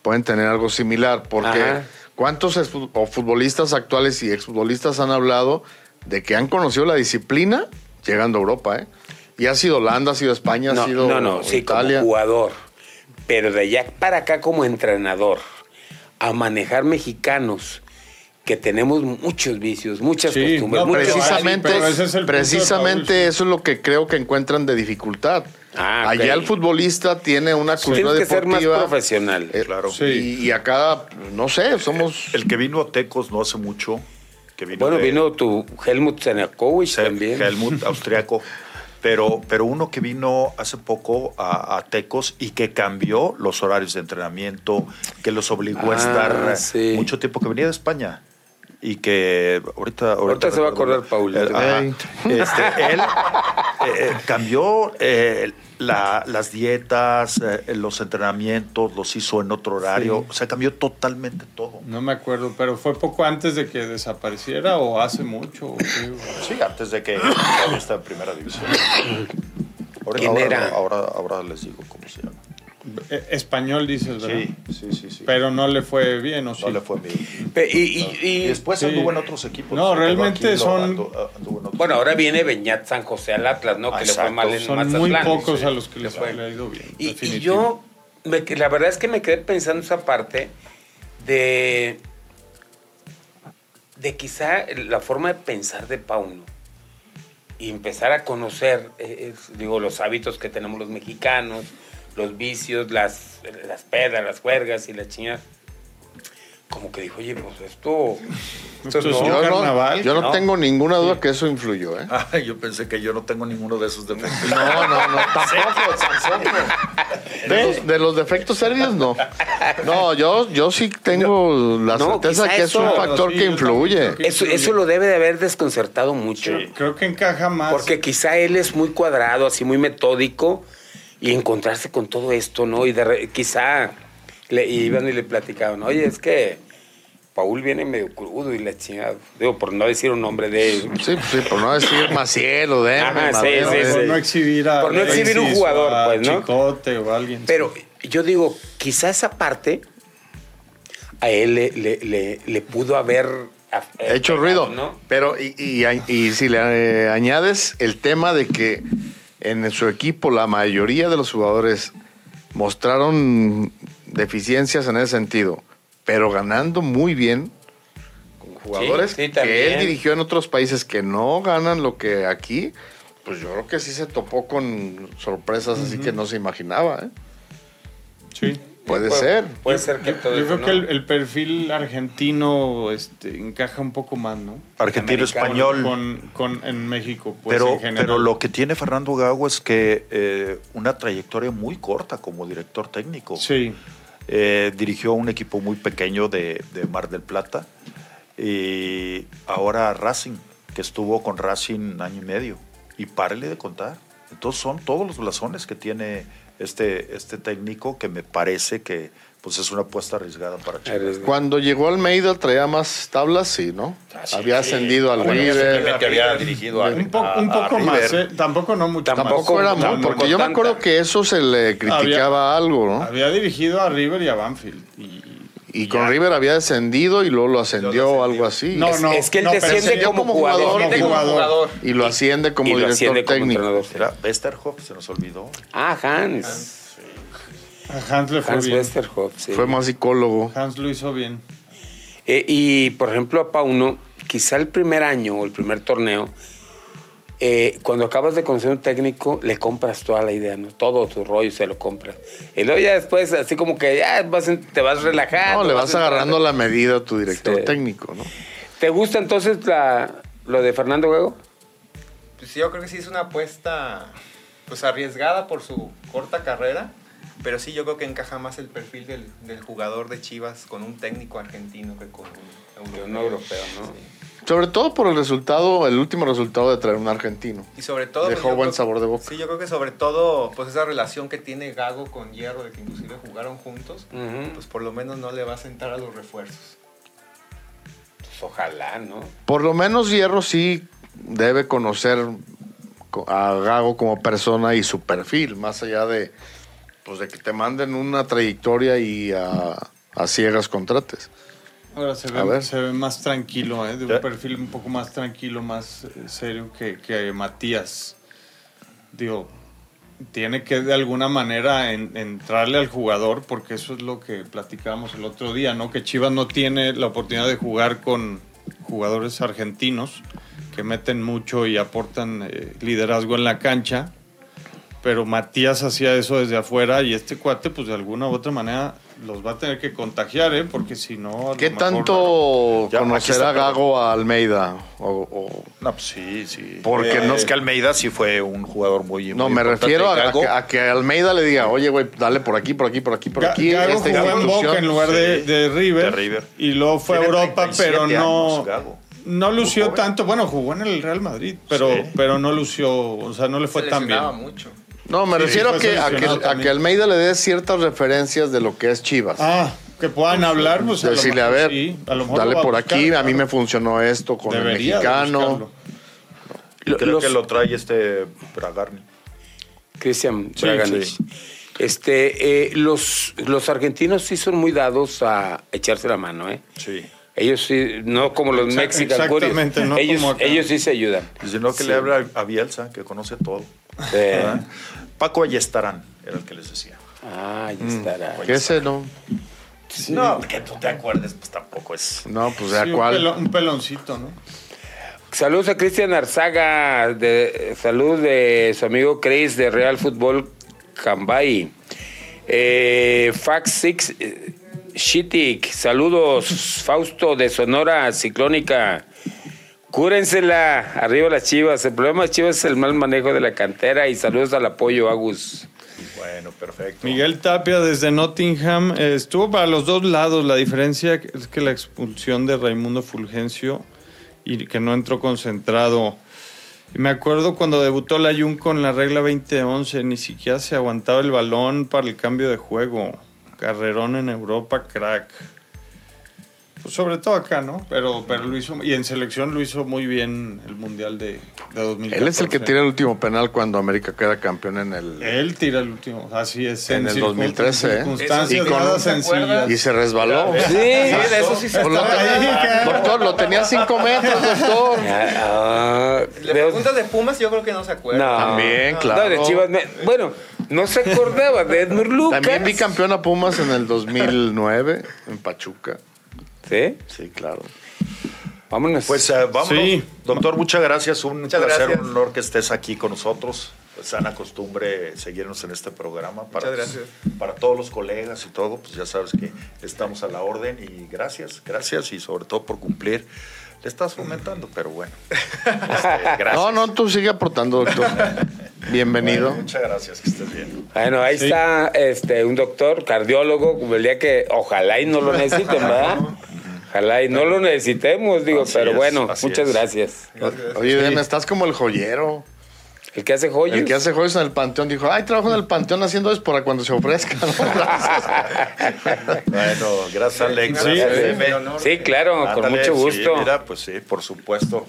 Speaker 3: pueden tener algo similar, porque
Speaker 4: Ajá.
Speaker 3: ¿cuántos ex- o futbolistas actuales y exfutbolistas han hablado de que han conocido la disciplina llegando a Europa? ¿eh? Y ha sido Holanda, ha sido España, ha
Speaker 4: No,
Speaker 3: sido
Speaker 4: no, no, sí,
Speaker 3: Italia.
Speaker 4: como jugador. Pero de allá para acá como entrenador, a manejar mexicanos que tenemos muchos vicios, muchas
Speaker 2: Sí,
Speaker 4: costumbres,
Speaker 2: no,
Speaker 4: muchos
Speaker 3: precisamente
Speaker 2: pero ese es el punto de
Speaker 3: precisamente
Speaker 2: Paul.
Speaker 3: eso es lo que creo que encuentran de dificultad.
Speaker 4: Ah, ok.
Speaker 3: Allá el futbolista tiene una cultura
Speaker 4: Tienes que ser
Speaker 3: deportiva.
Speaker 4: más profesional.
Speaker 3: Eh,
Speaker 1: Claro.
Speaker 2: Sí.
Speaker 3: y, y acá, no sé, somos...
Speaker 1: El que vino a Tecos no hace mucho. Que vino
Speaker 4: Bueno,
Speaker 1: de-
Speaker 4: vino tu Helmut Senakowicz
Speaker 1: Ser-
Speaker 4: también.
Speaker 1: Helmut, austriaco. Pero, pero uno que vino hace poco a, a Tecos y que cambió los horarios de entrenamiento, que los obligó
Speaker 4: Ah,
Speaker 1: a estar
Speaker 4: sí.
Speaker 1: mucho tiempo, que venía de España. Y que ahorita...
Speaker 4: Ahorita se va a
Speaker 1: recuerdo-
Speaker 4: acordar, Paul.
Speaker 1: Eh, ajá.
Speaker 3: Ey.
Speaker 1: Este, él eh, eh, cambió eh, la- las dietas, eh, los entrenamientos, los hizo en otro horario.
Speaker 2: Sí.
Speaker 1: O sea, cambió totalmente todo.
Speaker 2: No me acuerdo, pero fue poco antes de que desapareciera o hace mucho. o qué, o-
Speaker 1: Sí, antes de que todavía está en primera división. Ahora,
Speaker 4: ¿Quién
Speaker 1: ahora-
Speaker 4: era?
Speaker 1: Ahora, ahora les digo cómo se llama.
Speaker 2: Eh, Español dices, ¿verdad?
Speaker 1: Sí, sí, sí. sí.
Speaker 2: Pero no le fue bien, ¿o sí?
Speaker 1: no le fue bien.
Speaker 4: Pe- y- y- y-
Speaker 1: Y después
Speaker 2: Sí.
Speaker 1: anduvo en otros equipos.
Speaker 2: No,
Speaker 1: Se quedó
Speaker 2: realmente
Speaker 1: aquí, no,
Speaker 2: son-
Speaker 1: andu- anduvo en otros
Speaker 4: bueno, ahora viene Beñat San José al Atlas, ¿no?
Speaker 1: Ah,
Speaker 4: que
Speaker 1: exacto.
Speaker 4: le fue mal en
Speaker 2: Son
Speaker 4: Mazatlán.
Speaker 2: muy pocos
Speaker 4: Sí.
Speaker 2: a los que les
Speaker 4: fue.
Speaker 2: ha ido bien.
Speaker 4: Y- Y,
Speaker 2: definitivo.
Speaker 4: yo, me que- la verdad es que me quedé pensando esa parte de, de quizá la forma de pensar de Pauno y empezar a conocer, eh, es- digo, los hábitos que tenemos los mexicanos, los vicios, las, las pedas, las juergas y la chingada. Como que dijo, oye, pues esto...
Speaker 2: Esto es un
Speaker 3: Yo no,
Speaker 2: carnaval.
Speaker 3: yo no
Speaker 4: ¿no?
Speaker 3: tengo ninguna duda que eso influyó, ¿eh?
Speaker 1: Ah, yo pensé que yo no tengo ninguno de esos defectos.
Speaker 3: No, no, no, tampoco, tampoco. De los, de los defectos serios, no. No, yo, yo sí tengo la
Speaker 4: no,
Speaker 3: certeza
Speaker 4: quizá
Speaker 3: que es un
Speaker 4: eso-
Speaker 3: factor
Speaker 2: Sí,
Speaker 3: que
Speaker 2: yo
Speaker 3: influye.
Speaker 2: también creo
Speaker 4: Eso, eso lo debe de haber desconcertado mucho.
Speaker 2: Creo que encaja más.
Speaker 4: Porque quizá él es muy cuadrado, así muy metódico, y encontrarse con todo esto, ¿no? Y de re- quizá le iban y le platicaban, oye, es que Paul viene medio crudo y la chingada. Digo, por no decir un nombre de él.
Speaker 3: Sí, pues sí, por no decir Maciel o Demme,
Speaker 4: Ajá, sí,
Speaker 3: Madero,
Speaker 2: por
Speaker 4: sí,
Speaker 3: eh.
Speaker 4: sí.
Speaker 2: no exhibir a.
Speaker 4: Por no exhibir un
Speaker 2: Alexis
Speaker 4: jugador,
Speaker 2: o a
Speaker 4: pues, ¿no?
Speaker 2: Chicote o alguien.
Speaker 4: Pero yo digo, quizá esa parte a él le, le- le- le pudo haber af-
Speaker 3: He hecho
Speaker 4: Eh, pegado,
Speaker 3: ruido.
Speaker 4: ¿no?
Speaker 3: Pero, y, y- y si le eh, añades el tema de que en su equipo la mayoría de los jugadores mostraron deficiencias en ese sentido, pero ganando muy bien con jugadores
Speaker 4: Sí, sí,
Speaker 3: que
Speaker 4: también.
Speaker 3: él dirigió en otros países que no ganan lo que aquí, pues yo creo que sí se topó con sorpresas así que no se imaginaba. ¿eh?
Speaker 2: Sí.
Speaker 3: Puede
Speaker 4: pues.
Speaker 3: ser.
Speaker 4: Puede ser que todo
Speaker 2: Yo
Speaker 4: eso,
Speaker 2: creo
Speaker 4: ¿no?
Speaker 2: que el, el perfil argentino este, encaja un poco más, ¿no?
Speaker 1: Argentino, español.
Speaker 2: Con, con- en México, pues
Speaker 1: pero,
Speaker 2: en general.
Speaker 1: pero lo que tiene Fernando Gago es que eh, una trayectoria muy corta como director técnico.
Speaker 2: Sí.
Speaker 1: Eh, dirigió un equipo muy pequeño de, de Mar del Plata y ahora Racing, que estuvo con Racing año y medio. Y párele de contar. Entonces son todos los blasones que tiene este, este técnico que me parece que pues es una apuesta arriesgada para Chivas.
Speaker 3: Cuando llegó Almeida traía más tablas, sí, ¿no?
Speaker 6: Ah, sí,
Speaker 3: había
Speaker 6: sí.
Speaker 3: ascendido al
Speaker 6: Bueno,
Speaker 5: pues,
Speaker 6: ya
Speaker 3: River.
Speaker 6: simplemente había dirigido a,
Speaker 2: Un, po-
Speaker 6: a-
Speaker 2: un
Speaker 6: a
Speaker 2: poco más,
Speaker 6: River.
Speaker 2: ¿eh? tampoco no mucho.
Speaker 3: Tampoco era muy,
Speaker 2: tampoco
Speaker 3: porque yo me
Speaker 2: tanta.
Speaker 3: acuerdo que eso se le criticaba algo, ¿no?
Speaker 2: Había dirigido a River y a Banfield. Y, ya.
Speaker 3: Y con River había descendido y luego lo ascendió o algo así.
Speaker 2: No, no,
Speaker 4: es que él
Speaker 2: no, pero
Speaker 4: desciende
Speaker 2: sería
Speaker 4: como,
Speaker 3: como
Speaker 4: jugador.
Speaker 3: jugador,
Speaker 5: Siente
Speaker 2: no,
Speaker 5: como
Speaker 2: jugador.
Speaker 5: jugador.
Speaker 3: Y lo asciende como
Speaker 4: y lo
Speaker 3: director
Speaker 4: asciende como
Speaker 3: técnico.
Speaker 4: entrenador.
Speaker 1: Era Westerhoff, se nos olvidó.
Speaker 4: Ah, Hans.
Speaker 2: A Hans le fue
Speaker 4: Hans
Speaker 2: bien.
Speaker 4: Westerhoff, sí.
Speaker 3: Fue más psicólogo.
Speaker 2: Hans lo hizo bien.
Speaker 4: Eh, y por ejemplo, a Pauno, quizá el primer año o el primer torneo, eh, cuando acabas de conocer un técnico, le compras toda la idea, ¿no? todo tu rollo se lo compras. Y luego ya después, así como que ya vas en- te Ah, vas relajando.
Speaker 3: No, le vas agarrando la medida a tu director
Speaker 4: Sí.
Speaker 3: técnico, ¿no?
Speaker 4: ¿Te gusta entonces la, lo de Fernando Huevo?
Speaker 5: Pues yo creo que sí es una apuesta pues arriesgada por su corta carrera, pero sí yo creo que encaja más el perfil del, del jugador de Chivas con un técnico argentino que con un europeo.
Speaker 4: un europeo, ¿no?
Speaker 5: Sí.
Speaker 3: Sobre todo por el resultado, el último resultado de traer un argentino.
Speaker 5: Y sobre todo...
Speaker 3: Dejó
Speaker 5: pues, yo
Speaker 3: buen
Speaker 5: creo-
Speaker 3: sabor de boca.
Speaker 5: Sí, yo creo que sobre todo pues esa relación que tiene Gago con Hierro, de que inclusive jugaron juntos,
Speaker 4: Ujú.
Speaker 5: pues por lo menos no le va a sentar a los refuerzos.
Speaker 4: Pues ojalá, ¿no?
Speaker 3: Por lo menos Hierro sí debe conocer co- a Gago como persona y su perfil, más allá de, pues de que te manden una trayectoria y a, a ciegas contrates.
Speaker 2: Ahora se
Speaker 3: A
Speaker 2: ve,
Speaker 3: ver.
Speaker 2: se ve más tranquilo, ¿eh? de
Speaker 1: Ya.
Speaker 2: un perfil un poco más tranquilo, más eh, serio que, que eh, Matías. Digo, tiene que de alguna manera en- entrarle al jugador, porque eso es lo que platicábamos el otro día, ¿no? Que Chivas no tiene la oportunidad de jugar con jugadores argentinos que meten mucho y aportan eh, liderazgo en la cancha. Pero Matías hacía eso desde afuera y este cuate, pues de alguna u otra manera, los va a tener que contagiar, ¿eh? Porque si no. a lo
Speaker 3: ¿Qué
Speaker 2: mejor-
Speaker 3: tanto
Speaker 1: Ya, aquí
Speaker 3: conocerá
Speaker 1: está, perdón.
Speaker 3: Gago a Almeida? O- o-
Speaker 1: No, pues sí, sí.
Speaker 3: Porque
Speaker 1: Eh,
Speaker 3: no-
Speaker 1: es que Almeida sí fue un jugador muy
Speaker 3: no,
Speaker 1: muy
Speaker 3: me
Speaker 1: importante.
Speaker 3: refiero a, a
Speaker 1: Gago,
Speaker 3: que, a que Almeida le diga, oye, güey, dale por aquí, por aquí, por aquí, por
Speaker 2: Ga-
Speaker 3: aquí. este
Speaker 2: Gago
Speaker 3: esta
Speaker 2: jugó en
Speaker 3: institución".
Speaker 2: Boca en lugar de,
Speaker 1: Sí,
Speaker 2: de River,
Speaker 1: de River.
Speaker 2: Y luego fue a
Speaker 1: Tiene
Speaker 2: Europa, pero
Speaker 1: 37
Speaker 2: no.
Speaker 1: años, Gago.
Speaker 2: no lució
Speaker 1: joven.
Speaker 2: tanto. Bueno, jugó en el Real Madrid, pero,
Speaker 1: Sí.
Speaker 2: pero no lució. O sea, no le fue
Speaker 5: Se
Speaker 2: tan bien.
Speaker 5: lesionaba mucho.
Speaker 3: No, me
Speaker 2: Sí,
Speaker 3: refiero a
Speaker 2: fue
Speaker 3: que, a, que,
Speaker 2: seleccionado
Speaker 3: a
Speaker 2: también.
Speaker 3: que Almeida le dé ciertas referencias de lo que es Chivas.
Speaker 2: Ah, que puedan hablar, pues. a lo
Speaker 3: Decirle, a
Speaker 2: mejor
Speaker 3: ver,
Speaker 2: sí, a lo mejor
Speaker 3: dale
Speaker 2: lo va a
Speaker 3: por
Speaker 2: buscar,
Speaker 3: aquí, a
Speaker 2: claro.
Speaker 3: mí me funcionó esto con
Speaker 2: Debería de
Speaker 3: el mexicano.
Speaker 2: buscarlo.
Speaker 1: Y Creo
Speaker 4: Los-
Speaker 1: que lo trae este Bragarni.
Speaker 4: Cristian
Speaker 1: Sí,
Speaker 4: Braganich.
Speaker 1: sí.
Speaker 4: Este, eh, los, los argentinos sí son muy dados a echarse la mano, ¿eh?
Speaker 1: Sí.
Speaker 4: Ellos sí, no como los
Speaker 2: Exact-
Speaker 4: Mexican Warriors.
Speaker 2: exactamente, no
Speaker 4: ellos,
Speaker 2: como acá.
Speaker 4: ellos sí se ayudan.
Speaker 1: Y si no, que
Speaker 4: Sí.
Speaker 1: le habla a Bielsa, que conoce todo.
Speaker 4: Eh,
Speaker 1: ¿verdad? Paco Ayestarán era el que les decía.
Speaker 4: ah, ahí estará.
Speaker 3: Que ese no.
Speaker 1: No, que tú te acuerdes, pues tampoco es.
Speaker 3: No, pues
Speaker 2: Sí,
Speaker 3: de
Speaker 2: un, pelo-
Speaker 3: cuál.
Speaker 2: un peloncito, ¿no?
Speaker 4: Saludos a Cristian Arzaga, de, salud de su amigo Chris de Real Fútbol Cambay. Eh, Fax Six eh, Shitik, saludos. Fausto de Sonora Ciclónica. Cúrensela, arriba las chivas. El problema de chivas es el mal manejo de la cantera y saludos al apoyo, Agus.
Speaker 1: Bueno, perfecto.
Speaker 2: Miguel Tapia desde Nottingham eh, estuvo para los dos lados. La diferencia es que la expulsión de Raimundo Fulgencio y que no entró concentrado. Y Me acuerdo cuando debutó la Jun con la regla 20-11, ni siquiera se aguantaba el balón para el cambio de juego. Carrerón en Europa, crack. Pues sobre todo acá, ¿no? Pero, pero lo hizo, y en selección lo hizo muy bien el Mundial de, de 2014.
Speaker 3: Él es el que tira el último penal cuando América queda campeón en el.
Speaker 2: Él tira el último, así es.
Speaker 3: En el 2013, ¿eh?
Speaker 2: circunstancias
Speaker 3: Y con-
Speaker 2: nada
Speaker 3: ¿se
Speaker 2: sencillas.
Speaker 3: Y se resbaló.
Speaker 4: Sí, de eso sí
Speaker 3: Pues lo tenía- doctor, lo tenía cinco metros, doctor.
Speaker 4: Ah,
Speaker 5: Le preguntas de Pumas, yo creo que no se acuerda.
Speaker 3: También, claro.
Speaker 4: No, de Chivas. me- bueno, no se acordaba de Edmund Lucas.
Speaker 3: También vi campeón a Pumas en el 2009 en Pachuca.
Speaker 4: Sí,
Speaker 3: Sí, claro.
Speaker 4: vámonos.
Speaker 1: Pues eh, vámonos.
Speaker 2: Sí.
Speaker 1: Doctor, muchas gracias. Un
Speaker 5: Muchas
Speaker 1: placer,
Speaker 5: gracias.
Speaker 1: un honor que estés aquí con nosotros. Pues, sana costumbre seguirnos en este programa. Para, pues,
Speaker 5: Muchas gracias.
Speaker 1: Para todos los colegas y todo, pues ya sabes que estamos a la orden y gracias, gracias y sobre todo por cumplir. Le estás fomentando, pero bueno. Este, gracias.
Speaker 3: No, no, tú sigue aportando, doctor. Bienvenido.
Speaker 1: Bueno, muchas gracias, que estés bien.
Speaker 4: Bueno, ahí
Speaker 2: Sí.
Speaker 4: está este, un doctor cardiólogo, como el día que ojalá y no lo necesiten, ¿verdad? Ojalá y no lo necesitemos, digo,
Speaker 1: Así
Speaker 4: pero
Speaker 1: es,
Speaker 4: bueno,
Speaker 1: así
Speaker 4: muchas
Speaker 1: es.
Speaker 4: gracias.
Speaker 5: Gracias.
Speaker 3: Oye, me estás como el joyero.
Speaker 4: El que hace joyas.
Speaker 3: El que hace juegos en el panteón dijo, ay, trabajo en el panteón haciendo es para cuando se ofrezca. ¿no?
Speaker 1: Bueno, gracias, Alex.
Speaker 5: Sí,
Speaker 1: Gracias,
Speaker 5: sí.
Speaker 1: Pepe.
Speaker 4: Sí, claro, con
Speaker 1: Ándale,
Speaker 4: mucho gusto.
Speaker 1: Sí, mira, pues sí, por supuesto.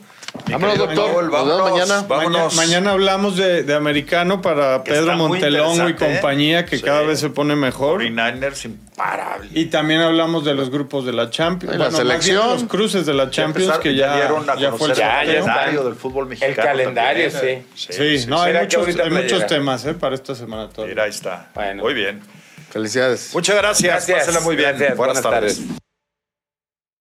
Speaker 1: Mi
Speaker 3: Vámonos,
Speaker 1: querido Paul,
Speaker 3: doctor. Nos vemos
Speaker 1: vámonos,
Speaker 3: mañana.
Speaker 1: Vámonos.
Speaker 2: Maña- mañana hablamos de, de americano para
Speaker 1: Que
Speaker 2: Pedro
Speaker 1: está muy
Speaker 2: Montelongo y
Speaker 1: interesante, ¿eh?
Speaker 2: compañía, que
Speaker 1: Sí.
Speaker 2: cada vez se pone mejor.
Speaker 1: 49ers imparable.
Speaker 2: Y también hablamos de los grupos de la Champions.
Speaker 3: Y la
Speaker 2: más bien
Speaker 3: selección.
Speaker 2: de los cruces de la Champions, que ya,
Speaker 1: dieron a
Speaker 2: ya fue el
Speaker 1: conocer
Speaker 4: Ya,
Speaker 1: el
Speaker 4: ya
Speaker 2: sorteo.
Speaker 4: está.
Speaker 1: calendario del fútbol mexicano.
Speaker 4: calendario,
Speaker 1: también.
Speaker 4: sí.
Speaker 2: Sí, no, hay,
Speaker 4: Mira que
Speaker 2: muchos,
Speaker 4: ahorita
Speaker 2: hay muchos
Speaker 4: playera.
Speaker 2: temas eh, para esta semana todavía.
Speaker 1: Mira, ahí está.
Speaker 4: Bueno.
Speaker 1: Muy bien.
Speaker 3: Felicidades.
Speaker 1: Muchas gracias.
Speaker 4: Gracias.
Speaker 1: Pásenla muy bien.
Speaker 4: Gracias.
Speaker 1: Buenas,
Speaker 4: Buenas
Speaker 1: tardes.
Speaker 4: tardes.